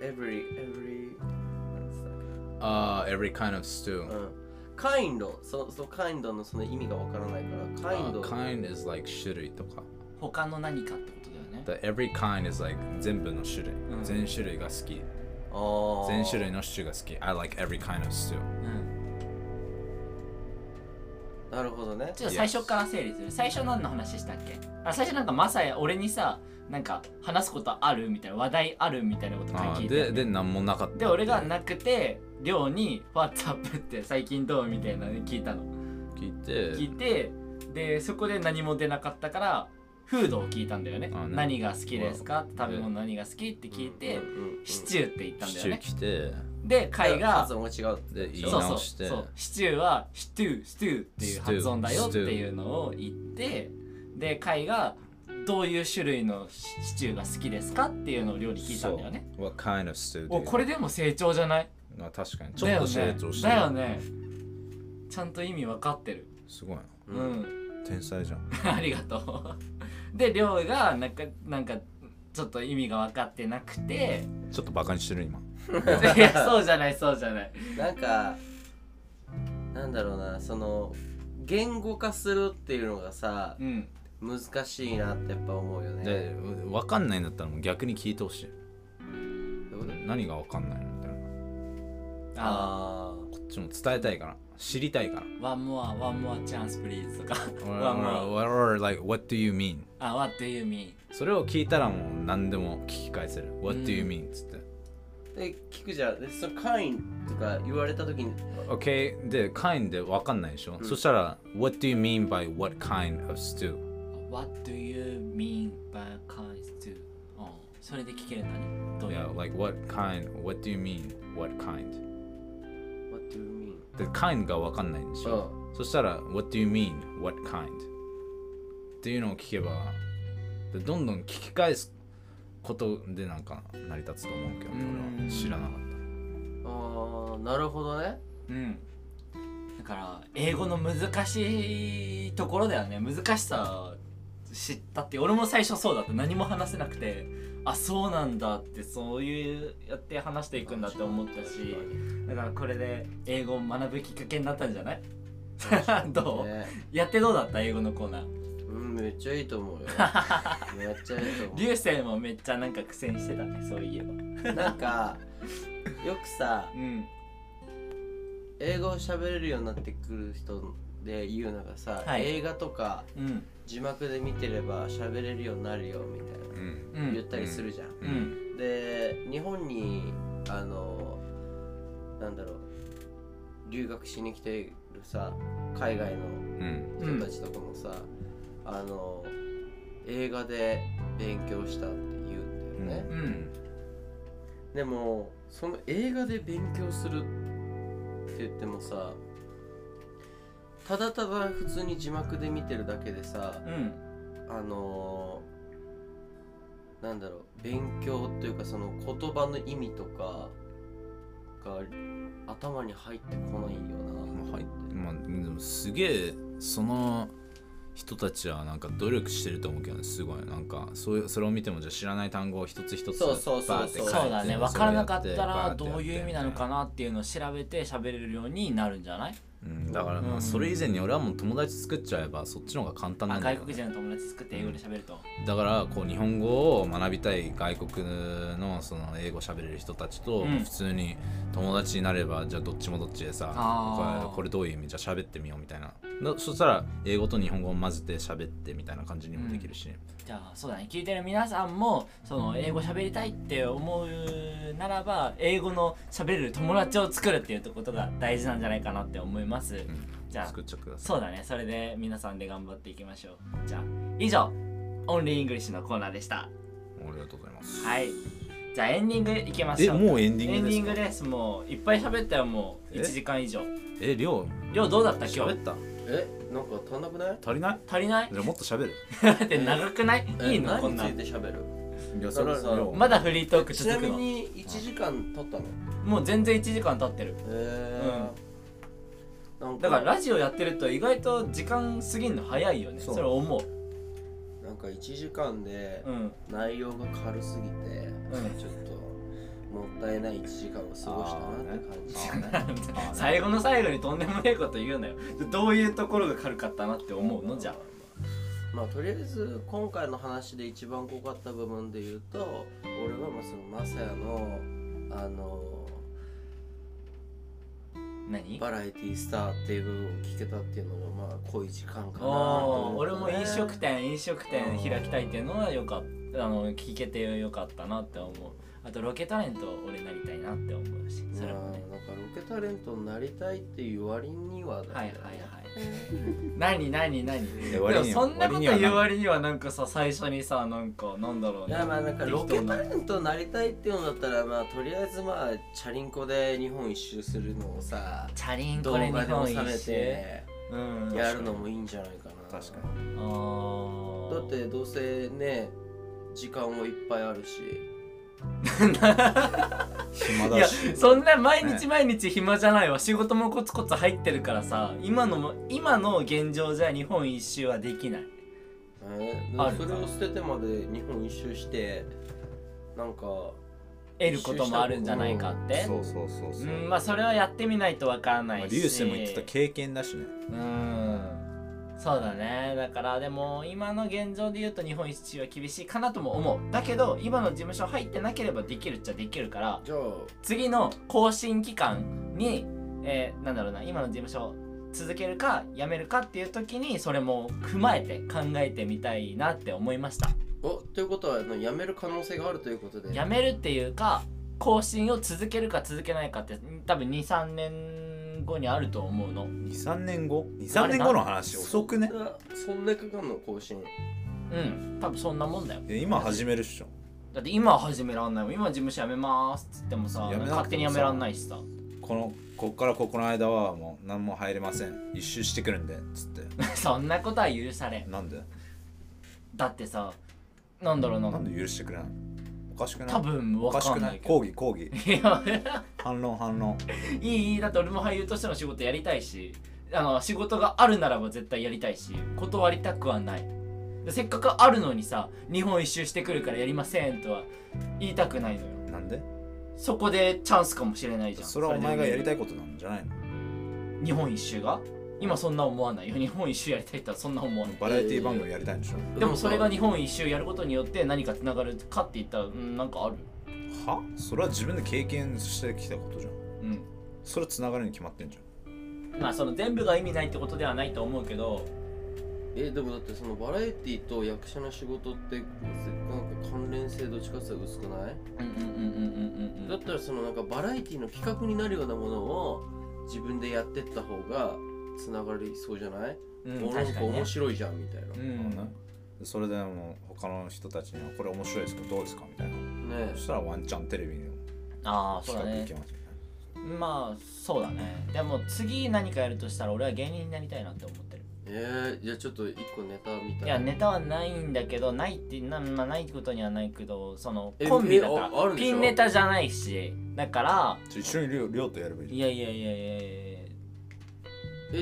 [SPEAKER 3] every every なんつったっ
[SPEAKER 2] ああ、every kind of
[SPEAKER 3] け
[SPEAKER 2] stew.
[SPEAKER 3] うんカインドそそのカインドのその意味が分からないからカインド
[SPEAKER 2] Uh, kind is like 種類とか。
[SPEAKER 1] 他の何かってことだよね
[SPEAKER 2] The every kind is like 全部の種類。
[SPEAKER 1] ん
[SPEAKER 2] 全種類が好き。
[SPEAKER 3] あ
[SPEAKER 2] 全種
[SPEAKER 3] 種
[SPEAKER 2] 類のシチューが好き。I like every kind of stew.
[SPEAKER 1] うん
[SPEAKER 3] なるほどね
[SPEAKER 1] ちょっと最初から整理する最初何の話したっけあ最初なんかマサヤ俺にさなんか話すことあるみたいな話題あるみたいなこと
[SPEAKER 2] あ
[SPEAKER 1] 聞
[SPEAKER 2] ー
[SPEAKER 1] いて、
[SPEAKER 2] で、で、なんもなかった。
[SPEAKER 1] で俺がなくて亮に「What's up?」って最近どうみたいなの聞いたの
[SPEAKER 2] 聞いて
[SPEAKER 1] 聞いてでそこで何も出なかったからフードを聞いたんだよね
[SPEAKER 2] あなるほど
[SPEAKER 1] 何が好きですか
[SPEAKER 2] うん
[SPEAKER 1] 食べ物何が好きって聞いてシチ
[SPEAKER 3] ュ
[SPEAKER 1] ューって言ったん
[SPEAKER 2] シ
[SPEAKER 1] だ
[SPEAKER 2] チ
[SPEAKER 1] よ
[SPEAKER 2] ュー
[SPEAKER 1] ね
[SPEAKER 2] 来て
[SPEAKER 1] で貝が
[SPEAKER 3] 発音が違う
[SPEAKER 2] で言い
[SPEAKER 1] そうそ
[SPEAKER 2] 直
[SPEAKER 1] う
[SPEAKER 2] して
[SPEAKER 1] そうシチューはシチューシチューっていう発音だよっていうのを言ってで貝がどういう種類のシシチューが好きですかっていうのを料理聞いたんだよね
[SPEAKER 2] そう What kind of stew
[SPEAKER 1] おこれでも成長じゃない
[SPEAKER 2] あ確かにち
[SPEAKER 1] だよ
[SPEAKER 2] ょっと成
[SPEAKER 1] ね
[SPEAKER 2] 長してる
[SPEAKER 1] だよねちゃんと意味わかってる
[SPEAKER 2] すごいな
[SPEAKER 1] う
[SPEAKER 3] うん
[SPEAKER 1] ん (laughs)
[SPEAKER 2] 天才じゃん (laughs)
[SPEAKER 1] ありがとう。 (laughs) で、りょうがなんか、なんか、ちょっと意味が分かってなく
[SPEAKER 2] (laughs)
[SPEAKER 1] て、
[SPEAKER 2] ちょっとバカにしてる今
[SPEAKER 1] いやそうじゃない、そうじゃない。
[SPEAKER 3] なんかなんだろうなその言語化するっていうのがさ
[SPEAKER 1] うん。
[SPEAKER 3] 難しいなってやっぱ思うよね
[SPEAKER 2] で分かんないんだったらもう逆に聞いてほしい
[SPEAKER 3] どうだ
[SPEAKER 2] 何が分かんないのみたいな
[SPEAKER 1] あ
[SPEAKER 3] あ
[SPEAKER 2] こっちも伝えたいから知りたいから
[SPEAKER 1] ー、one more, one more chance please とか、
[SPEAKER 2] or,
[SPEAKER 1] one more,
[SPEAKER 2] or, or, or like what do you mean
[SPEAKER 1] あ、what do you mean?
[SPEAKER 2] それを聞いたらもう何でも聞き返せる what do you mean つって
[SPEAKER 3] あで聞くじゃんでその「カイン」とか言われた時に
[SPEAKER 2] OK で kind で分かんないでしょ、そしたら What do you mean by what kind of stew?
[SPEAKER 1] What do you mean by kinds to? あそれで聞けるんだね。どうや
[SPEAKER 2] Yeah, like what kind? What do you mean? What kind?
[SPEAKER 3] 「What do you mean?
[SPEAKER 2] で kind が分かんないんでしょ、そしたら What do you mean? What kind? っていうのを聞けばでどんどん聞き返すことでなんか成り立つと思うけど、ね、俺は知らなかった
[SPEAKER 3] ああなるほどね
[SPEAKER 1] うん。だから、英語の難しいところだよね。難しさ知ったって、俺も最初そうだった。何も話せなくて、あ、そうなんだって、そういうやって話していくんだって思ったし、だからこれで英語を学ぶきっかけになったんじゃない (laughs) どう、
[SPEAKER 3] ね
[SPEAKER 1] やってどうだった英語のコーナー。
[SPEAKER 3] うんめっちゃいいと
[SPEAKER 1] (laughs)
[SPEAKER 3] 思うよめっちゃいいと思う
[SPEAKER 1] 流星もめっちゃなんか苦戦してたね、そういえば。
[SPEAKER 3] なんかよくさ
[SPEAKER 1] うん。
[SPEAKER 3] 英語を喋れるようになってくる人で言うのがさ、
[SPEAKER 1] はい
[SPEAKER 3] 映画とか
[SPEAKER 1] うん。
[SPEAKER 3] 字幕で見てれば喋れるようになるよみたいな
[SPEAKER 1] う
[SPEAKER 3] 言っ
[SPEAKER 1] ん。
[SPEAKER 3] たりするじゃん、
[SPEAKER 1] うん。
[SPEAKER 3] で日本にあのなんだろう留学しに来てるさ海外の
[SPEAKER 2] うん
[SPEAKER 1] うん
[SPEAKER 3] 人たちとかもさ、あの映画で勉強したって言うんだよね、
[SPEAKER 1] うん。
[SPEAKER 3] でもその映画で勉強するって言ってもさただただ普通に字幕で見てるだけでさ
[SPEAKER 1] うん。
[SPEAKER 3] あのーなんだろう勉強というかその言葉の意味とかが頭に入ってこないよな
[SPEAKER 2] 入ってまあでもすげえその人たちはなんか努力してると思うけどねすごいなんかそういうそれを見てもじゃあ知らない単語を一つ一つ
[SPEAKER 3] そうそうそう
[SPEAKER 2] バーって書いて
[SPEAKER 1] そうだね。分からなかったら、どういう意味なの
[SPEAKER 2] な
[SPEAKER 1] かなっていうのを調べて喋れるようになるんじゃない
[SPEAKER 2] うん、だから
[SPEAKER 1] う
[SPEAKER 2] まあ
[SPEAKER 1] ん
[SPEAKER 2] それ以前に俺はもう友達作っちゃえばそっちの方が簡単な
[SPEAKER 1] あ
[SPEAKER 2] んだ
[SPEAKER 1] 外
[SPEAKER 2] よ、
[SPEAKER 1] 国人の友達作って英語で喋ると。
[SPEAKER 2] だからこう日本語を学びたい外国のその英語喋れる人たちと
[SPEAKER 1] うん
[SPEAKER 2] 普通に友達になればじゃあどっちもどっちでさ
[SPEAKER 1] あー
[SPEAKER 2] これこれどういう意味じゃあ喋ってみようみたいなだそしたら英語と日本語を混ぜて喋ってみたいな感じにもできるし、
[SPEAKER 1] じゃあそうだね聞いてる皆さんもその英語喋りたいって思うならば英語の喋れる友達を作るっていうことが大事なんじゃないかなって思います。じゃあ
[SPEAKER 2] 作っちゃってくださ
[SPEAKER 1] そうだねそれで皆さんで頑張っていきましょう。じゃあ以上オンリーイングリッシュのコーナーでした。
[SPEAKER 2] いありがとうございます
[SPEAKER 1] はい。じゃあエンディングいきまし
[SPEAKER 2] え
[SPEAKER 1] ょう。
[SPEAKER 2] もうエンディ
[SPEAKER 1] エ
[SPEAKER 2] ン
[SPEAKER 1] ン
[SPEAKER 2] グ
[SPEAKER 1] デ
[SPEAKER 2] で
[SPEAKER 1] ィ
[SPEAKER 2] す
[SPEAKER 1] ン
[SPEAKER 2] か
[SPEAKER 1] グです。もういっぱい喋ったよもう
[SPEAKER 2] え
[SPEAKER 1] 1時間以上。
[SPEAKER 2] えりょう
[SPEAKER 1] りょうどうだった今日
[SPEAKER 2] 喋った
[SPEAKER 3] えなんか足んなくない
[SPEAKER 2] 足りない
[SPEAKER 1] 足りない
[SPEAKER 2] じゃあもっと喋る
[SPEAKER 1] だって長くないいい
[SPEAKER 3] え
[SPEAKER 1] のこんなん
[SPEAKER 3] 何について喋る
[SPEAKER 2] いや
[SPEAKER 3] それそれ
[SPEAKER 1] まだフリートーク
[SPEAKER 3] ち
[SPEAKER 1] 続
[SPEAKER 3] な
[SPEAKER 1] く
[SPEAKER 3] み
[SPEAKER 1] の
[SPEAKER 3] に1時間経ったの
[SPEAKER 1] もう全然1時間経ってる。
[SPEAKER 3] へえ、なん
[SPEAKER 1] だ
[SPEAKER 3] か
[SPEAKER 1] からラジオやってると意外と時間過ぎるの早いよねそ
[SPEAKER 2] そ
[SPEAKER 1] うれ思う
[SPEAKER 3] なんか1時間で
[SPEAKER 1] うん
[SPEAKER 3] 内容が軽すぎて、
[SPEAKER 1] ん
[SPEAKER 3] ちょっともったいない1時間を過ごしたなって感じ
[SPEAKER 2] あーねあーね
[SPEAKER 1] 最後の最後にとんでもねえこと言うなよどういうところが軽かったなって思うのじゃ
[SPEAKER 3] まあとりあえず今回の話で一番濃かった部分で言うと俺はまあそのマサヤのあの
[SPEAKER 1] 何
[SPEAKER 3] バラエティスターっていう部分を聞けたっていうのがまあ濃い時間かな
[SPEAKER 1] お
[SPEAKER 3] と
[SPEAKER 1] ー
[SPEAKER 3] 思
[SPEAKER 1] 俺
[SPEAKER 3] った
[SPEAKER 1] も
[SPEAKER 3] ね
[SPEAKER 1] 飲食店飲食店開きたいっていうのはよかったあの聞けてよかったなって思うあとロケタレント俺なりたいなって思うしそれもね
[SPEAKER 3] まあなんかロケタレントになりたいっていう割にはだけど
[SPEAKER 1] はいはい
[SPEAKER 3] ね
[SPEAKER 1] はい何何何
[SPEAKER 4] や
[SPEAKER 1] で
[SPEAKER 4] 割
[SPEAKER 1] も
[SPEAKER 4] には
[SPEAKER 1] そんな
[SPEAKER 4] 割
[SPEAKER 1] こと
[SPEAKER 4] にはな
[SPEAKER 1] 言う割にはなんかさ最初にさなんかなんだろう
[SPEAKER 3] い
[SPEAKER 1] ね
[SPEAKER 3] やまあなんかロ
[SPEAKER 1] 適
[SPEAKER 3] ケ
[SPEAKER 1] 当な
[SPEAKER 3] タレントになりたいっていうのだったらまあとりあえずまあチャリンコで日本一周するのをさ
[SPEAKER 1] チャリン
[SPEAKER 3] 動
[SPEAKER 1] コで日
[SPEAKER 3] 画で
[SPEAKER 1] 本
[SPEAKER 3] 収
[SPEAKER 1] 一
[SPEAKER 3] め
[SPEAKER 1] 周
[SPEAKER 3] て
[SPEAKER 1] うん
[SPEAKER 3] やるのもいいんじゃないかな
[SPEAKER 4] 確かに
[SPEAKER 1] あー
[SPEAKER 3] だってどうせね時間もいっぱいあるし
[SPEAKER 4] 暇
[SPEAKER 1] いや
[SPEAKER 4] だし
[SPEAKER 1] そんな毎日毎日暇じゃないわ、仕事もコツコツ入ってるからさ今のも今の現状じゃ日本一周はできない
[SPEAKER 3] えー
[SPEAKER 1] ある
[SPEAKER 3] それを捨ててまで日本一周してなんか
[SPEAKER 1] 得ることもあるんじゃないかって
[SPEAKER 4] そうそうそうそううん
[SPEAKER 1] まあそれはやってみないとわからない
[SPEAKER 4] まあ
[SPEAKER 1] し
[SPEAKER 4] 流星も言ってた経験だしね
[SPEAKER 1] うんそうだねだからでも今の現状で言うと日本一周は厳しいかなとも思うだけど今の事務所入ってなければできるっちゃできるから
[SPEAKER 3] じゃあ
[SPEAKER 1] 次の更新期間に、えーなんだろうな今の事務所続けるか辞めるかっていう時にそれも踏まえて考えてみたいなって思いました
[SPEAKER 3] おということはあの辞める可能性があるということで
[SPEAKER 1] 辞めるっていうか更新を続けるか続けないかって多分23年後にあると思うの
[SPEAKER 4] 23年後23年後の話遅くね
[SPEAKER 3] あそんなかかんの更新
[SPEAKER 1] うん多分そんなもんだよ
[SPEAKER 4] え今始めるっしょ
[SPEAKER 1] だって今は始めらんないもん今事務所辞めますっつってもさ
[SPEAKER 4] 辞めなくてもさ
[SPEAKER 1] 勝手に辞めらんないしさ (laughs)
[SPEAKER 4] このこっからここの間はもう何も入れません一周してくるんでつって
[SPEAKER 1] そんなことは許され
[SPEAKER 4] (laughs)
[SPEAKER 1] ん
[SPEAKER 4] なんで
[SPEAKER 1] だってさなんだろうな
[SPEAKER 4] なんで許してくれないおかしくない
[SPEAKER 1] 多分
[SPEAKER 4] お
[SPEAKER 1] わ
[SPEAKER 4] かし
[SPEAKER 1] か
[SPEAKER 4] く
[SPEAKER 1] ん
[SPEAKER 4] な
[SPEAKER 1] ないいけ
[SPEAKER 4] 抗
[SPEAKER 1] ど
[SPEAKER 4] 議抗議
[SPEAKER 1] いや
[SPEAKER 4] 反論反論
[SPEAKER 1] いいいいだって俺も俳優としての仕事やりたいしあの仕事があるならば絶対やりたいし断りたくはないでせっかくあるのにさ日本一周してくるからやりませんとは言いたくないのよ
[SPEAKER 4] なんで
[SPEAKER 1] そこでチャンスかもしれないじゃん
[SPEAKER 4] それはお前がやり
[SPEAKER 1] い
[SPEAKER 4] たいことなんじゃないの
[SPEAKER 1] 日本一周が今そんな思わないよ日本一周やりたいとはそんな思わない
[SPEAKER 4] バラエティ番組やりたいんでしょ
[SPEAKER 1] でもそれが
[SPEAKER 3] 日
[SPEAKER 1] 日本一周やることによって何かつながるかって言ったらうんなんかある
[SPEAKER 4] はそれは自分で経験してきたことじゃん
[SPEAKER 1] うん
[SPEAKER 4] それつながるに決まってんじゃ
[SPEAKER 1] まあその全部が意味ないってことではないと思うけど
[SPEAKER 3] えでもだってそのバラエティと役者の仕事ってなんか関連性どっちかって言ったら薄くない、
[SPEAKER 1] うんうんうんうんうんうん
[SPEAKER 3] だったらそのなんかバラエティの企画になるようなものを自分でやってった方がつながりそうじゃない、
[SPEAKER 1] うん
[SPEAKER 3] お
[SPEAKER 1] うん
[SPEAKER 3] なん
[SPEAKER 1] 確か
[SPEAKER 3] か
[SPEAKER 1] にね
[SPEAKER 3] 面白いじゃんみたいな、
[SPEAKER 1] う
[SPEAKER 3] ね
[SPEAKER 4] ん、
[SPEAKER 1] ん
[SPEAKER 4] それでもう他の人たちにはこれ面白いですかどうですかみたいな
[SPEAKER 3] え
[SPEAKER 4] そしたらワンチャンテレビに
[SPEAKER 1] ああそうだ
[SPEAKER 4] 企画い
[SPEAKER 1] ね
[SPEAKER 4] けますよね
[SPEAKER 1] まあそうだねでも次何かやるとしたら俺は芸人になりたいなって思ってる
[SPEAKER 3] えー、じゃあちょっと一個ネタみたいない
[SPEAKER 1] やネタはないんだけどないってな,、まあ、ないことにはないけどその
[SPEAKER 3] え
[SPEAKER 1] コンビだか
[SPEAKER 3] えあある
[SPEAKER 1] ら
[SPEAKER 3] でしょ
[SPEAKER 1] ピンネタじゃないしだから
[SPEAKER 4] ちょ一緒にりょうりょうとやればいい
[SPEAKER 1] い
[SPEAKER 4] じ
[SPEAKER 1] やいやいやいやいや
[SPEAKER 3] え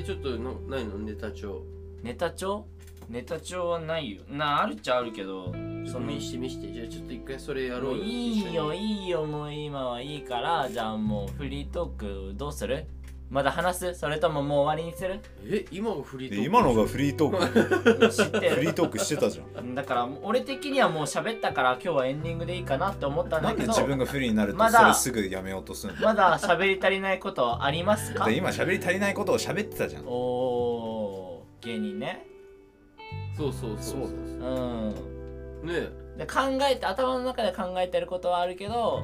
[SPEAKER 3] ちょっとのないのネタ帳
[SPEAKER 1] ネタ帳ネタ帳はないよなあるっちゃあるけどその
[SPEAKER 3] 見して見してじゃあちょっと一回それや
[SPEAKER 1] も
[SPEAKER 3] ろ
[SPEAKER 1] う
[SPEAKER 3] うよ
[SPEAKER 1] いいよ
[SPEAKER 3] 一緒に
[SPEAKER 1] いいよもう今はいいからじゃあもうフリートークどうするまだ話すそれとももう終わりにする
[SPEAKER 3] え今がフ
[SPEAKER 4] ゃ
[SPEAKER 3] リー
[SPEAKER 4] ん
[SPEAKER 3] トーク
[SPEAKER 4] で今のがフリートーク
[SPEAKER 1] (laughs) 知って
[SPEAKER 4] フリ
[SPEAKER 1] る
[SPEAKER 4] ートークしてたじゃん
[SPEAKER 1] だから俺的にはもう喋ったから今日はエンディングでいいかなって思ったん
[SPEAKER 4] な
[SPEAKER 1] だ
[SPEAKER 4] ん
[SPEAKER 1] け
[SPEAKER 4] で
[SPEAKER 1] ど
[SPEAKER 4] 自分が不利になると
[SPEAKER 1] ま
[SPEAKER 4] それ
[SPEAKER 1] だ
[SPEAKER 4] すぐやめようとするの
[SPEAKER 1] まだ喋り足りないことありますか
[SPEAKER 4] で今喋り足りないことを喋ってたじゃん
[SPEAKER 1] おおー芸人ね
[SPEAKER 3] そうそうそう
[SPEAKER 4] そう
[SPEAKER 3] ね
[SPEAKER 1] ん
[SPEAKER 3] え
[SPEAKER 1] で考えて頭の中で考えてることはあるけど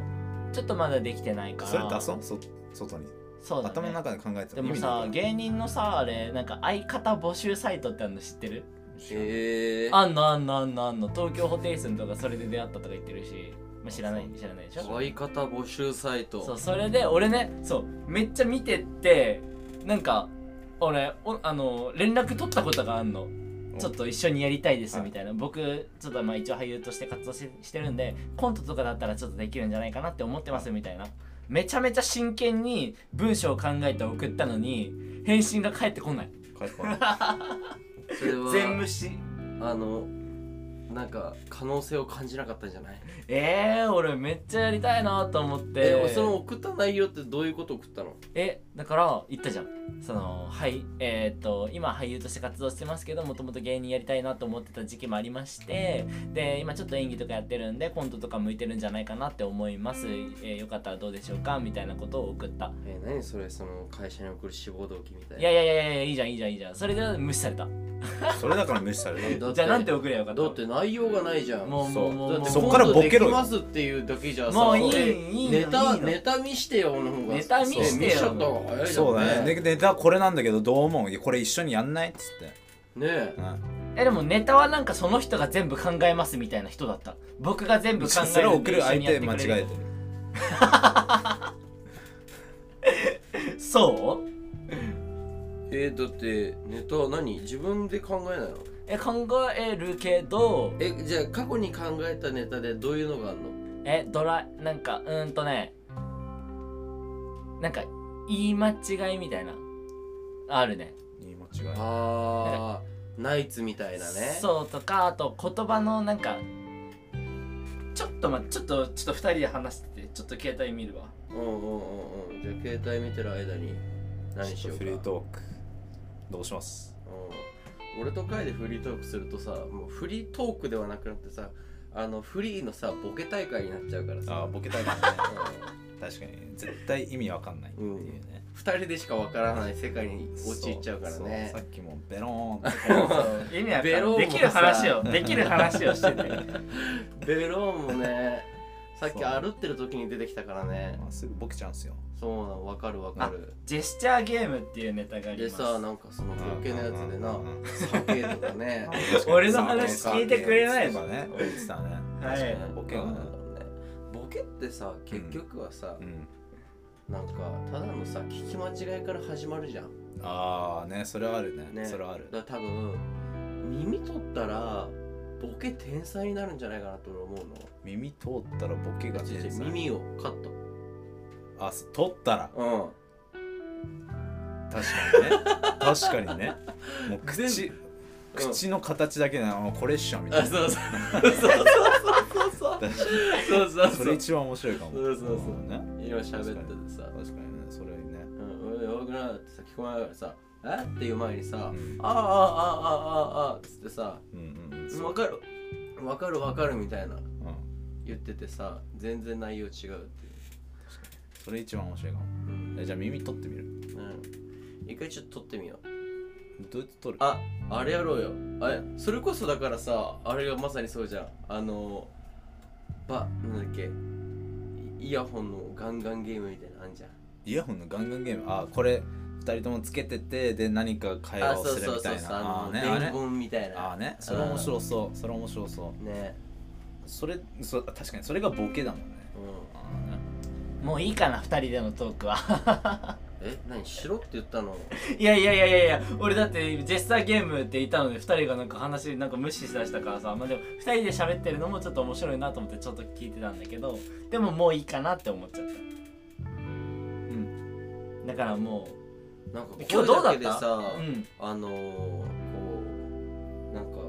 [SPEAKER 1] ちょっとまだできてないから
[SPEAKER 4] それ出そうそ外に、
[SPEAKER 1] そうだ、ね、
[SPEAKER 4] 頭の中で考えてた
[SPEAKER 1] でもさ
[SPEAKER 4] 意味
[SPEAKER 1] 芸人のさあれなんか相方募集サイトってあるの知ってる
[SPEAKER 3] えー、
[SPEAKER 1] あんのあんのあんのあんの東京ホテイソンとかそれで出会ったとか言ってるし、まあ、知らない知らないでしょ
[SPEAKER 3] 相方募集サイト
[SPEAKER 1] そうそれで俺ねそうめっちゃ見てってなんか俺おあの連絡取ったことがあんの
[SPEAKER 4] お
[SPEAKER 1] ちょっと一緒にやりたいです
[SPEAKER 4] はい
[SPEAKER 1] みたいな、僕ちょっとまあ一応俳優として活動ししてるんでコントとかだったらちょっとできるんじゃないかなって思ってますみたいなめちゃめちゃ真剣に文章を考えて送ったのに返信が返ってこない
[SPEAKER 4] 変えてこない
[SPEAKER 3] それは
[SPEAKER 1] 全無視
[SPEAKER 3] あのなんか可能性を感じなかったんじゃない
[SPEAKER 1] えー、俺めっちゃやりたいなと思って
[SPEAKER 3] えその送った内容ってどういうこと送ったの
[SPEAKER 1] えだから言ったじゃんそのはいえーっと今俳優として活動してますけどもともと芸人やりたいなと思ってた時期もありましてで今ちょっと演技とかやってるんでコントとか向いてるんじゃないかなって思います、えーよかったらどうでしょうかみたいなことを送った
[SPEAKER 3] え何それその会社に送る志望動機みたいない
[SPEAKER 1] やいやいやいやいいじゃんいいじゃんいいじゃんそれで無視された
[SPEAKER 2] それだから無視され
[SPEAKER 1] (laughs)
[SPEAKER 2] たんだ
[SPEAKER 3] だって
[SPEAKER 1] じゃあなんて送ればよかった
[SPEAKER 3] だって内容がないじゃん
[SPEAKER 1] もうもうもう
[SPEAKER 3] だって
[SPEAKER 1] もう
[SPEAKER 2] そっからボケろよ
[SPEAKER 3] 今度できますっていうだけじゃさ
[SPEAKER 1] もういい
[SPEAKER 3] え
[SPEAKER 1] いいの
[SPEAKER 3] ネタ
[SPEAKER 1] いいの
[SPEAKER 3] ネタ見してよの方が
[SPEAKER 1] ネタ見してよ
[SPEAKER 3] そう見しちゃった方が早いじゃん
[SPEAKER 2] そうだね
[SPEAKER 3] ね
[SPEAKER 2] ネネタこれなんだけどどう思ういやこれ一緒にやんないっつって、
[SPEAKER 3] ねえ
[SPEAKER 2] うん
[SPEAKER 1] えでもネタはなんかその人が全部考えますみたいな人だった僕が全部考えるんで
[SPEAKER 2] それを送る
[SPEAKER 1] 一緒
[SPEAKER 2] 相
[SPEAKER 1] にや
[SPEAKER 2] 手
[SPEAKER 1] って
[SPEAKER 2] 間違
[SPEAKER 1] くれ
[SPEAKER 2] え
[SPEAKER 1] る
[SPEAKER 2] てる
[SPEAKER 1] そう
[SPEAKER 3] えだってネタは何自分で考えないの
[SPEAKER 1] え考えるけど
[SPEAKER 3] えじゃあ過去に考えたネタでどういうのがあるの
[SPEAKER 1] えドラなんかうーんとねなんか言い間違いみたいなあるね
[SPEAKER 2] 言い間違え
[SPEAKER 3] あーナイツみたいなね
[SPEAKER 1] そうとかあと言葉のなんかちょっとまちょっとちょっと2人で話しててちょっと携帯見るわ
[SPEAKER 3] うんうんうんうんじゃあ携帯見てる間に何し
[SPEAKER 2] ちょ
[SPEAKER 3] よ
[SPEAKER 2] っ
[SPEAKER 3] う
[SPEAKER 2] とフ
[SPEAKER 3] か
[SPEAKER 2] リートークどうします
[SPEAKER 3] うん俺と会でフリートークするとさもうフリートークではなくなってさあのフリーのさボケ大会になっちゃうから
[SPEAKER 2] あ
[SPEAKER 3] さ
[SPEAKER 2] ーボケたいからね
[SPEAKER 3] うん
[SPEAKER 2] 確かに絶対意味わかんないっていうね、
[SPEAKER 3] 二人でしかわからない世界に陥っちゃうから
[SPEAKER 2] そう
[SPEAKER 3] ね
[SPEAKER 2] さっきもベローンって
[SPEAKER 1] 意味わかん
[SPEAKER 3] ベロ
[SPEAKER 1] な
[SPEAKER 3] も
[SPEAKER 1] い
[SPEAKER 3] さ
[SPEAKER 1] できる話をできる話をしてて
[SPEAKER 3] ベローンも
[SPEAKER 2] (laughs)
[SPEAKER 3] ねさっ
[SPEAKER 2] そ
[SPEAKER 3] き
[SPEAKER 2] う
[SPEAKER 3] 歩ってる時に出てきたからね
[SPEAKER 2] まあすぐボケちゃうんすよ
[SPEAKER 3] そうなのわかるわかる
[SPEAKER 1] ジェスチャーゲームっていうネタがあり
[SPEAKER 3] で
[SPEAKER 1] ます
[SPEAKER 3] さなんかそのボケのやつでな
[SPEAKER 2] うんうんう
[SPEAKER 3] (laughs)
[SPEAKER 2] ん
[SPEAKER 3] 酒とか
[SPEAKER 2] (laughs)
[SPEAKER 3] ね
[SPEAKER 1] 俺の話聞いてくれない
[SPEAKER 2] そう
[SPEAKER 1] の
[SPEAKER 2] だね言ってたね
[SPEAKER 1] はい
[SPEAKER 2] 確かにボ
[SPEAKER 3] ボ
[SPEAKER 2] ケ
[SPEAKER 3] ケ
[SPEAKER 2] が
[SPEAKER 3] なん
[SPEAKER 2] ね
[SPEAKER 3] だろうねボケってさ結局はさ、
[SPEAKER 2] うん
[SPEAKER 3] なんかただのさ聞き間違いから始まるじゃん
[SPEAKER 2] ああねそれはあるね
[SPEAKER 3] ね
[SPEAKER 2] それはある
[SPEAKER 3] だから多分耳取ったらボケ天才になるんじゃないかなと俺思うの
[SPEAKER 2] 耳通ったらボケが
[SPEAKER 3] 違う違
[SPEAKER 2] 天
[SPEAKER 3] う
[SPEAKER 2] 才
[SPEAKER 3] 耳をカット
[SPEAKER 2] あそう取ったら
[SPEAKER 3] うん
[SPEAKER 2] 確かにね
[SPEAKER 3] (laughs)
[SPEAKER 2] 確かにねもう口口の形だけであもうこれっしょみたい
[SPEAKER 3] あ
[SPEAKER 2] な
[SPEAKER 3] そうそうそうそう (laughs) そう
[SPEAKER 2] 確か
[SPEAKER 3] そうそうそう
[SPEAKER 2] に
[SPEAKER 3] そ
[SPEAKER 2] そうれ一番面白いかも
[SPEAKER 3] そうそうそう
[SPEAKER 2] うんね
[SPEAKER 3] 今喋っててさ
[SPEAKER 2] 確かにねそれいいね
[SPEAKER 3] 「うん俺弱くな」ってさ聞こえないからさ「えっ?」ていう前にさ「あー
[SPEAKER 2] ん
[SPEAKER 3] あーあーあーあーあーつってさ
[SPEAKER 2] うんうんうん
[SPEAKER 3] 「
[SPEAKER 2] そう
[SPEAKER 3] わかるわかるわかる」みたいな
[SPEAKER 2] うん
[SPEAKER 3] 言っててさ全然内容違うっていう、
[SPEAKER 2] それ一番面白いかも
[SPEAKER 3] うん
[SPEAKER 2] えじゃあ耳取ってみる
[SPEAKER 3] うん、一回ちょっと撮ってみよう
[SPEAKER 2] どうやって取る
[SPEAKER 3] ああれやろうよあれそれこそだからさあれがまさにそうじゃんあのばなんだっけイイヤホンのガンガンゲームみたいなのあんじゃん
[SPEAKER 2] イヤホンのガンガンゲームあこれ2人ともつけててで何か会
[SPEAKER 3] あ
[SPEAKER 2] 話を
[SPEAKER 3] そう
[SPEAKER 2] する
[SPEAKER 3] そう
[SPEAKER 2] みた
[SPEAKER 3] そう
[SPEAKER 2] い
[SPEAKER 3] そう
[SPEAKER 2] な
[SPEAKER 3] あ
[SPEAKER 2] あ
[SPEAKER 3] の
[SPEAKER 2] ーねあ
[SPEAKER 3] 伝
[SPEAKER 2] れ
[SPEAKER 3] 言みたいな
[SPEAKER 2] あーねそれ面白そうそれ面白そう
[SPEAKER 3] ね
[SPEAKER 2] それそ確かにそれがボケだもんね
[SPEAKER 3] うん
[SPEAKER 2] あーね
[SPEAKER 1] もういいかな2人でのトークは
[SPEAKER 3] え何しろって言ったの
[SPEAKER 1] いやいやいやいやいや俺だってジェスチャーゲームって言ったので2人がなんか話なんか無視しだしたからさまあでも2人で喋ってるのもちょっと面白いなと思ってちょっと聞いてたんだけどでももういいかなって思っちゃったうんだからも
[SPEAKER 3] なんか
[SPEAKER 1] う今
[SPEAKER 3] 声
[SPEAKER 1] 日どうだ
[SPEAKER 3] だ
[SPEAKER 1] っ
[SPEAKER 3] けで
[SPEAKER 1] た
[SPEAKER 3] さ、
[SPEAKER 1] うん
[SPEAKER 3] あのー、こうなんか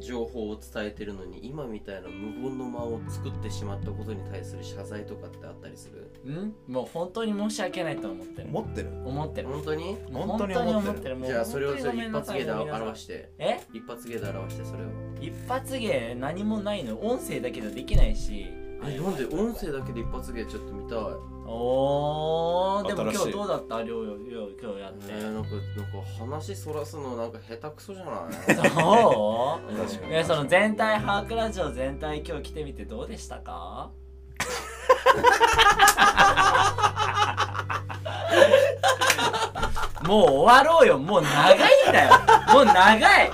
[SPEAKER 3] 情報を伝えてるのに今みたいな無言の間を作ってしまったことに対する謝罪とかってあったりする
[SPEAKER 1] うんもう本当に申し訳ないと思ってる
[SPEAKER 2] 持ってる
[SPEAKER 1] 思ってる
[SPEAKER 3] 本当に
[SPEAKER 1] もう
[SPEAKER 2] 本当に思ってる
[SPEAKER 1] もう
[SPEAKER 3] じゃあそれを
[SPEAKER 1] 本
[SPEAKER 3] そ
[SPEAKER 1] 当
[SPEAKER 3] れ
[SPEAKER 1] にごめ
[SPEAKER 3] 一
[SPEAKER 1] んな
[SPEAKER 3] 発
[SPEAKER 1] さい
[SPEAKER 3] 芸で
[SPEAKER 1] ごめんなさい
[SPEAKER 3] 表して
[SPEAKER 1] え
[SPEAKER 3] 一発芸で表してそれを
[SPEAKER 1] 一発芸何もないの音声だけじゃできないし
[SPEAKER 3] えなんで音声だけで一発芸ちょっと見たい
[SPEAKER 1] おーでも
[SPEAKER 2] 新しい
[SPEAKER 1] 今日どうだったりょうよりょう今日やっ
[SPEAKER 3] え
[SPEAKER 1] て
[SPEAKER 3] ー、なんかなんか話そらすのなんか下手くそじゃない
[SPEAKER 1] そう
[SPEAKER 3] ん
[SPEAKER 2] 確かに
[SPEAKER 1] えその全体把握ラジオ全体今日来てみてどうでしたかもう終わろうよもう長いんだよもう長い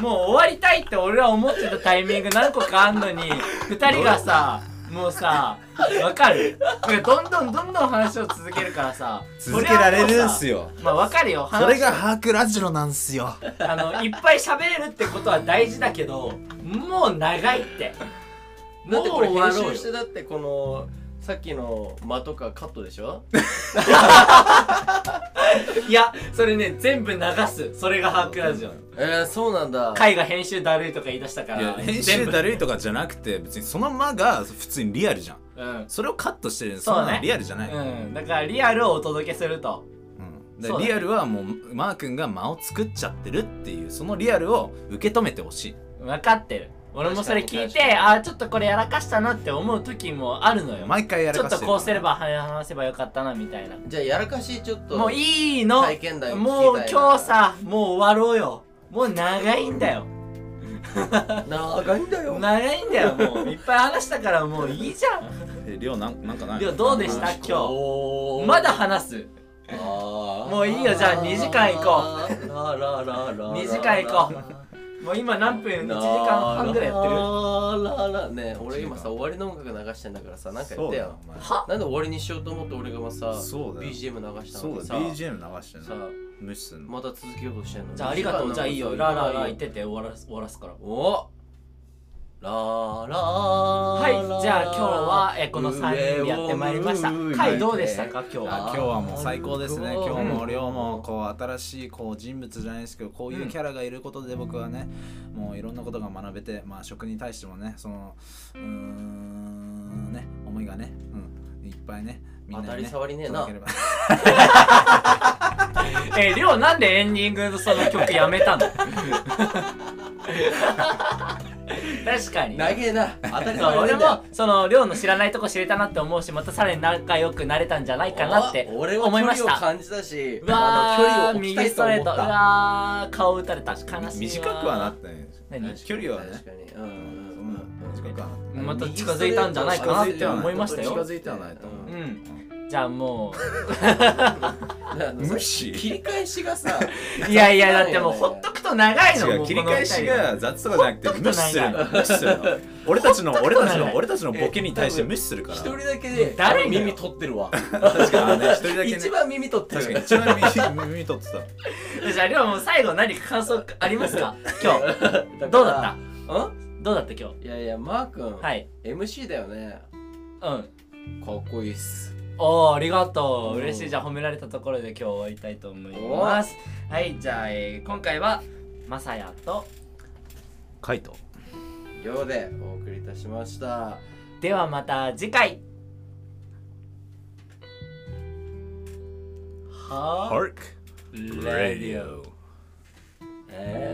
[SPEAKER 1] もう終わりたいって俺ら思ってたタイミング何個かあんのに2人がさもうさわかるどんどんどんどん話を続けるからさ
[SPEAKER 2] 続けられるんす
[SPEAKER 1] よ
[SPEAKER 2] よ
[SPEAKER 1] まあわかるよ話
[SPEAKER 2] それがハークラジオなんすよ
[SPEAKER 1] あのいっぱい喋れるってことは大事だけどもう長いって
[SPEAKER 3] (laughs) だってこれ
[SPEAKER 1] もう終わ
[SPEAKER 3] 編
[SPEAKER 1] ろう
[SPEAKER 3] 集
[SPEAKER 1] よ
[SPEAKER 3] してだってこのさっきの間とかカットでしょ
[SPEAKER 1] いやそれね全部流すそれがハークラジオ
[SPEAKER 3] (laughs) えー、そうなんだ
[SPEAKER 1] 海が編集だるいとか言い出したか
[SPEAKER 2] い
[SPEAKER 1] ら
[SPEAKER 2] や編集
[SPEAKER 1] る
[SPEAKER 2] だるいとかじゃなくて別にその間が普通にリアルじゃん
[SPEAKER 1] うん、
[SPEAKER 2] それをカットしてる
[SPEAKER 1] そ
[SPEAKER 2] そう
[SPEAKER 1] ね
[SPEAKER 2] んなのリアルじゃない、
[SPEAKER 1] うん、だからリアルをお届けすると
[SPEAKER 2] うんで
[SPEAKER 1] そうだね
[SPEAKER 2] リアルはもうマー君が間を作っちゃってるっていうそのリアルを受け止めてほしい
[SPEAKER 1] 分かってる俺もそれ聞い
[SPEAKER 3] 確かに
[SPEAKER 1] てあーちょっとこれやらかしたなって思う時もあるのよ
[SPEAKER 2] 毎回や
[SPEAKER 1] ち
[SPEAKER 2] ら
[SPEAKER 1] ょっ
[SPEAKER 2] かして
[SPEAKER 1] と
[SPEAKER 2] る
[SPEAKER 1] こうすれば話せばよかったなみたいな
[SPEAKER 3] じゃあやらかしちょっと
[SPEAKER 1] もういいの
[SPEAKER 3] 体験談聞きたいな
[SPEAKER 1] もう今日さもう終わろうよもう長いんだよ
[SPEAKER 3] 長いんだよ
[SPEAKER 1] 長いんだよもういっぱい話したからもういいじゃん
[SPEAKER 2] えりょうなんなんかない
[SPEAKER 1] りょうどうでした今日
[SPEAKER 3] 日
[SPEAKER 1] まだ話すも
[SPEAKER 3] も
[SPEAKER 1] ういいよじゃあ二時間行こ
[SPEAKER 3] うラララララ
[SPEAKER 1] 二時間行こもう今何分1時間半ぐらいやってる
[SPEAKER 3] ラララねえ俺今さ終わりの音楽流してんだからさなんか言
[SPEAKER 2] そ
[SPEAKER 3] っ
[SPEAKER 2] う
[SPEAKER 3] て
[SPEAKER 2] だよ
[SPEAKER 3] よ
[SPEAKER 2] お前
[SPEAKER 1] は
[SPEAKER 3] なんで終わりにしようと思って俺がさ
[SPEAKER 2] そうだよ
[SPEAKER 3] BGM 流した
[SPEAKER 2] そ
[SPEAKER 3] の
[SPEAKER 2] う
[SPEAKER 3] に
[SPEAKER 2] だ
[SPEAKER 3] さ
[SPEAKER 2] BGM 流してん
[SPEAKER 3] さ
[SPEAKER 2] の無視すんの
[SPEAKER 3] また続けようとしてんの
[SPEAKER 1] じゃあありがとうじゃあいいよラララ言
[SPEAKER 3] い
[SPEAKER 1] ってて終わらす終わらすから
[SPEAKER 3] おララ
[SPEAKER 1] はいじゃあ今日はえこの三人でやってまいりましたはいどうでしたか今日
[SPEAKER 2] あ
[SPEAKER 1] は
[SPEAKER 2] 今日はもう最高ですね
[SPEAKER 3] う
[SPEAKER 2] 今
[SPEAKER 3] ん
[SPEAKER 2] 日もりょうもこう新しいこう人物じゃないですけどこういううんキャラがいることで僕はねもういろんなことが学べてまあ食に対してもねそのうーんね思いがねうんいっぱいねみん
[SPEAKER 3] 当
[SPEAKER 2] な
[SPEAKER 3] た
[SPEAKER 2] に
[SPEAKER 3] り
[SPEAKER 2] ね
[SPEAKER 3] 障りねえな
[SPEAKER 2] 届ければ (laughs)
[SPEAKER 1] えりょうなんでエンディングのその曲やめたの確かに
[SPEAKER 3] 長えな当た
[SPEAKER 1] そう
[SPEAKER 3] り障り
[SPEAKER 1] 俺
[SPEAKER 3] ねえな
[SPEAKER 1] もその亮の知らないとこ知れたなって思うしまたさらに仲良くなれたんじゃないかなって
[SPEAKER 3] お俺は
[SPEAKER 1] 思いまし
[SPEAKER 3] 距離を
[SPEAKER 1] た
[SPEAKER 3] 感じたし
[SPEAKER 1] うわ
[SPEAKER 3] あの距離
[SPEAKER 1] ー
[SPEAKER 3] を置きた
[SPEAKER 1] 右
[SPEAKER 3] い
[SPEAKER 1] ス
[SPEAKER 3] と
[SPEAKER 1] トレ
[SPEAKER 3] 思
[SPEAKER 1] ートう
[SPEAKER 3] った
[SPEAKER 1] わー顔打たれた悲しいわー
[SPEAKER 2] 短くはなってないです
[SPEAKER 1] 何
[SPEAKER 2] 距離はね
[SPEAKER 3] 確かにうん
[SPEAKER 2] う
[SPEAKER 3] うん
[SPEAKER 2] ん
[SPEAKER 3] うん
[SPEAKER 2] 短くはなって
[SPEAKER 1] また近づいたんじゃないかなって思いました
[SPEAKER 2] 近
[SPEAKER 1] よ
[SPEAKER 2] づいてはないと思う
[SPEAKER 1] う
[SPEAKER 3] うん
[SPEAKER 1] じゃあも
[SPEAKER 3] あのさ
[SPEAKER 2] 無視
[SPEAKER 3] 切り返しがさ
[SPEAKER 1] う (laughs) いやいやだってもうほっとくと長いの
[SPEAKER 2] 違
[SPEAKER 1] も
[SPEAKER 2] う
[SPEAKER 1] う
[SPEAKER 2] 切
[SPEAKER 1] この
[SPEAKER 2] り返しが雑とかじゃなくて無視するの
[SPEAKER 1] ほ
[SPEAKER 2] 無視するの俺たちの俺
[SPEAKER 1] ほ
[SPEAKER 2] たち
[SPEAKER 1] っとくとな
[SPEAKER 2] の
[SPEAKER 1] い
[SPEAKER 2] 俺たちのボケに対して無視するか
[SPEAKER 3] 一
[SPEAKER 2] ら
[SPEAKER 3] 人だけで
[SPEAKER 1] 誰だよ
[SPEAKER 3] 耳取ってるわ
[SPEAKER 2] 確かにね一人だけね
[SPEAKER 3] 一番耳取って
[SPEAKER 2] 確か
[SPEAKER 3] る
[SPEAKER 2] に一番 (laughs) 耳耳耳取ってた
[SPEAKER 1] 二人がじゃあ亮もう最後何か感想ありますか今日
[SPEAKER 3] (laughs) から
[SPEAKER 1] どうだった
[SPEAKER 3] うん
[SPEAKER 1] どうだった今日
[SPEAKER 3] いやいやマー君
[SPEAKER 1] はい
[SPEAKER 3] MC だよね
[SPEAKER 1] うん
[SPEAKER 3] かっこいいっす
[SPEAKER 1] おーありがとう
[SPEAKER 3] うん
[SPEAKER 1] 嬉しいじゃあ褒められたところで今日終わりたいと思いますはいじゃあ、えー今回はまさやと
[SPEAKER 5] カイト
[SPEAKER 3] ようでお送りいたしました
[SPEAKER 1] ではまた次回は
[SPEAKER 2] ハーク
[SPEAKER 1] ー
[SPEAKER 2] Radio.
[SPEAKER 3] えー